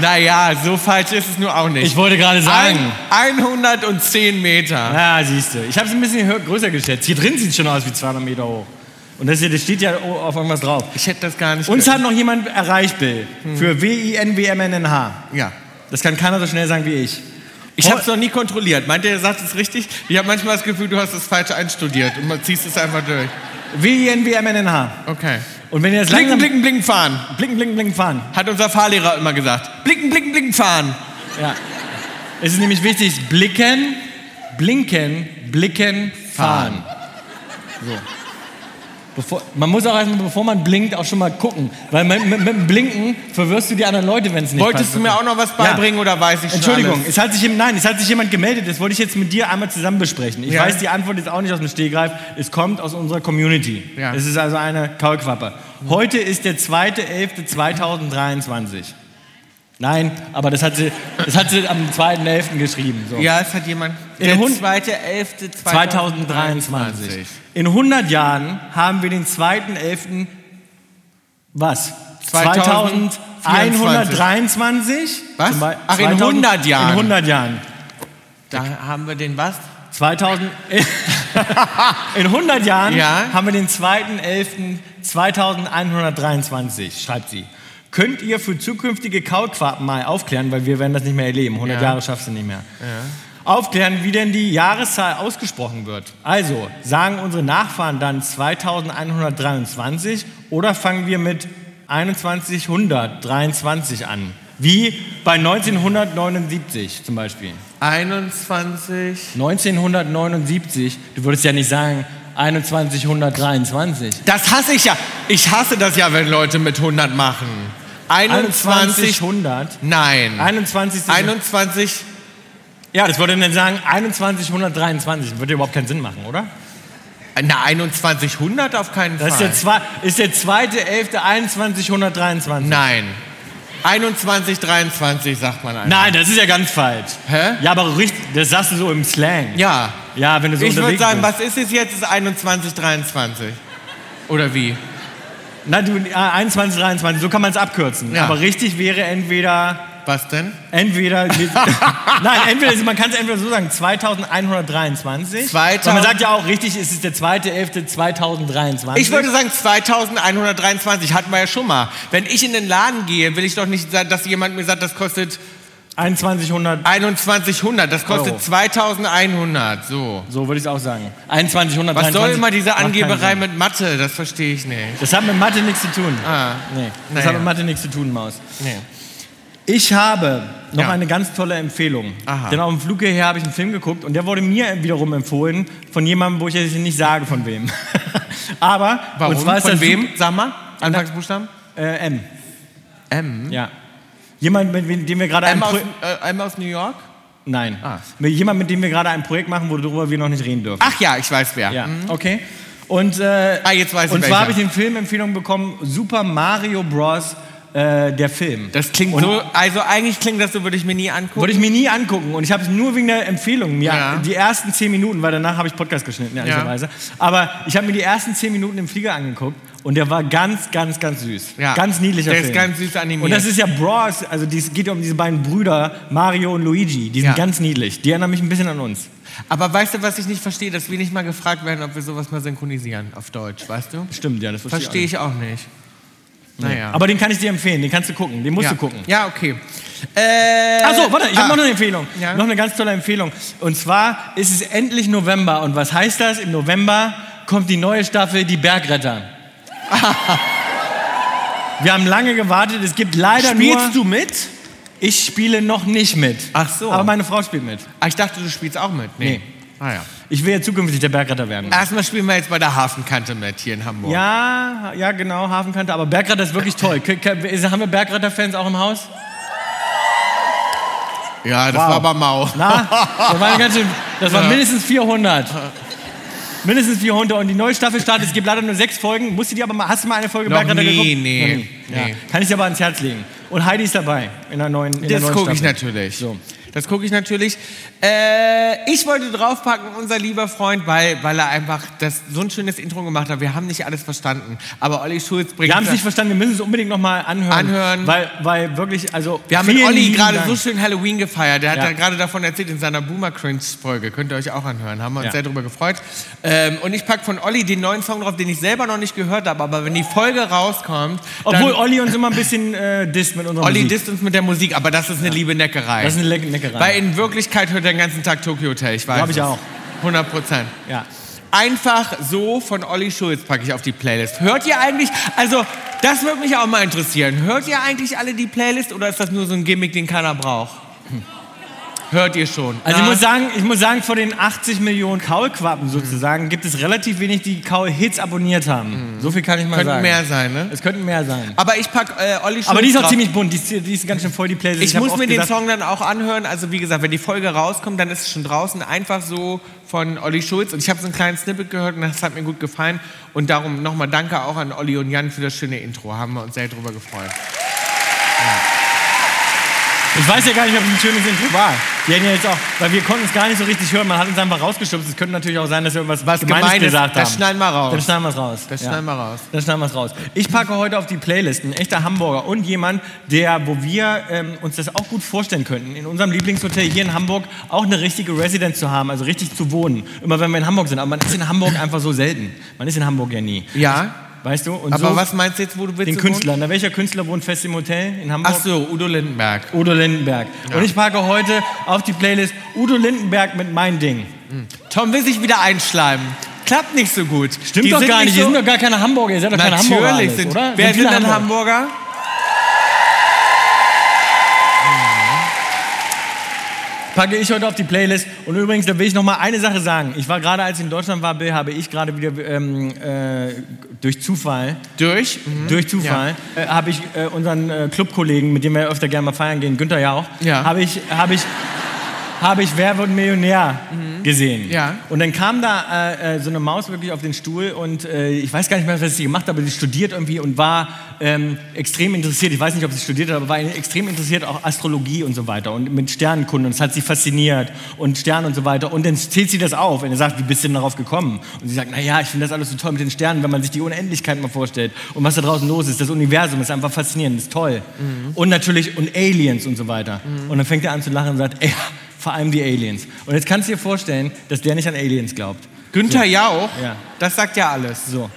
naja, so falsch ist es nur auch nicht.
Ich wollte gerade sagen.
Ein, 110 Meter.
Ja, siehst du. Ich habe es ein bisschen hö- größer geschätzt. Hier drin sieht es schon aus wie 200 Meter hoch. Und das hier, das steht ja o- auf irgendwas drauf.
Ich hätte das gar nicht
Uns
ge-
hat noch jemand erreicht, Bill. Für W-I-N-W-M-N-N-H.
Ja.
Das kann keiner so schnell sagen wie ich. Oh,
Ich habe es noch nie kontrolliert. Meint ihr, ihr sagt es richtig? Ich habe manchmal das Gefühl, du hast es falsch einstudiert und man ziehst es einfach durch.
W-I-N-W-M-N-N-H.
Okay.
Und wenn ihr das
Blinken,
langsam...
blinken, blinken fahren.
blicken, blicken, blicken fahren.
Hat unser Fahrlehrer immer gesagt. Blinken, blinken, blinken fahren.
Ja. Es ist nämlich wichtig, blicken, blinken, blicken, fahren. So. Bevor, man muss auch erstmal, bevor man blinkt, auch schon mal gucken. Weil mit, mit, mit dem Blinken verwirrst du die anderen Leute, wenn es nicht
Wolltest du mir auch noch was beibringen oder weiß ich schon
Entschuldigung,
alles?
es hat, sich, jem- nein, es hat sich jemand gemeldet, das wollte ich jetzt mit dir einmal zusammen besprechen. Ich
Ja.
weiß, die Antwort ist auch nicht aus dem Stegreif, es kommt aus unserer Community.
Ja.
Es ist also eine Kaulquappe. Heute ist der 2.11.2023. Nein, aber das hat sie, das hat sie am 2.11. geschrieben. So.
Ja, es hat jemand.
In
Der
Hund-
zweite, elfte,
2023. In 100 Jahren haben wir den 2.11. was?
2024.
2123?
Was?
Zum Be-
Ach, in 100 Jahren.
In 100 Jahren.
Da haben wir den was?
2000 in 100 Jahren
Ja.
haben wir den 2.11.2123, schreibt sie. Könnt ihr für zukünftige Kaulquappen mal aufklären, weil wir werden das nicht mehr erleben. 100 Jahre schaffst du nicht mehr. Aufklären, wie denn die Jahreszahl ausgesprochen wird. Also, sagen unsere Nachfahren dann 2123 oder fangen wir mit 2123 an? Wie bei 1979 zum Beispiel.
21.
1979, du würdest ja nicht sagen 2123.
Das hasse ich ja. Ich hasse das ja, wenn Leute mit 100 machen. 21.
2100.
Nein.
21.
21.
ja, das würde dann sagen 2123. Würde überhaupt keinen Sinn machen, oder?
Na, 2100 auf keinen Fall.
Das ist der, zwei, ist der zweite, elfte, 2123.
Nein. 21, 23 sagt man einfach.
Nein, das ist ja ganz falsch.
Hä?
Ja, aber richtig, das sagst du so im Slang.
Ja.
Ja, wenn du so
Ich würde
unterwegs
sagen,
bist.
was ist es jetzt? Ist 21, 23. Oder wie?
Na, du, ah, 21, 23, äh, so kann man es abkürzen.
Ja.
Aber richtig wäre entweder
Was denn?
Entweder. Nein, entweder ist, man kann es entweder so sagen, 2123. Weil man sagt ja auch richtig, es ist der zweite Elfte 2023.
Ich wollte sagen, 2123 hatten wir ja schon mal. Wenn ich in den Laden gehe, will ich doch nicht, sa- dass jemand mir sagt, das kostet
2100.
2100, das kostet
Euro.
2100. So.
So würde ich es auch sagen. 2100.
Was soll immer diese
macht keinen
Angeberei
Sinn.
mit Mathe? Das verstehe ich nicht.
Das hat mit Mathe nichts zu tun.
Ah,
Nee, das
Naja.
hat mit Mathe nichts zu tun, Maus.
nee.
Ich habe noch
Ja.
eine ganz tolle Empfehlung.
Aha.
Denn auf dem Flug hierher habe ich einen Film geguckt und der wurde mir wiederum empfohlen von jemandem, wo ich jetzt nicht sage, von wem. Aber,
Warum?
und zwar ist
Von
das
wem? Sag mal, Anfangsbuchstaben?
Äh, M.
M.
Ja. Jemand, mit wem- dem wir gerade ein
M Hm? aus,
Pro
äh, M aus New York?
Nein.
Ah.
Mit Jemand, mit dem wir gerade ein Projekt machen, worüber wir noch nicht reden dürfen.
Ach ja, ich weiß wer. Mhm.
Ja, okay. Und, äh,
Ah, jetzt weiß ich
und
welcher.
zwar habe ich den Filmempfehlung bekommen, Super Mario Bros., äh, der Film.
Das klingt
Und-
so, also eigentlich klingt das so, würde ich mir nie angucken.
Würde ich mir nie angucken. Und ich habe es nur wegen der Empfehlung. Mir
Ja.
Die ersten zehn Minuten, weil danach habe ich Podcast geschnitten, ehrlicherweise. Aber ich habe mir die ersten zehn Minuten im Flieger angeguckt und der war ganz, ganz, ganz süß.
Ja.
Ganz niedlicher
Der ist
Film.
ganz süß animiert.
Und das ist ja Bros, also es geht ja um diese beiden Brüder, Mario und Luigi. Die sind
Ja.
ganz niedlich. Die erinnern mich ein bisschen an uns.
Aber weißt du, was ich nicht verstehe? Dass wir nicht mal gefragt werden, ob wir sowas mal synchronisieren auf Deutsch, weißt du?
Stimmt, ja, das verstehe
Verstehe
ich.
ich auch nicht.
auch.
Naja.
Aber den kann ich dir empfehlen. Den kannst du gucken. Den musst
ja.
du gucken.
Ja, okay. Äh,
Achso, warte, ich
ah,
habe noch eine Empfehlung.
Ja.
Noch eine ganz tolle Empfehlung. Und zwar ist es endlich November. Und was heißt das? Im November kommt die neue Staffel Die Bergretter. Wir haben lange gewartet. Es gibt leider nur...
Spielst du mit?
Ich spiele noch nicht mit.
Ach so.
Aber meine Frau spielt mit.
Ah, ich dachte, du spielst auch mit. Nee.
Nee.
Ah ja.
Ich will ja zukünftig der Bergretter werden.
Erstmal spielen wir jetzt bei der Hafenkante mit hier in Hamburg.
Ja, ja, genau, Hafenkante. Aber Bergretter ist wirklich toll. K- k- ist- Haben wir Bergretter-Fans auch im Haus?
Ja, das
Wow.
war aber mau.
Na, das waren, ganz schön, das waren
Ja.
mindestens 400. Mindestens 400. Und die neue Staffel startet. Es gibt leider nur sechs Folgen. Musst du die aber mal, hast du mal eine Folge
Noch
Bergretter
nie,
geguckt?
nee,
Noch nie.
nee.
Ja. Kann ich dir aber ans Herz legen. Und Heidi ist dabei in der neuen, in der
Das
neuen
gucke ich
Staffel.
natürlich.
So.
Das gucke ich natürlich. Äh, ich wollte draufpacken, unser lieber Freund, weil, weil er einfach das, so ein schönes Intro gemacht hat. Wir haben nicht alles verstanden. Aber Olli Schulz bringt
Wir haben es
das-
nicht verstanden. Wir müssen es unbedingt nochmal anhören.
Anhören.
Weil, weil wirklich, also.
Wir haben mit
vielen
Olli
lieben
gerade
Dank.
so schön Halloween gefeiert. Der hat
Ja.
da gerade davon erzählt in seiner Boomer Cringe Folge. Könnt ihr euch auch anhören. Haben wir uns
Ja.
sehr darüber gefreut. Ähm, und ich packe von Olli den neuen Song drauf, den ich selber noch nicht gehört habe. Aber wenn die Folge rauskommt,
Obwohl
dann
Olli uns immer ein bisschen äh, disst mit unserer
Olli
Musik.
disst uns mit der Musik. Aber das ist eine liebe Neckerei.
Das ist eine leck- Neckerei.
Weil in Wirklichkeit hört er den ganzen Tag Tokyo Hotel. Ich weiß.
Glaub ich
es.
auch.
100 Prozent.
ja.
Einfach so von Olli Schulz packe ich auf die Playlist. Hört ihr eigentlich, also das würde mich auch mal interessieren. Hört ihr eigentlich alle die Playlist oder ist das nur so ein Gimmick, den keiner braucht? Hm. Hört ihr schon?
Also ich
Na?
muss, sagen, ich muss sagen, von den 80 Millionen Kaulquappen sozusagen gibt es relativ wenig, die Kaul-Hits abonniert haben. So viel kann ich mal
Mhm. könnten
sagen.
mehr sein, ne?
Es könnten mehr sein.
Aber ich packe äh, Olli Schulz
Aber die ist auch
drauf.
ziemlich bunt, die ist, die ist ganz schön voll, die Playlist.
Ich,
hab
muss
oft
mir den
gesagt-
Song dann auch anhören. Also wie gesagt, wenn die Folge rauskommt, dann ist es schon draußen. Einfach so von Olli Schulz. Und ich habe so einen kleinen Snippet gehört und das hat mir gut gefallen. Und darum nochmal danke auch an Olli und Jan für das schöne Intro. Haben wir uns sehr drüber gefreut.
Ich weiß ja gar nicht, ob es ein schönes Intro war. Die hätten ja jetzt auch, weil wir konnten es gar nicht so richtig hören, man hat uns einfach rausgeschubst. Es könnte natürlich auch sein, dass wir irgendwas Was Gemeines
Gemeines,
gesagt haben.
das schneiden wir raus.
Dann schneiden wir es raus.
Das schneiden wir raus.
Dann schneiden wir es raus. Ich packe heute auf die Playlist ein echter Hamburger und jemand, der, wo wir ähm, uns das auch gut vorstellen könnten, in unserem Lieblingshotel hier in Hamburg auch eine richtige Residenz zu haben, also richtig zu wohnen. Immer wenn wir in Hamburg sind. Aber man ist in Hamburg einfach so selten. Man ist in Hamburg ja nie.
Ja,
Weißt du? Und
aber
so
was meinst du jetzt, wo du willst?
den
du wohnen?
Künstler. Na, welcher Künstler wohnt fest im Hotel in Hamburg?
Ach so, Udo Lindenberg.
Udo Lindenberg. Und ich packe heute auf die Playlist Udo Lindenberg mit Mein Ding.
Tom will sich wieder einschleimen. Klappt nicht so gut.
Stimmt
Die
doch
sind
gar nicht,
so-
ihr sind doch gar keine Hamburger, ihr seid doch keine
Natürlich
Hamburger alles,
sind.
oder?
Wer sind,
viele
denn Hamburger?
Packe ich heute auf die Playlist. Und übrigens, da will ich noch mal eine Sache sagen. Ich war gerade, als ich in Deutschland war, Bill, habe ich gerade wieder ähm, äh, durch Zufall,
Durch. Mhm.
durch Zufall, äh, habe ich äh, unseren äh, Clubkollegen, mit dem wir ja öfter gerne mal feiern gehen, Günther ja auch,
Ja.
habe ich, habe ich, habe ich Wer wird Millionär gesehen.
Ja.
Und dann kam da äh, äh, so eine Maus wirklich auf den Stuhl und äh, ich weiß gar nicht mehr, was sie gemacht hat, aber sie studiert irgendwie und war ähm, extrem interessiert. Ich weiß nicht, ob sie studiert hat, aber war extrem interessiert auch Astrologie und so weiter und mit Sternenkunden. Und das hat sie fasziniert und Sterne und so weiter. Und dann zählt sie das auf und er sagt, wie bist du denn darauf gekommen? Und sie sagt, naja, ich finde das alles so toll mit den Sternen, wenn man sich die Unendlichkeit mal vorstellt und was da draußen los ist. Das Universum ist einfach faszinierend, ist toll. Und natürlich, und Aliens und so weiter. Und dann fängt er an zu lachen und sagt, ey, vor allem die Aliens. Und jetzt kannst du dir vorstellen, dass der nicht an Aliens glaubt.
Günther Jauch,
Ja.
das sagt ja alles.
So.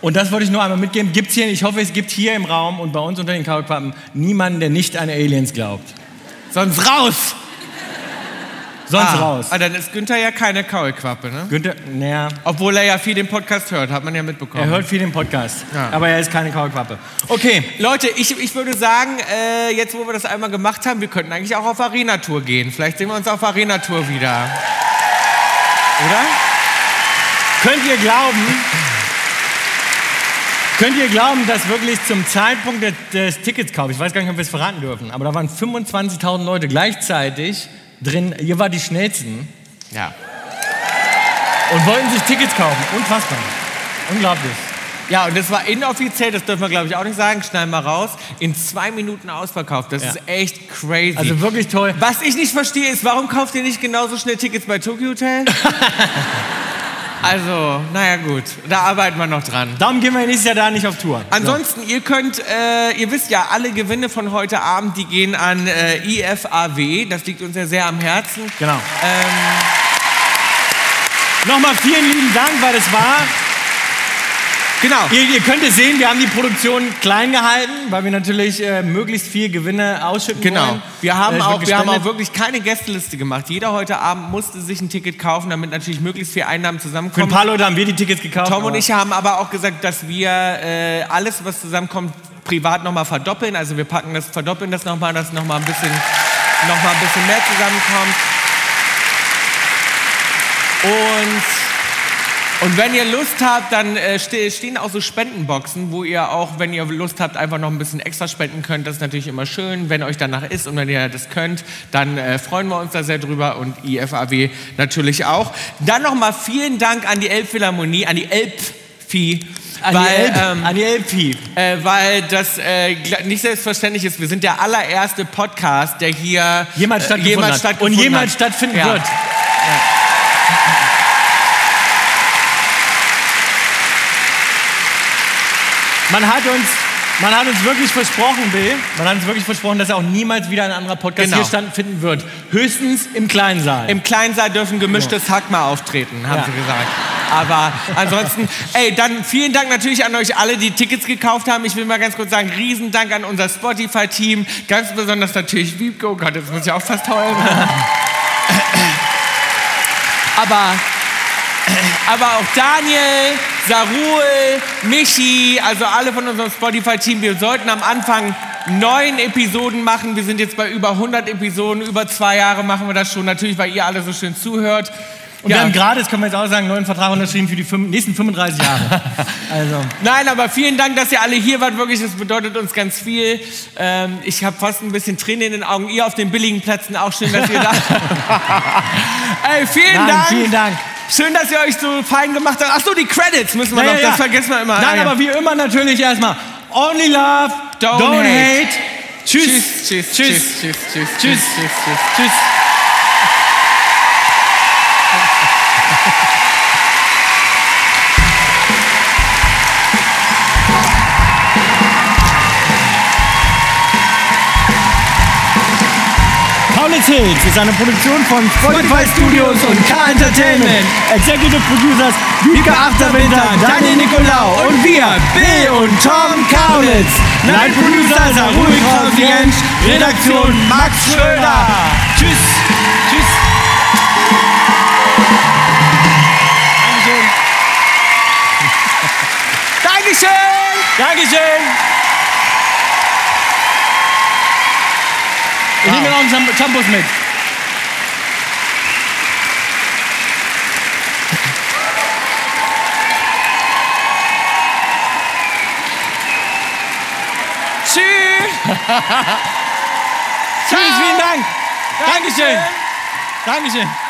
Und das wollte ich nur einmal mitgeben. Gibt's hier, ich hoffe, es gibt hier im Raum und bei uns unter den Kaulquappen niemanden, der nicht an Aliens glaubt.
Sonst raus!
Sonst raus.
Ah, dann ist Günther ja keine Kaulquappe, ne?
Günther, naja,
Obwohl er ja viel den Podcast hört, hat man ja mitbekommen.
er hört viel den Podcast, aber er ist keine Kaulquappe.
Okay, Leute, ich, ich würde sagen, äh, jetzt wo wir das einmal gemacht haben, wir könnten eigentlich auch auf Arena-Tour gehen. Vielleicht sehen wir uns auf Arena-Tour wieder. Oder?
Könnt ihr glauben, könnt ihr glauben, dass wirklich zum Zeitpunkt des, des Ticketskaufs, ich weiß gar nicht, ob wir es verraten dürfen, aber da waren 25.000 Leute gleichzeitig drin. Ihr wart die Schnellsten
Ja.
und wollten sich Tickets kaufen. Unfassbar. Unglaublich.
Ja, und das war inoffiziell, das dürfen wir glaube ich auch nicht sagen, schneiden wir raus, in zwei Minuten ausverkauft. Das
Ja.
ist echt crazy.
Also wirklich toll.
Was ich nicht verstehe, ist, warum kauft ihr nicht genauso schnell Tickets bei Tokyo Hotel? also, naja gut, da arbeiten wir noch dran.
Darum gehen wir nächstes Jahr da nicht auf Tour.
Ansonsten, ihr könnt, äh, ihr wisst ja, alle Gewinne von heute Abend, die gehen an äh, IFAW. Das liegt uns ja sehr am Herzen.
Genau.
Ähm,
Nochmal vielen lieben Dank, weil das war.
genau.
Ihr, ihr könnt es sehen, wir haben die Produktion klein gehalten, weil wir natürlich äh, möglichst viel Gewinne ausschütten
Genau.
wollen.
Wir haben,
Äh,
auch, wir haben
gespendet.
auch wirklich keine Gästeliste gemacht. Jeder heute Abend musste sich ein Ticket kaufen, damit natürlich möglichst viel Einnahmen
Für ein
zusammenkommen.
paar Leute haben wir die Tickets gekauft.
Tom und
aber-
ich haben aber auch gesagt, dass wir äh, alles, was zusammenkommt, privat nochmal verdoppeln. Also wir packen das, verdoppeln das nochmal, dass nochmal ein bisschen, noch mal ein bisschen mehr zusammenkommt. Und, und wenn ihr Lust habt, dann äh, ste stehen auch so Spendenboxen, wo ihr auch, wenn ihr Lust habt, einfach noch ein bisschen extra spenden könnt. Das ist natürlich immer schön, wenn euch danach ist und wenn ihr das könnt, dann äh, freuen wir uns da sehr drüber und IFAW natürlich auch. Dann nochmal vielen Dank an die Elbphilharmonie, an die Elbphi.
An die
weil,
Elb-
ähm,
an die LP.
äh, weil das äh, gl- nicht selbstverständlich ist. Wir sind der allererste Podcast, der hier äh,
Jemals stattgefunden
jemals
hat.
stattgefunden
Und jemals
hat.
stattfinden
ja.
wird. Man hat uns, man hat uns wirklich versprochen, Bill, man hat uns wirklich versprochen, dass auch niemals wieder ein anderer Podcast
Genau.
hier stattfinden wird. Höchstens im kleinen Saal.
Im Kleinsaal dürfen gemischtes Hack mal auftreten, haben
Ja.
sie gesagt. Aber ansonsten, ey, dann vielen Dank natürlich an euch alle, die Tickets gekauft haben. Ich will mal ganz kurz sagen, riesen Dank an unser Spotify-Team. Ganz besonders natürlich Wiebke. Oh Gott, jetzt muss ich auch fast heulen. Aber, aber auch Daniel, Sarul, Michi, also alle von unserem Spotify-Team. Wir sollten am Anfang neun Episoden machen. Wir sind jetzt bei über 100 Episoden. Über zwei Jahre machen wir das schon. Natürlich, weil ihr alle so schön zuhört.
und wir haben gerade, das können wir jetzt auch sagen, einen neuen Vertrag unterschrieben für die fünf, nächsten 35 Jahre. also.
Nein, aber vielen Dank, dass ihr alle hier wart. Wirklich, das bedeutet uns ganz viel. Ähm, ich habe fast ein bisschen Tränen in den Augen. Ihr auf den billigen Plätzen auch schön, dass ihr da. Ey, vielen
Nein,
Dank.
vielen Dank.
Schön, dass ihr euch so fein gemacht habt. Ach so, die Credits müssen wir
Ja,
noch.
ja, ja.
Das vergessen wir immer. Ah,
Nein,
ja.
aber wie immer natürlich erstmal. Only love,
Don't
don't,
hate.
hate.
tschüss, tschüss, tschüss, tschüss, tschüss, tschüss, tschüss, tschüss.
tschüss. Paulus Hills ist eine Produktion von Spotify Studios und K Entertainment. Executive Producers Wiebke Achterwinter, Daniel Nicolau und wir, Bill und Tom Kaulitz. Night Producer Sarul Krausiensch, Redaktion Max Schröder. Tschüss. Tschüss. Dankeschön.
Dankeschön.
Dankeschön. Ich nehme noch einen Campus mit.
Tschüss.
Tschüss, vielen Dank. Dankeschön. Dankeschön.